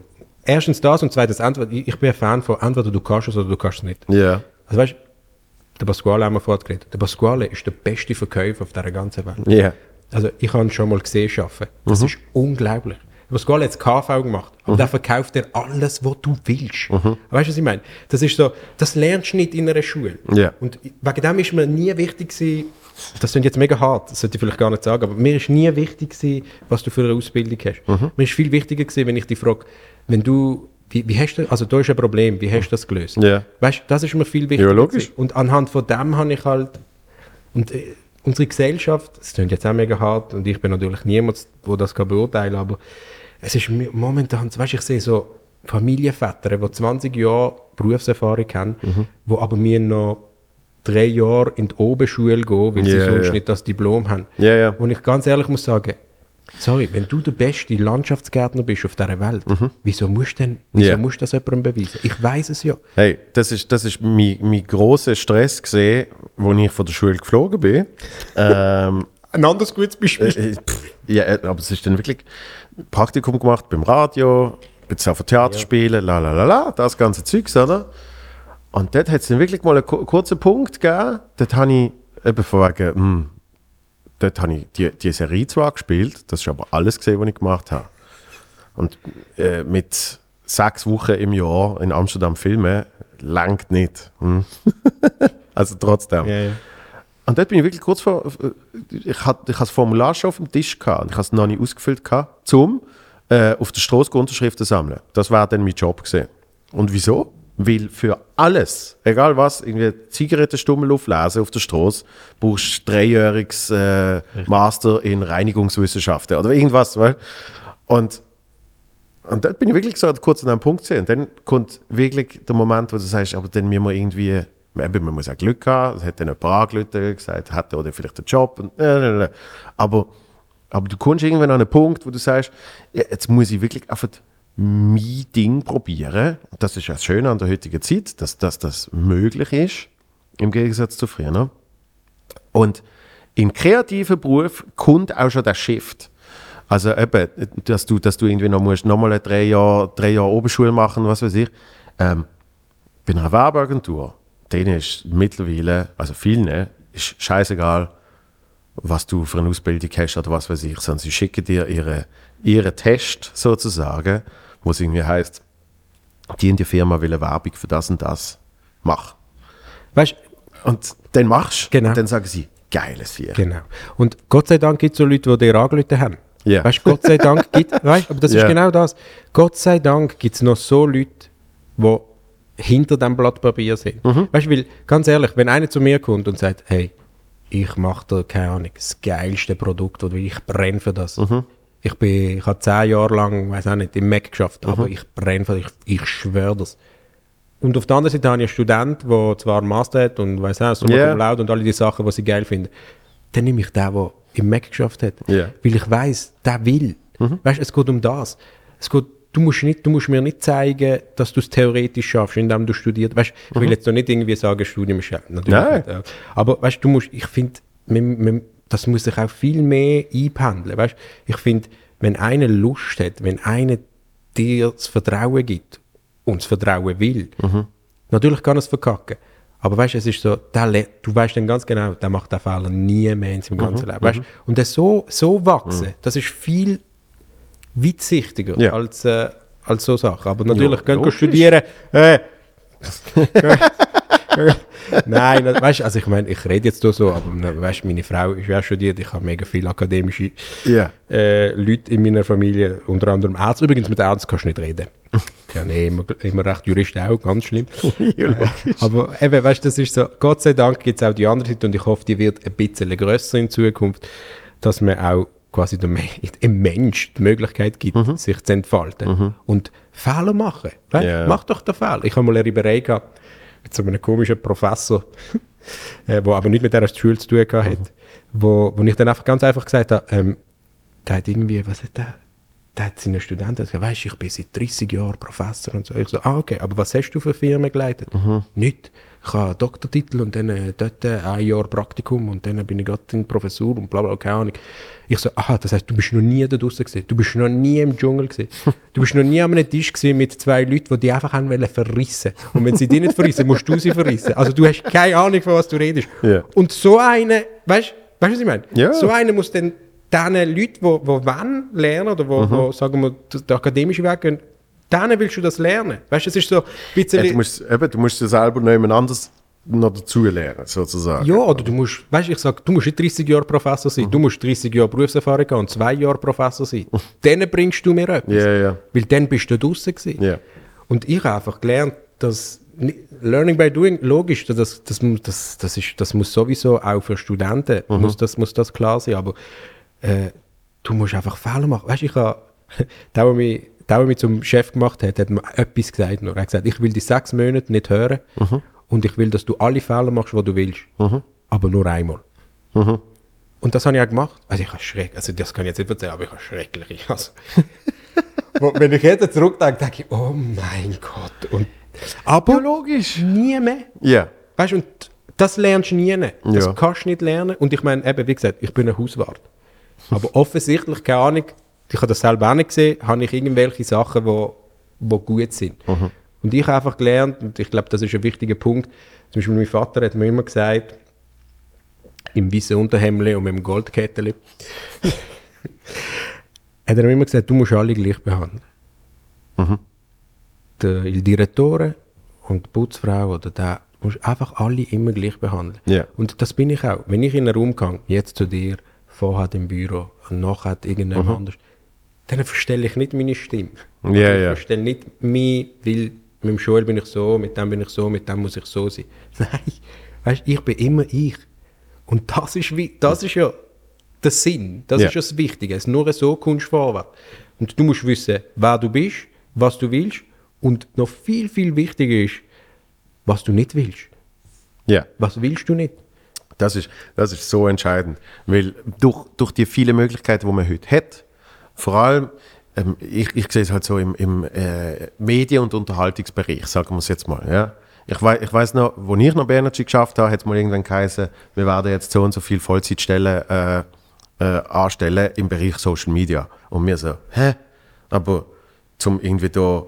erstens das und zweitens, entweder, ich ich bin ein Fan von entweder du kannst es oder du kannst es nicht.
Ja.
Also weißt der Pasquale haben wir vorher geredet. Der Pasquale ist der beste Verkäufer auf dieser ganzen Welt.
Ja.
Also ich habe ihn schon mal gesehen arbeiten. Das
Mhm.
ist unglaublich. Der Pasquale hat das KV gemacht, aber der verkauft dir alles, was du willst.
Mhm.
Weißt du, was ich meine? Das ist so, das lernst du nicht in einer Schule.
Ja.
Und wegen dem ist mir nie wichtig gewesen, das klingt jetzt mega hart, das sollte ich vielleicht gar nicht sagen, aber mir ist nie wichtig gewesen, was du für eine Ausbildung hast.
Mhm.
Mir ist viel wichtiger gewesen, wenn ich dich frage, wenn du, wie, wie hast du, also da ist ein Problem, wie hast du das gelöst?
Ja.
Weißt du, das ist mir viel wichtiger.
Ja, logisch.
gewesen. Und anhand von dem habe ich halt, und äh, unsere Gesellschaft, das klingt jetzt auch mega hart, und ich bin natürlich niemand, der das kann beurteilen kann, aber es ist mir momentan, weißt du, ich sehe so Familienväter, die 20 Jahre Berufserfahrung haben,
Mhm.
die aber mir noch drei Jahre in die Oberschule gehen, weil
Ja,
sie sonst
ja.
nicht das Diplom haben.
Ja, ja.
Und ich ganz ehrlich muss sagen, sorry, wenn du der beste Landschaftsgärtner bist auf dieser Welt, wieso musst du denn, wieso
Mhm. Ja.
musst du das jemandem beweisen? Ich weiß es ja.
Hey, das ist, das ist mein, mein grosser Stress gesehen, als ich von der Schule geflogen bin. ähm,
Ein anderes gutes Beispiel.
Äh, pff, ja, äh, aber es ist dann wirklich Praktikum gemacht beim Radio, jetzt auf Theater spielen, la la la la, das ganze Zeugs, oder? Und dort hat es dann wirklich mal einen ku- kurzen Punkt gegeben, dort habe ich eben von wegen, hm, dort habe ich die, die Serie zwar gespielt, das ist aber alles gesehen, was ich gemacht habe. Und äh, mit sechs Wochen im Jahr in Amsterdam filmen, langt nicht. Hm. <laughs> also trotzdem.
Ja, ja.
Und dort bin ich wirklich kurz vor. äh, Ich hatte ich hatte das Formular schon auf dem Tisch gehabt und ich habe es noch nicht ausgefüllt gehabt, um äh, auf der Straße Unterschriften sammeln. Das war dann mein Job gesehen. Und wieso? Weil für alles, egal was, irgendwie Zigarettenstummel auflesen auf der Straße, brauchst du dreijähriges äh, Master in Reinigungswissenschaften oder irgendwas. Weil? Und, und dort bin ich wirklich so kurz an einem Punkt gesehen. Und dann kommt wirklich der Moment, wo du sagst, aber dann müssen wir irgendwie, eben, man muss auch Glück haben, es hat dann ein paar Leute gesagt, hat er oder vielleicht einen Job. Und, äh, äh, äh. Aber, aber du kommst irgendwann an einen Punkt, wo du sagst, ja, jetzt muss ich wirklich einfach mein Ding probieren. Und Das ist ja das Schöne an der heutigen Zeit, dass, dass das möglich ist, im Gegensatz zu früher. Ne? Und in kreativen Beruf kommt auch schon der Shift. Also eben, dass du, dass du irgendwie noch musst, nochmal drei Jahre, drei Jahre Oberschule machen, was weiß ich. Ähm, bei einer Werbeagentur, denen ist mittlerweile, also vielen, ist scheißegal, was du für eine Ausbildung hast oder was weiß ich, sondern sie schicken dir ihre, ihre Test sozusagen, wo es irgendwie heißt, die in die Firma will eine Werbung für das und das, mach.
Weißt du,
Und dann machst du,
Genau.
und dann sagen sie, geiles Vier.
Genau. Und Gott sei Dank gibt es so Leute, die dir angelötet haben.
Ja.
Weißt du, Gott sei
<laughs>
Dank gibt weißt, aber das
Ja.
ist genau das. Gott sei Dank gibt es noch so Leute, die hinter dem Blatt Papier sind.
Mhm.
Weißt du, weil, ganz ehrlich, wenn einer zu mir kommt und sagt, hey, ich mache da, keine Ahnung, das geilste Produkt oder ich brenne für das.
Mhm.
Ich, bin, ich habe zehn Jahre lang, weiß auch nicht, im Mac geschafft, aber
Mhm.
ich brenne für das, ich, ich schwöre das. Und auf der anderen Seite habe ich einen Student, der zwar einen Master hat und weiß auch, so
Ja.
yeah. Cloud und alle die Sachen, die sie geil finden. Dann nehme ich den, der im Mac geschafft hat.
Ja.
Weil ich weiß, der will. Weißt es geht um das. Es geht, du, musst nicht, du musst mir nicht zeigen, dass du es theoretisch schaffst, indem du studierst. Weißt, ich will jetzt noch nicht irgendwie sagen, Studium ist schlecht. Natürlich
Nein.
nicht, ja. Aber weißt du, musst, ich finde, man- man- das muss sich auch viel mehr einpendeln. Weißt, ich finde, wenn einer Lust hat, wenn einer dir das Vertrauen gibt und das Vertrauen will,
Mhm.
natürlich kann er es verkacken. Aber weißt, es ist so, der, le- du weißt dann ganz genau, der macht den Fehler nie mehr in seinem
Mhm.
ganzen Leben. Weißt? Und das so, so wachsen, das ist viel weitsichtiger
Ja.
als, äh, als so Sachen. Aber natürlich,
Ja,
gehen
logisch.
studieren. Äh, Nein, na- weißt, also ich meine, ich rede jetzt hier so, aber na, weißt, meine Frau ist ja studiert, ich habe mega viele akademische
Ja.
äh, Leute in meiner Familie, unter anderem Ärzte. Übrigens, mit Ärzten kannst du nicht reden. Ja, nee, immer, immer recht Juristen auch, ganz
<laughs>
schlimm. Aber eben, weißt du, das ist so, Gott sei Dank gibt es auch die andere Seite und ich hoffe, die wird ein bisschen grösser in Zukunft, dass man auch quasi dem, dem Mensch die Möglichkeit gibt,
Mhm.
sich zu entfalten und Fehler machen. Weißt?
Ja.
Mach doch den Fehler. Ich habe mal eine Reiberei gehabt mit so einem komischen Professor, <laughs> äh, wo aber nicht mit der Schule zu tun gehabt hat, wo, wo ich dann einfach ganz einfach gesagt habe, ähm, der hat irgendwie, was hat der? Der hat seinen Studenten gesagt, weißt du, ich bin seit 30 Jahren Professor und so. Ich so, ah, okay, aber was hast du für Firmen geleitet? Nicht. Ich habe einen Doktortitel und dann äh, dort äh, ein Jahr Praktikum und dann bin ich gerade in die Professur und bla bla, keine Ahnung. Ich so, aha, das heißt, du bist noch nie da draußen gewesen. Du bist noch nie im Dschungel gewesen. Du bist noch nie an einem Tisch gewesen mit zwei Leuten, die dich einfach haben wollen verrissen. Und wenn sie dich nicht verrissen, musst du sie verrissen. Also du hast keine Ahnung, von was du redest.
Ja.
Und so eine, weißt du, was ich meine?
Ja.
So einer muss dann diesen Leuten, die, die wollen lernen oder wo,
Mhm.
wo, sagen wir, den den akademischen Weg gehen, denen willst du das lernen. Weißt du, es ist so ein bisschen.
Ja, du, musst, eben, du musst dir selber noch jemand anders noch dazu lernen, sozusagen.
ja, oder du musst, weißt du, ich sag, du musst nicht 30 Jahre Professor sein, du musst 30 Jahre Berufserfahrung haben und zwei Jahre Professor
<laughs>
sein. Dann bringst du mir etwas.
Ja, ja.
Weil dann bist du draußen gewesen.
Ja.
Und ich habe einfach gelernt, dass ni- Learning by Doing, logisch, das, das, das, mu- das, das, ist, das muss sowieso auch für Studenten,
Mhm.
muss, das, muss das klar sein, aber äh, du musst einfach Fehler machen. Weißt du, ich habe, <laughs> der, der mich, der, der mich zum Chef gemacht hat, hat mir etwas gesagt. Nur. Er hat gesagt, ich will die sechs Monate nicht hören und ich will, dass du alle Fehler machst, die du willst, aber nur einmal. Und das habe ich auch gemacht. Also ich habe schreck, also das kann ich jetzt nicht erzählen, aber ich habe schreckliche. Also, wo- wenn ich jetzt zurückdenke, denke ich, oh mein Gott. Und, aber
logisch.
nie mehr.
Ja.
Weißt du, und das lernst du nie. Das
Ja.
kannst du nicht lernen. Und ich meine, eben, wie gesagt, ich bin ein Hauswart. Aber offensichtlich, keine Ahnung, ich habe das selber auch nicht gesehen, habe ich irgendwelche Sachen, die wo, wo gut sind. Und ich habe einfach gelernt, und ich glaube, das ist ein wichtiger Punkt, zum Beispiel mein Vater hat mir immer gesagt, im weißen Unterhemd und mit dem Goldkettel, hat er mir immer gesagt, du musst alle gleich behandeln.
Mhm.
Der Il Direttore und die Putzfrau oder der, du musst einfach alle immer gleich behandeln.
Ja.
Und das bin ich auch. Wenn ich in einen Raum gehe, jetzt zu dir, vorher im Büro und nachher irgendjemand anders, dann verstelle ich nicht meine Stimme.
Mhm. Ja,
ich
ja.
verstelle nicht mich, weil mit dem Joel bin ich so, mit dem bin ich so, mit dem muss ich so sein. <laughs> Nein, weißt, ich bin immer ich. Und das ist, wie, das ist ja der Sinn, das
Ja.
ist ja das Wichtige. Es nur so kommst du vorwärts. Und du musst wissen, wer du bist, was du willst und noch viel, viel wichtiger ist, was du nicht willst.
Ja.
Was willst du nicht?
Das ist, das ist so entscheidend, weil durch, durch die vielen Möglichkeiten, die man heute hat, vor allem, ähm, ich, ich sehe es halt so im, im äh, Medien- und Unterhaltungsbereich, sagen wir es jetzt mal. Ja? Ich, wei ich weiß noch, wo ich noch bei Energy geschafft habe, hat es mal irgendwann geheißen, wir werden jetzt so und so viele Vollzeitstellen äh, äh, anstellen im Bereich Social Media. Und wir so, hä? Aber zum irgendwie da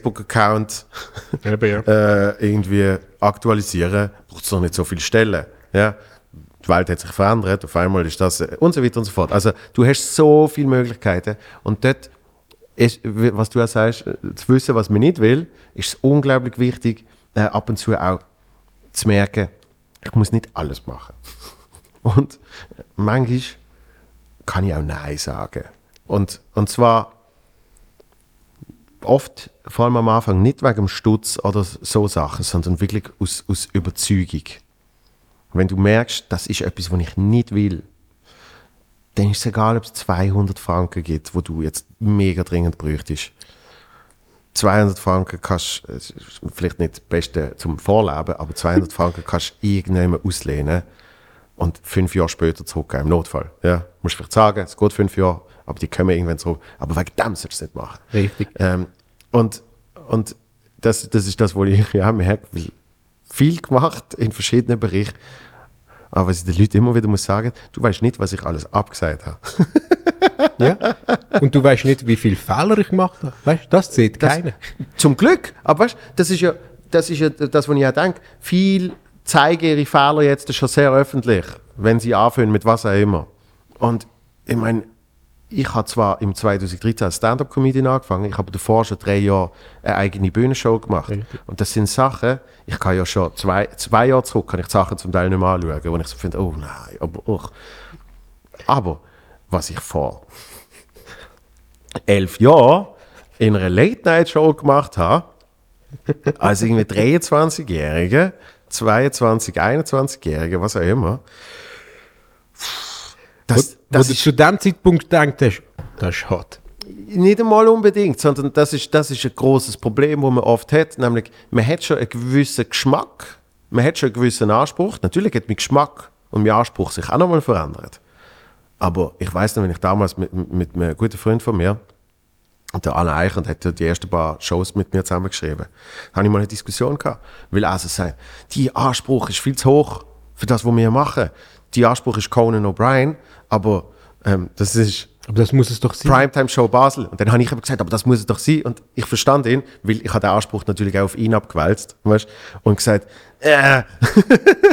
Facebook-Account äh, irgendwie aktualisieren, braucht es noch nicht so viele Stellen. Ja? Die Welt hat sich verändert, auf einmal ist das äh, und so weiter und so fort. Also du hast so viele Möglichkeiten und dort ist, wie- was du auch sagst, äh, zu wissen, was man nicht will, ist unglaublich wichtig, äh, ab und zu auch zu merken, ich muss nicht alles machen. Und äh, manchmal kann ich auch Nein sagen. Und, und zwar oft, vor allem am Anfang, nicht wegen dem Stutz oder so Sachen, sondern wirklich aus, aus Überzeugung. Wenn du merkst, das ist etwas, was ich nicht will, dann ist es egal, ob es 200 Franken gibt, wo du jetzt mega dringend bräuchtest. 200 Franken kannst du, es ist vielleicht nicht das Beste zum Vorleben, aber 200 Franken kannst du irgendjemandem auslehnen und fünf Jahre später zurückgeben, im Notfall. Ja, musst vielleicht sagen, es geht fünf Jahre, aber die kommen irgendwann zurück. Aber wegen dem sollst du es nicht machen.
Richtig.
Ähm, und und das, das ist das, wo ich <laughs> ja merke, weil viel gemacht in verschiedenen Bereichen. Aber was ich den Leuten immer wieder muss sagen, du weißt nicht, was ich alles abgesagt habe.
Und du weißt nicht, wie viele Fehler ich gemacht habe. Weißt du, das sieht
Das-
keiner.
<laughs> Zum Glück. Aber weißt, das ist ja das, ist ja das was ich auch denke. Viele zeigen ihre Fehler jetzt schon sehr öffentlich, wenn sie anfangen mit was auch immer. Und ich meine, ich habe zwar im 2013 als Stand-Up-Comedian angefangen, ich habe davor schon drei Jahre eine eigene Bühnenshow gemacht. Und das sind Sachen, ich kann ja schon zwei, zwei Jahre zurück, kann ich die Sachen zum Teil nicht mehr anschauen, wo ich so finde, oh nein, aber uch. Aber was ich vor elf Jahren in einer Late-Night-Show gemacht habe, als irgendwie 23-Jährige, 22, 21-Jährige, was auch immer. Das,
Wo-
das
wo
ist
du zu dem Zeitpunkt gedacht hast, das ist hart.
nicht einmal unbedingt, sondern das ist, das ist ein großes Problem, das man oft hat. Nämlich, man hat schon einen gewissen Geschmack, man hat schon einen gewissen Anspruch. Natürlich hat mein Geschmack und mein Anspruch sich auch nochmal verändert. Aber ich weiß noch, wenn ich damals mit, mit einem guten Freund von mir, der Alain Eichert, hat ja die ersten paar Shows mit mir zusammengeschrieben. Da hatte ich mal eine Diskussion gehabt. Weil also sein, die Anspruch ist viel zu hoch für das, was wir machen. Die Anspruch ist Conan O'Brien, aber ähm, das ist
Aber das muss es doch sein.
Primetime Show Basel. Und dann habe ich aber gesagt, aber das muss es doch sein. Und ich verstand ihn, weil ich habe den Anspruch natürlich auch auf ihn abgewälzt, weißt, und gesagt, äh,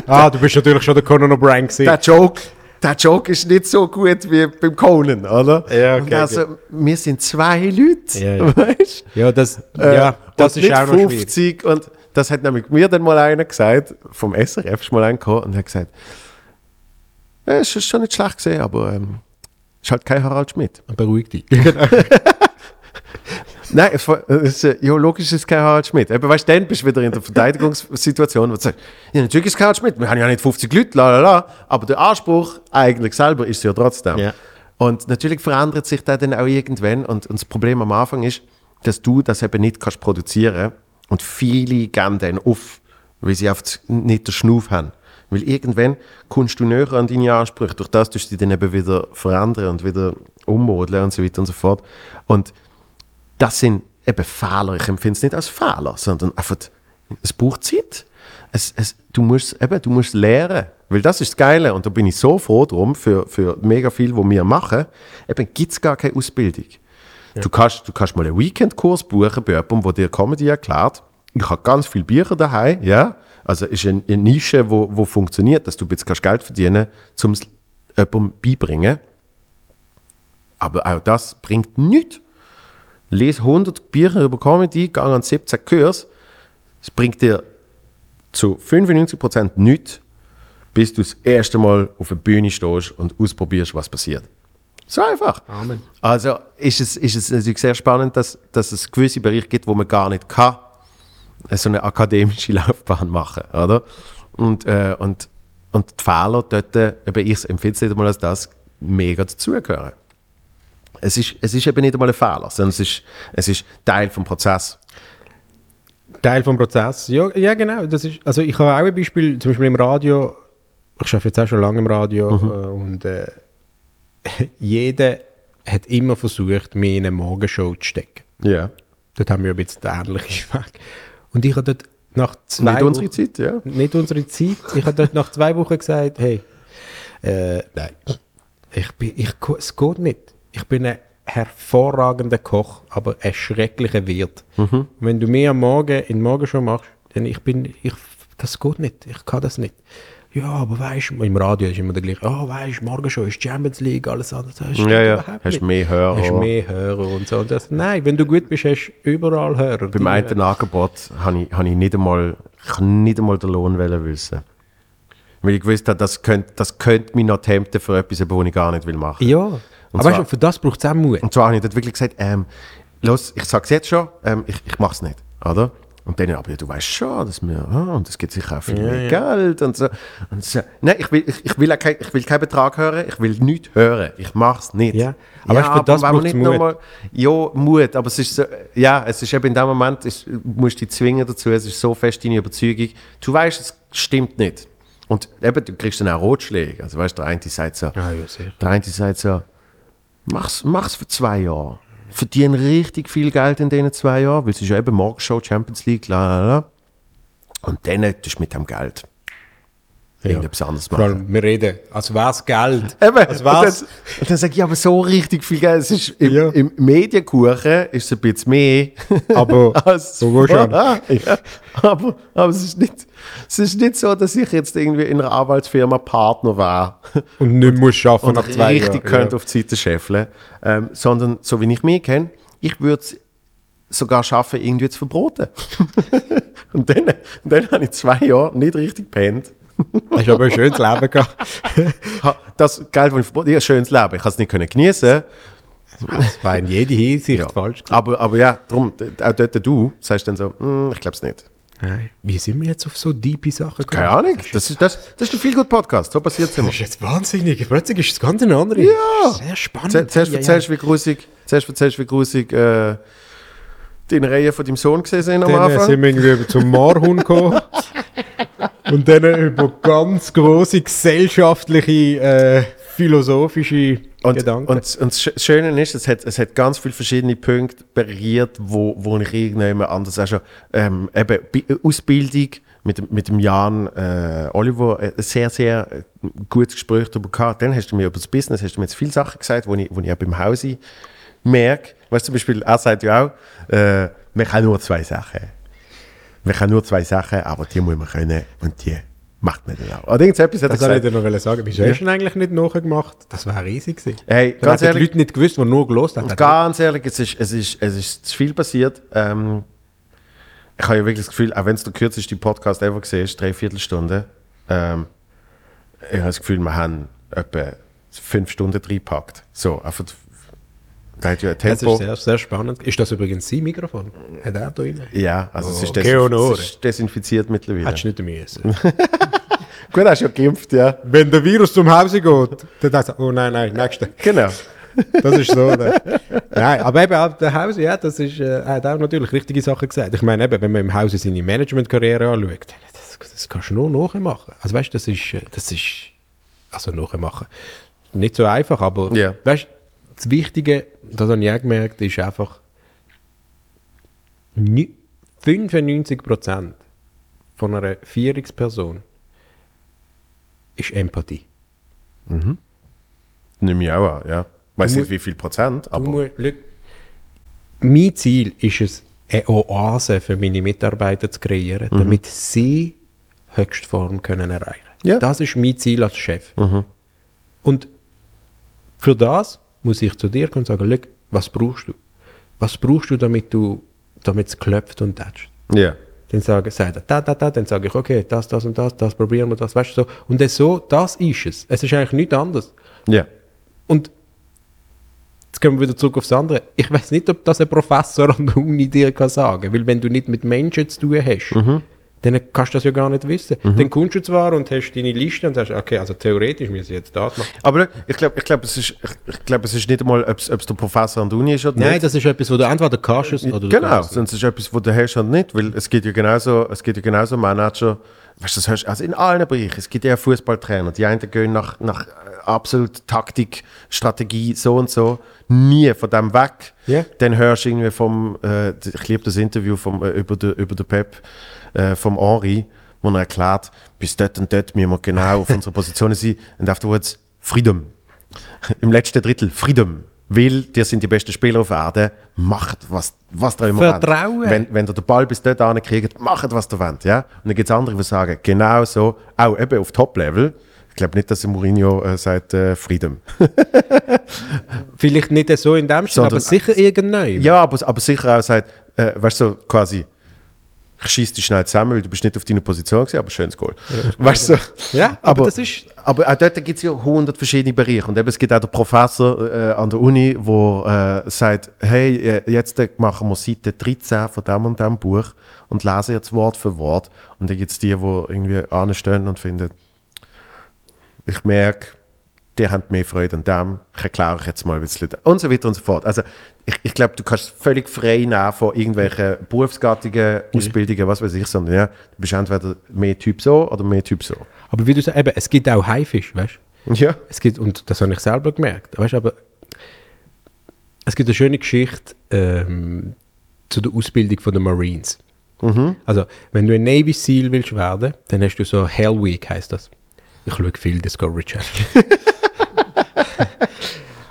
Ah, du bist natürlich schon der Conan O'Brien gewesen.
der Joke, der Joke ist nicht so gut wie beim Conan, oder?
Ja, okay,
und also, wir sind zwei Leute,
Ja, ja.
weißt?
ja, das,
Äh,
ja, das
und
ist
nicht
auch noch schwierig.
50 und das hat nämlich mir dann mal einer gesagt, vom SRF ist mal angekommen und hat gesagt, äh, es ist schon nicht schlecht gesehen, aber ähm, ist halt kein Harald Schmidt.
Beruhig dich.
Nein, es war- es ist, äh, ja, logisch ist es kein Harald Schmidt. Eben, weißt, du, dann bist du wieder in der Verteidigungssituation, wo du sagst, ja, natürlich ist es kein Harald Schmidt, wir haben ja nicht 50 Leute, la, la, la. aber der Anspruch eigentlich selber ist es ja trotzdem.
Ja.
Und natürlich verändert sich das dann auch irgendwann und, und das Problem am Anfang ist, dass du das eben nicht kannst produzieren und viele geben dann auf, weil sie oft nicht den Schnuff haben. Weil irgendwann kommst du näher an deine Ansprüche, durch das tust du die dann eben wieder verändern und wieder ummodeln und so weiter und so fort. Und das sind eben Fehler. Ich empfinde es nicht als Fehler, sondern einfach, es braucht Zeit. es, es, du musst eben, du musst lernen. Weil das ist das Geile. Und da bin ich so froh drum, für, für mega viel, was wir machen. Eben gibt es gar keine Ausbildung. Du, kannst, du kannst mal einen Weekendkurs buchen bei jemandem, der dir Comedy erklärt. Ich habe ganz viele Bücher daheim, ja. Also ist eine, eine Nische, wo, wo funktioniert, dass du jetzt kannst Geld verdienen kannst, um es jemandem beibringen. Aber auch das bringt nichts. Lies 100 Bücher über Comedy, gang an 17 Kurs. Es bringt dir zu 95% nichts, bis du das erste Mal auf der Bühne stehst und ausprobierst, was passiert. So einfach.
Amen.
Also ist es, ist es natürlich sehr spannend, dass, dass es gewisse Bereiche gibt, wo man gar nicht kann, äh, so eine akademische <laughs> Laufbahn machen, oder? Und, äh, und, und die Fehler dort, äh, eben ich empfinde es nicht einmal als das, mega dazugehören. Es ist, es ist eben nicht einmal ein Fehler, sondern es ist, es ist Teil vom Prozess.
<laughs> Teil vom Prozess. Ja, ja genau. Das ist, also ich habe auch ein Beispiel, zum Beispiel im Radio. Ich arbeite jetzt auch schon lange im Radio äh, und äh, <laughs> jeder hat immer versucht, mich in eine Morgenshow zu stecken.
Ja.
Dort haben wir ein bisschen den <laughs> ähnlichen Weg. Und ich habe dort nach zwei
Nicht unsere
Wochen-
Zeit, ja.
Nicht unsere Zeit. Ich habe dort nach zwei Wochen gesagt, hey, äh, nein, ich bin, ich, ko- es geht nicht. Ich bin ein hervorragender Koch, aber ein schrecklicher Wirt.
Mhm.
Wenn du mir am Morgen in die Morgenshow machst, dann ich bin, ich, das geht nicht. Ich kann das nicht. Ja, aber weißt du, im Radio ist immer der gleiche, oh, weißt du, Morgenshow ist Champions League, alles andere. Das stimmt
Ja, ja.
überhaupt
Hast
nicht.
mehr Hörer.
Hast mehr Hörer und so. Und das, nein, wenn du gut bist, hast du überall Hörer.
Beim
Die-
einen Angebot habe ich, habe ich nicht einmal, ich habe nicht einmal den Lohn wollen wissen. Weil ich gewusst habe, das könnte, das könnte mich noch tempten für etwas, eben, was ich gar nicht will machen.
Ja. Aber
zwar-
weißt du, für das braucht es auch Mut.
Und zwar habe ich dort wirklich gesagt, ähm, los, ich sage es jetzt schon, ähm, ich, ich mache es nicht, oder? Und dann, aber ja, du weißt schon, dass wir, ah, und es gibt sicher auch viel mehr Geld und so. Und so. Nein, ich will, ich, ich, will auch kein, ich will keinen Betrag hören, ich will nichts hören, ich mache es nicht.
Ja, aber weißt du, für das
wenn man
braucht's Mut.
nochmal- ja, Mut, aber es ist so, ja, es ist eben in dem Moment, es, du musst dich zwingen dazu, es ist so fest deine Überzeugung, du weißt, es stimmt nicht. Und eben, du kriegst dann auch Rotschläge, also weißt du, der eine sagt so,
Ja, ja, sicher.
der eine sagt so, mach's, mach's für zwei Jahre. Verdien richtig viel Geld in diesen zwei Jahren, weil es ist ja eben Morgenshow, Champions League, la, la, la. Und dann tust du mit dem Geld irgendetwas anderes
Vor
machen.
allem, wir reden, als wäre es Geld.
<laughs> Eben,
als
und dann,
wär's,
und dann sag ich, ja, aber so richtig viel Geld. Es ist im,
Ja.
Im Medienkuchen ist es ein bisschen mehr. <laughs>
aber
als ah.
so gut schon.
vorher. Ja, aber, aber es, ist nicht, es ist nicht so, dass ich jetzt irgendwie in einer Arbeitsfirma Partner war.
Und nicht muss schaffen
und
nach zwei
richtig
Jahren.
könnt auf die Seite scheffeln. Ähm, sondern, so wie ich mich kenne, ich würde es sogar schaffen, irgendwie zu verbroten. <laughs> und dann, und dann habe ich zwei Jahre nicht richtig gepennt.
ja. Hast aber ein schönes Leben
<laughs>
gehabt.
Ha, Das Geld, das ich verbroten habe, ich habe ein schönes Leben. Ich kann es nicht können genießen.
Das war in jeder Hinsicht
Ja.
falsch.
Aber, aber ja, darum, d- auch dort du sagst dann so, «Hm, ich glaube es nicht.
Nein. Wie sind wir jetzt auf so deepe Sachen gekommen?
Keine Ahnung. Das ist, das, das ist ein viel gut Podcast. So passiert
<laughs>
es immer.
Das ist jetzt wahnsinnig. Plötzlich ist es ganz eine andere.
Ja.
Sehr spannend.
Zer- Zuerst
Ja, ja.
erzählst du, wie grusig, zuerst erzählst, du, wie grusig äh, die Reihe von deinem Sohn gesehen sind am
Dann äh,
Anfang.
sind wir irgendwie zum Marhun
<laughs>
gekommen. und dann äh, über ganz große gesellschaftliche, äh, philosophische
Und,
Gedanken.
und, und das Sch- Schöne ist, es hat, es hat ganz viele verschiedene Punkte beriert, wo, wo ich irgendjemand anders auch schon, ähm, eben Bi- Ausbildung mit, dem- mit dem Jan äh, Oliver äh, ein sehr, sehr äh, gutes Gespräch darüber gehabt. Dann hast du mir über das Business, hast du mir jetzt viele Sachen gesagt, wo ich, wo ich auch beim Hause merke. Weißt du, zum Beispiel, er sagt ja auch, äh, man kann nur zwei Sachen. Man kann nur zwei Sachen, aber die muss man können und die macht man dann auch. Oder irgendetwas hat er
das soll ich
gesagt.
dir noch sagen. Wieso hast du ihn eigentlich nicht nachgemacht? Das wäre riesig gewesen.
Hey,
Dann
ganz
hätten die
ehrlich,
Leute nicht gewusst, die nur gelost haben.
Und ganz ehrlich, es ist, es ist, es ist zu viel passiert. Ähm, ich habe ja wirklich das Gefühl, auch wenn es der kürzeste Podcast ever gesehen ist, dreiviertel Stunde, ähm, ich habe das Gefühl, wir haben etwa fünf Stunden reingepackt. So, einfach. Da hat ja ein
Das
Tempo.
ist sehr, sehr spannend. Ist das übrigens sein Mikrofon? Hat er da drin?
Ja, also es, ist
Oh, Geonore.
es ist desinfiziert mittlerweile.
Hättest du nicht müssen.
Gut, hast du ja geimpft, ja.
Wenn der Virus zum Hause geht, dann denkst du, oh nein, nein, nächste.
Genau.
Das ist so. ne? nein, aber eben auch der Hause, ja, das ist, äh, er hat auch natürlich richtige Sachen gesagt. Ich meine, eben, wenn man im Hause seine Managementkarriere anschaut, das, das kannst du nur nachmachen. Also weißt du, das ist, äh, das ist, also nachmachen. Nicht so einfach, aber
Ja.
weißt du, das Wichtige, das habe ich auch gemerkt, ist einfach, ni- 95% von einer Vierungsperson ist Empathie.
Nehme ich auch an, ja. Weiß
Du
nicht, wie viel Prozent,
Du
aber
musst- schau, mein Ziel ist es, eine Oase für meine Mitarbeiter zu kreieren, damit sie Höchstform können erreichen
Ja.
Das ist mein Ziel als Chef. Und für das muss ich zu dir kommen und sagen, schau, was brauchst du? Was brauchst du, damit du damit es klopft und tätscht?
ja.
Dann sage, sagt er, da, da, da, dann sage ich, okay, das, das und das, das probieren wir, das, weißt du, so. Und dann so, das ist es. Es ist eigentlich nichts anderes.
Ja.
Und jetzt kommen wir wieder zurück aufs andere. Ich weiß nicht, ob das ein Professor an der Uni dir kann sagen Weil wenn du nicht mit Menschen zu tun hast, dann kannst du das ja gar nicht wissen. Dann kommst du zwar und hast deine Liste und sagst, okay, also theoretisch müssen wir jetzt das machen.
Aber ich glaube, ich glaub, es, ist- ich, ich glaub, es ist nicht einmal, ob es der Professor an der Uni ist oder
Nein,
nicht.
das ist etwas, wo du entweder kannst es oder du
genau,
kannst es
sonst ist etwas, wo du hast und nicht, weil es gibt ja genauso, es gibt ja genauso Manager, weißt du, das hast, also in allen Bereichen, es gibt ja Fußballtrainer, die einen gehen nach, nach äh, absolut Taktik, Strategie, so und so, nie von dem weg.
Ja.
Dann hörst du irgendwie vom, äh, ich liebe das Interview vom, äh, über den über den Pep, äh, vom Henri, wo er erklärt, bis dort und dort müssen wir
<laughs>
genau auf unserer Position sein und afterwards Freedom. Im letzten Drittel Freedom. Weil die sind die besten Spieler auf Erde. Macht, was, was da immer wollt.
Vertrauen.
Wenn, wenn ihr den Ball bis dort kriegt, macht, was ihr wollt. Ja? Und dann gibt es andere, die sagen, genau so, auch eben auf Top-Level. Ich glaube nicht, dass Mourinho äh, sagt, äh, Freedom.
Vielleicht nicht so in dem Stil,
Sondern-
aber sicher irgendwann.
Ja, aber, aber sicher auch sagt, äh, weißt du, so quasi, ich schieß dich schnell zusammen, weil du bist nicht auf deiner Position gewesen, aber schönes Goal. weißt du? so.
Ja, aber das ist-
Aber auch dort gibt es ja 100 verschiedene Bereiche. Und eben, es gibt auch den Professor äh, an der Uni, der äh, sagt, hey, äh, jetzt äh, machen wir Seite 13 von dem und dem Buch und lesen jetzt Wort für Wort. Und dann gibt es die, die irgendwie anstehen und finden, ich merke, die haben mehr Freude an dem, ich erkläre euch jetzt mal ein bisschen. Und so weiter und so fort. Also ich, ich glaube, du kannst völlig frei nehmen von irgendwelchen Berufsgattungen, Ausbildungen, was weiß ich, sondern ja, du bist entweder mehr Typ so oder mehr Typ so. <laughs>
Aber wie du sagst, eben, es gibt auch Haifisch, weißt du?
Ja.
Es gibt, und das habe ich selber gemerkt, weißt, du, aber es gibt eine schöne Geschichte ähm, zu der Ausbildung von den Marines. Also, wenn du ein Navy SEAL willst werden, dann hast du so Hell Week, heisst das. Ich schaue viel Discovery Channel. <laughs>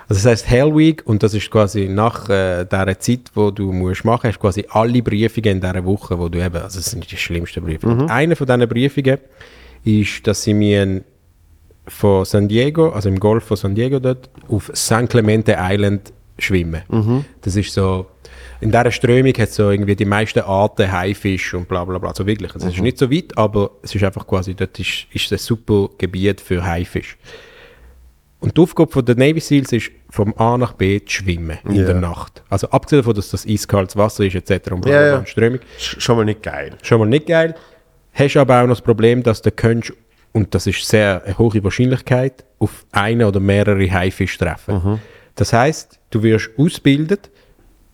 Also das heißt Hell Week und das ist quasi nach äh, der Zeit, wo du musst machen, hast du quasi alle Briefungen in dieser Woche, wo du eben, also das sind die schlimmsten Briefungen. Und Eine von diesen Briefungen ist, dass sie mir von San Diego, also im Golf von San Diego dort, auf San Clemente Island schwimmen.
Mhm.
Das ist so, in dieser Strömung hat es so irgendwie die meisten Arten, Haifisch und bla bla bla, so wirklich. Also Es ist
Mhm.
nicht so weit, aber es ist einfach quasi, dort ist, ist ein super Gebiet für Haifisch. Und die Aufgabe von der Navy Seals ist, vom A nach B zu schwimmen in
Ja.
der Nacht. Also abgesehen davon, dass das eiskaltes Wasser ist etc. und bla bla
Ja,
bla,
ja.
und Strömung
Sch schon mal nicht geil.
schon mal nicht geil. Hast aber auch noch das Problem, dass du könntest, und das ist sehr eine hohe Wahrscheinlichkeit, auf eine oder mehrere Haifische treffen. Das heißt, du wirst ausgebildet,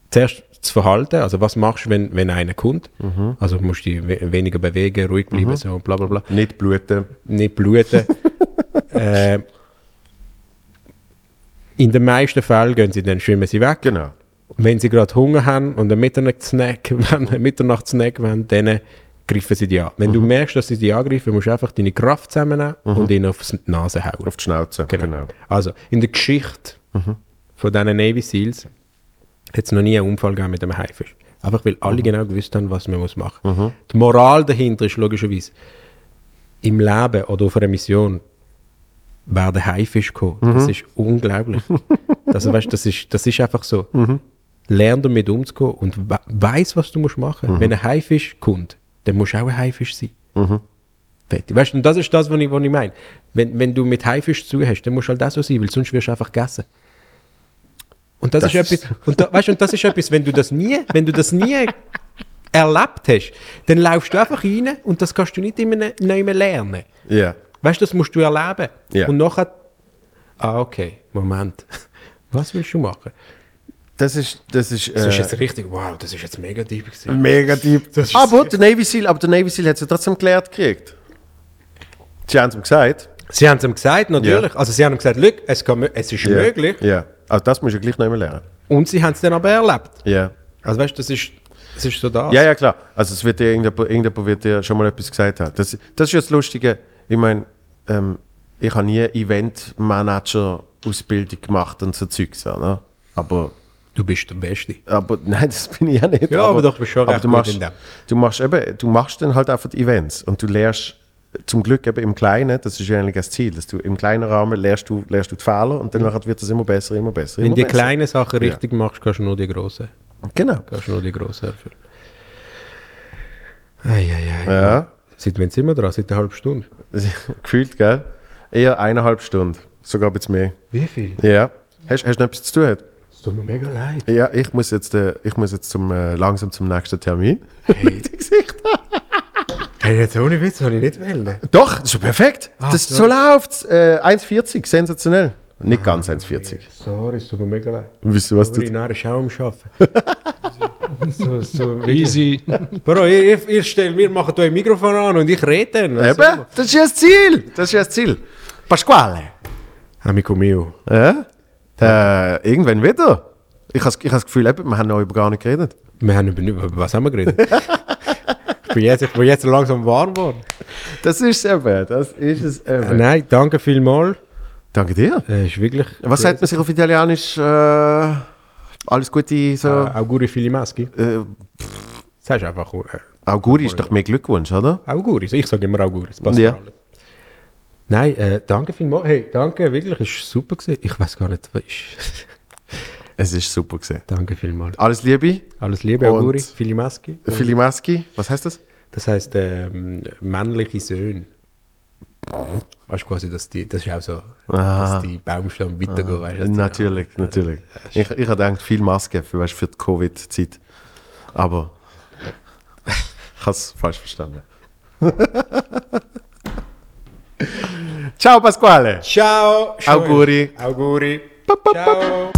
zuerst das Verhalten, also was machst du, wenn, wenn einer kommt. Also du musst dich we weniger bewegen, ruhig bleiben, so und bla bla bla
Nicht bluten.
nicht bluten. äh, in den meisten Fällen gehen sie dann schwimmen sie weg.
Genau.
Wenn sie gerade Hunger haben und einen Mitternachtssnack, <laughs> wollen- einen Mitternachtssnack wollen, dann greifen sie die an. Wenn
Mhm.
du merkst, dass sie die angreifen, musst du einfach deine Kraft zusammennehmen und ihnen auf die Nase hauen.
Auf die Schnauze. Genau. genau. Mhm.
Also, in der Geschichte von diesen Navy Seals hat es noch nie einen Unfall gegeben mit einem Haifisch. Einfach weil
Mhm.
alle genau gewusst haben, was man muss machen muss. Die Moral dahinter ist logischerweise, im Leben oder auf einer Mission werden Haifisch kommen.
Mhm.
Das ist
<laughs>
unglaublich. also, weißt, das, ist, das ist einfach so.
Mhm.
Lern damit umzugehen und we weiss, was du musst machen
Mhm.
musst. Wenn ein Haifisch kommt, dann musst du auch ein Haifisch sein. Fertig. Weißt du, und das ist das, was ich, was ich meine. Wenn, wenn du mit Haifisch zu hast, dann musst du halt auch so sein, weil sonst wirst du einfach gegessen. Und das,
Das
ist
ist-
etwas, und da, weißt, du, und das ist etwas, wenn du das nie, wenn du das nie erlebt hast, dann laufst du einfach rein und das kannst du nicht immer ne, neu lernen.
Ja.
Weißt du, das musst du erleben.
Ja.
Und nachher, ah, okay, Moment. <laughs> Was willst du machen?
Das ist, das ist,
Das
äh,
ist jetzt richtig, wow, das ist jetzt mega deep gewesen.
mega deep.
<laughs> Das ist-
aber der Navy Seal, aber der Navy Seal hat es ja trotzdem geklärt gekriegt. Sie haben es ihm gesagt.
Sie haben es ihm gesagt, natürlich. Also sie haben ihm gesagt, Glück, es, kann, mö- es ist
Ja.
möglich.
Ja. Also das musst du ja gleich noch einmal lernen.
Und sie haben es dann aber erlebt.
Ja.
Also weißt du, das ist Es ist so das.
Ja, ja, klar. Also es wird dir irgendjemand, irgendjemand wird dir schon mal etwas gesagt haben. Das, das ist ja das Lustige. Ich meine, ähm, ich habe nie Event-Manager-Ausbildung gemacht und so Zeugs. ja, Ne? Aber,
Du bist der Beste.
aber <laughs> nein, das bin ich ja nicht.
Ja, aber doch, du bist schon
aber
recht
du
gut
machst,
in dem.
du machst eben, du machst dann halt einfach die Events und du lernst zum Glück eben im Kleinen, das ist ja eigentlich das Ziel, dass du im kleinen Rahmen lernst du, lernst du die Fehler und dann nachher wird es immer besser, immer besser,
Wenn
immer
du Mhm. die
besser.
kleinen Sachen richtig machst, kannst du nur die grossen.
Genau.
Kannst du nur die grossen erfüllen. Eieiei.
Ja. <laughs>
Seit wann sind wir dran? Seit einer halben Stunde?
Gefühlt, gell? Eher eineinhalb Stunden, sogar ein bisschen mehr.
Wie viel?
Ja. Hast, hast du noch etwas zu tun? heute?
Es tut mir mega leid.
Ja, ich muss jetzt, äh, ich muss jetzt zum, äh, langsam zum nächsten Termin. Die Gesichter.
<laughs> Hey, jetzt ohne Witz, habe ich nicht wählen.
Doch, das ist schon perfekt. das,
so.
so läuft's. Äh, 1,40, sensationell. Nicht ganz 1,40.
Sorry, es tut mir mega leid.
Wisst ihr, was
Ich bin
du.
nachher Schau am Schaffen. <laughs> so, so,
Easy.
Bro, ihr, ihr, ihr stellt mir, macht euch ein Mikrofon an und ich rede dann. Also.
Eben, das ist ja das Ziel. Das ist ja das Ziel. Pasquale.
Amico mio.
Ja? Äh, irgendwann wieder. Ich habe ich has das Gefühl, eben, wir haben noch über gar nicht geredet.
Wir haben über, über was haben wir geredet? <laughs> ich, bin jetzt, ich bin jetzt langsam warm geworden.
Das ist es eben. Das ist es
Äh,
eben.
Nein, danke vielmals.
Danke dir.
Äh, ist wirklich.
Was sagt man sich auf Italienisch? Äh, alles Gute, so.
Äh, Auguri fili maschi.
Äh,
Sagst einfach äh,
Auguri ist doch mehr Glückwunsch, oder?
Auguri. Ich sage immer Auguri. Das passt
Ja.
für alles. Nein, äh, danke vielmals. Hey, danke, wirklich. Es war super. Gewesen. Ich weiß gar nicht, was ist. <laughs>
Es ist super gesehen.
danke vielmals.
Alles Liebe,
Alles Liebe,
Und-
Auguri fili maschi.
Filimaski. Was heißt das?
Das heisst, ähm, männliche Söhne. Weißt du quasi, dass die, das ist auch so, dass die Baumstamm weitergehen, weißt du? dass die-
Natürlich, natürlich. Ich, ich habe gedacht, viel Maske für, weißt, für die Covid-Zeit. Aber <laughs> ich habe es falsch verstanden. <laughs> Ciao Pasquale.
Ciao! Schön.
Auguri.
Auguri! Ciao!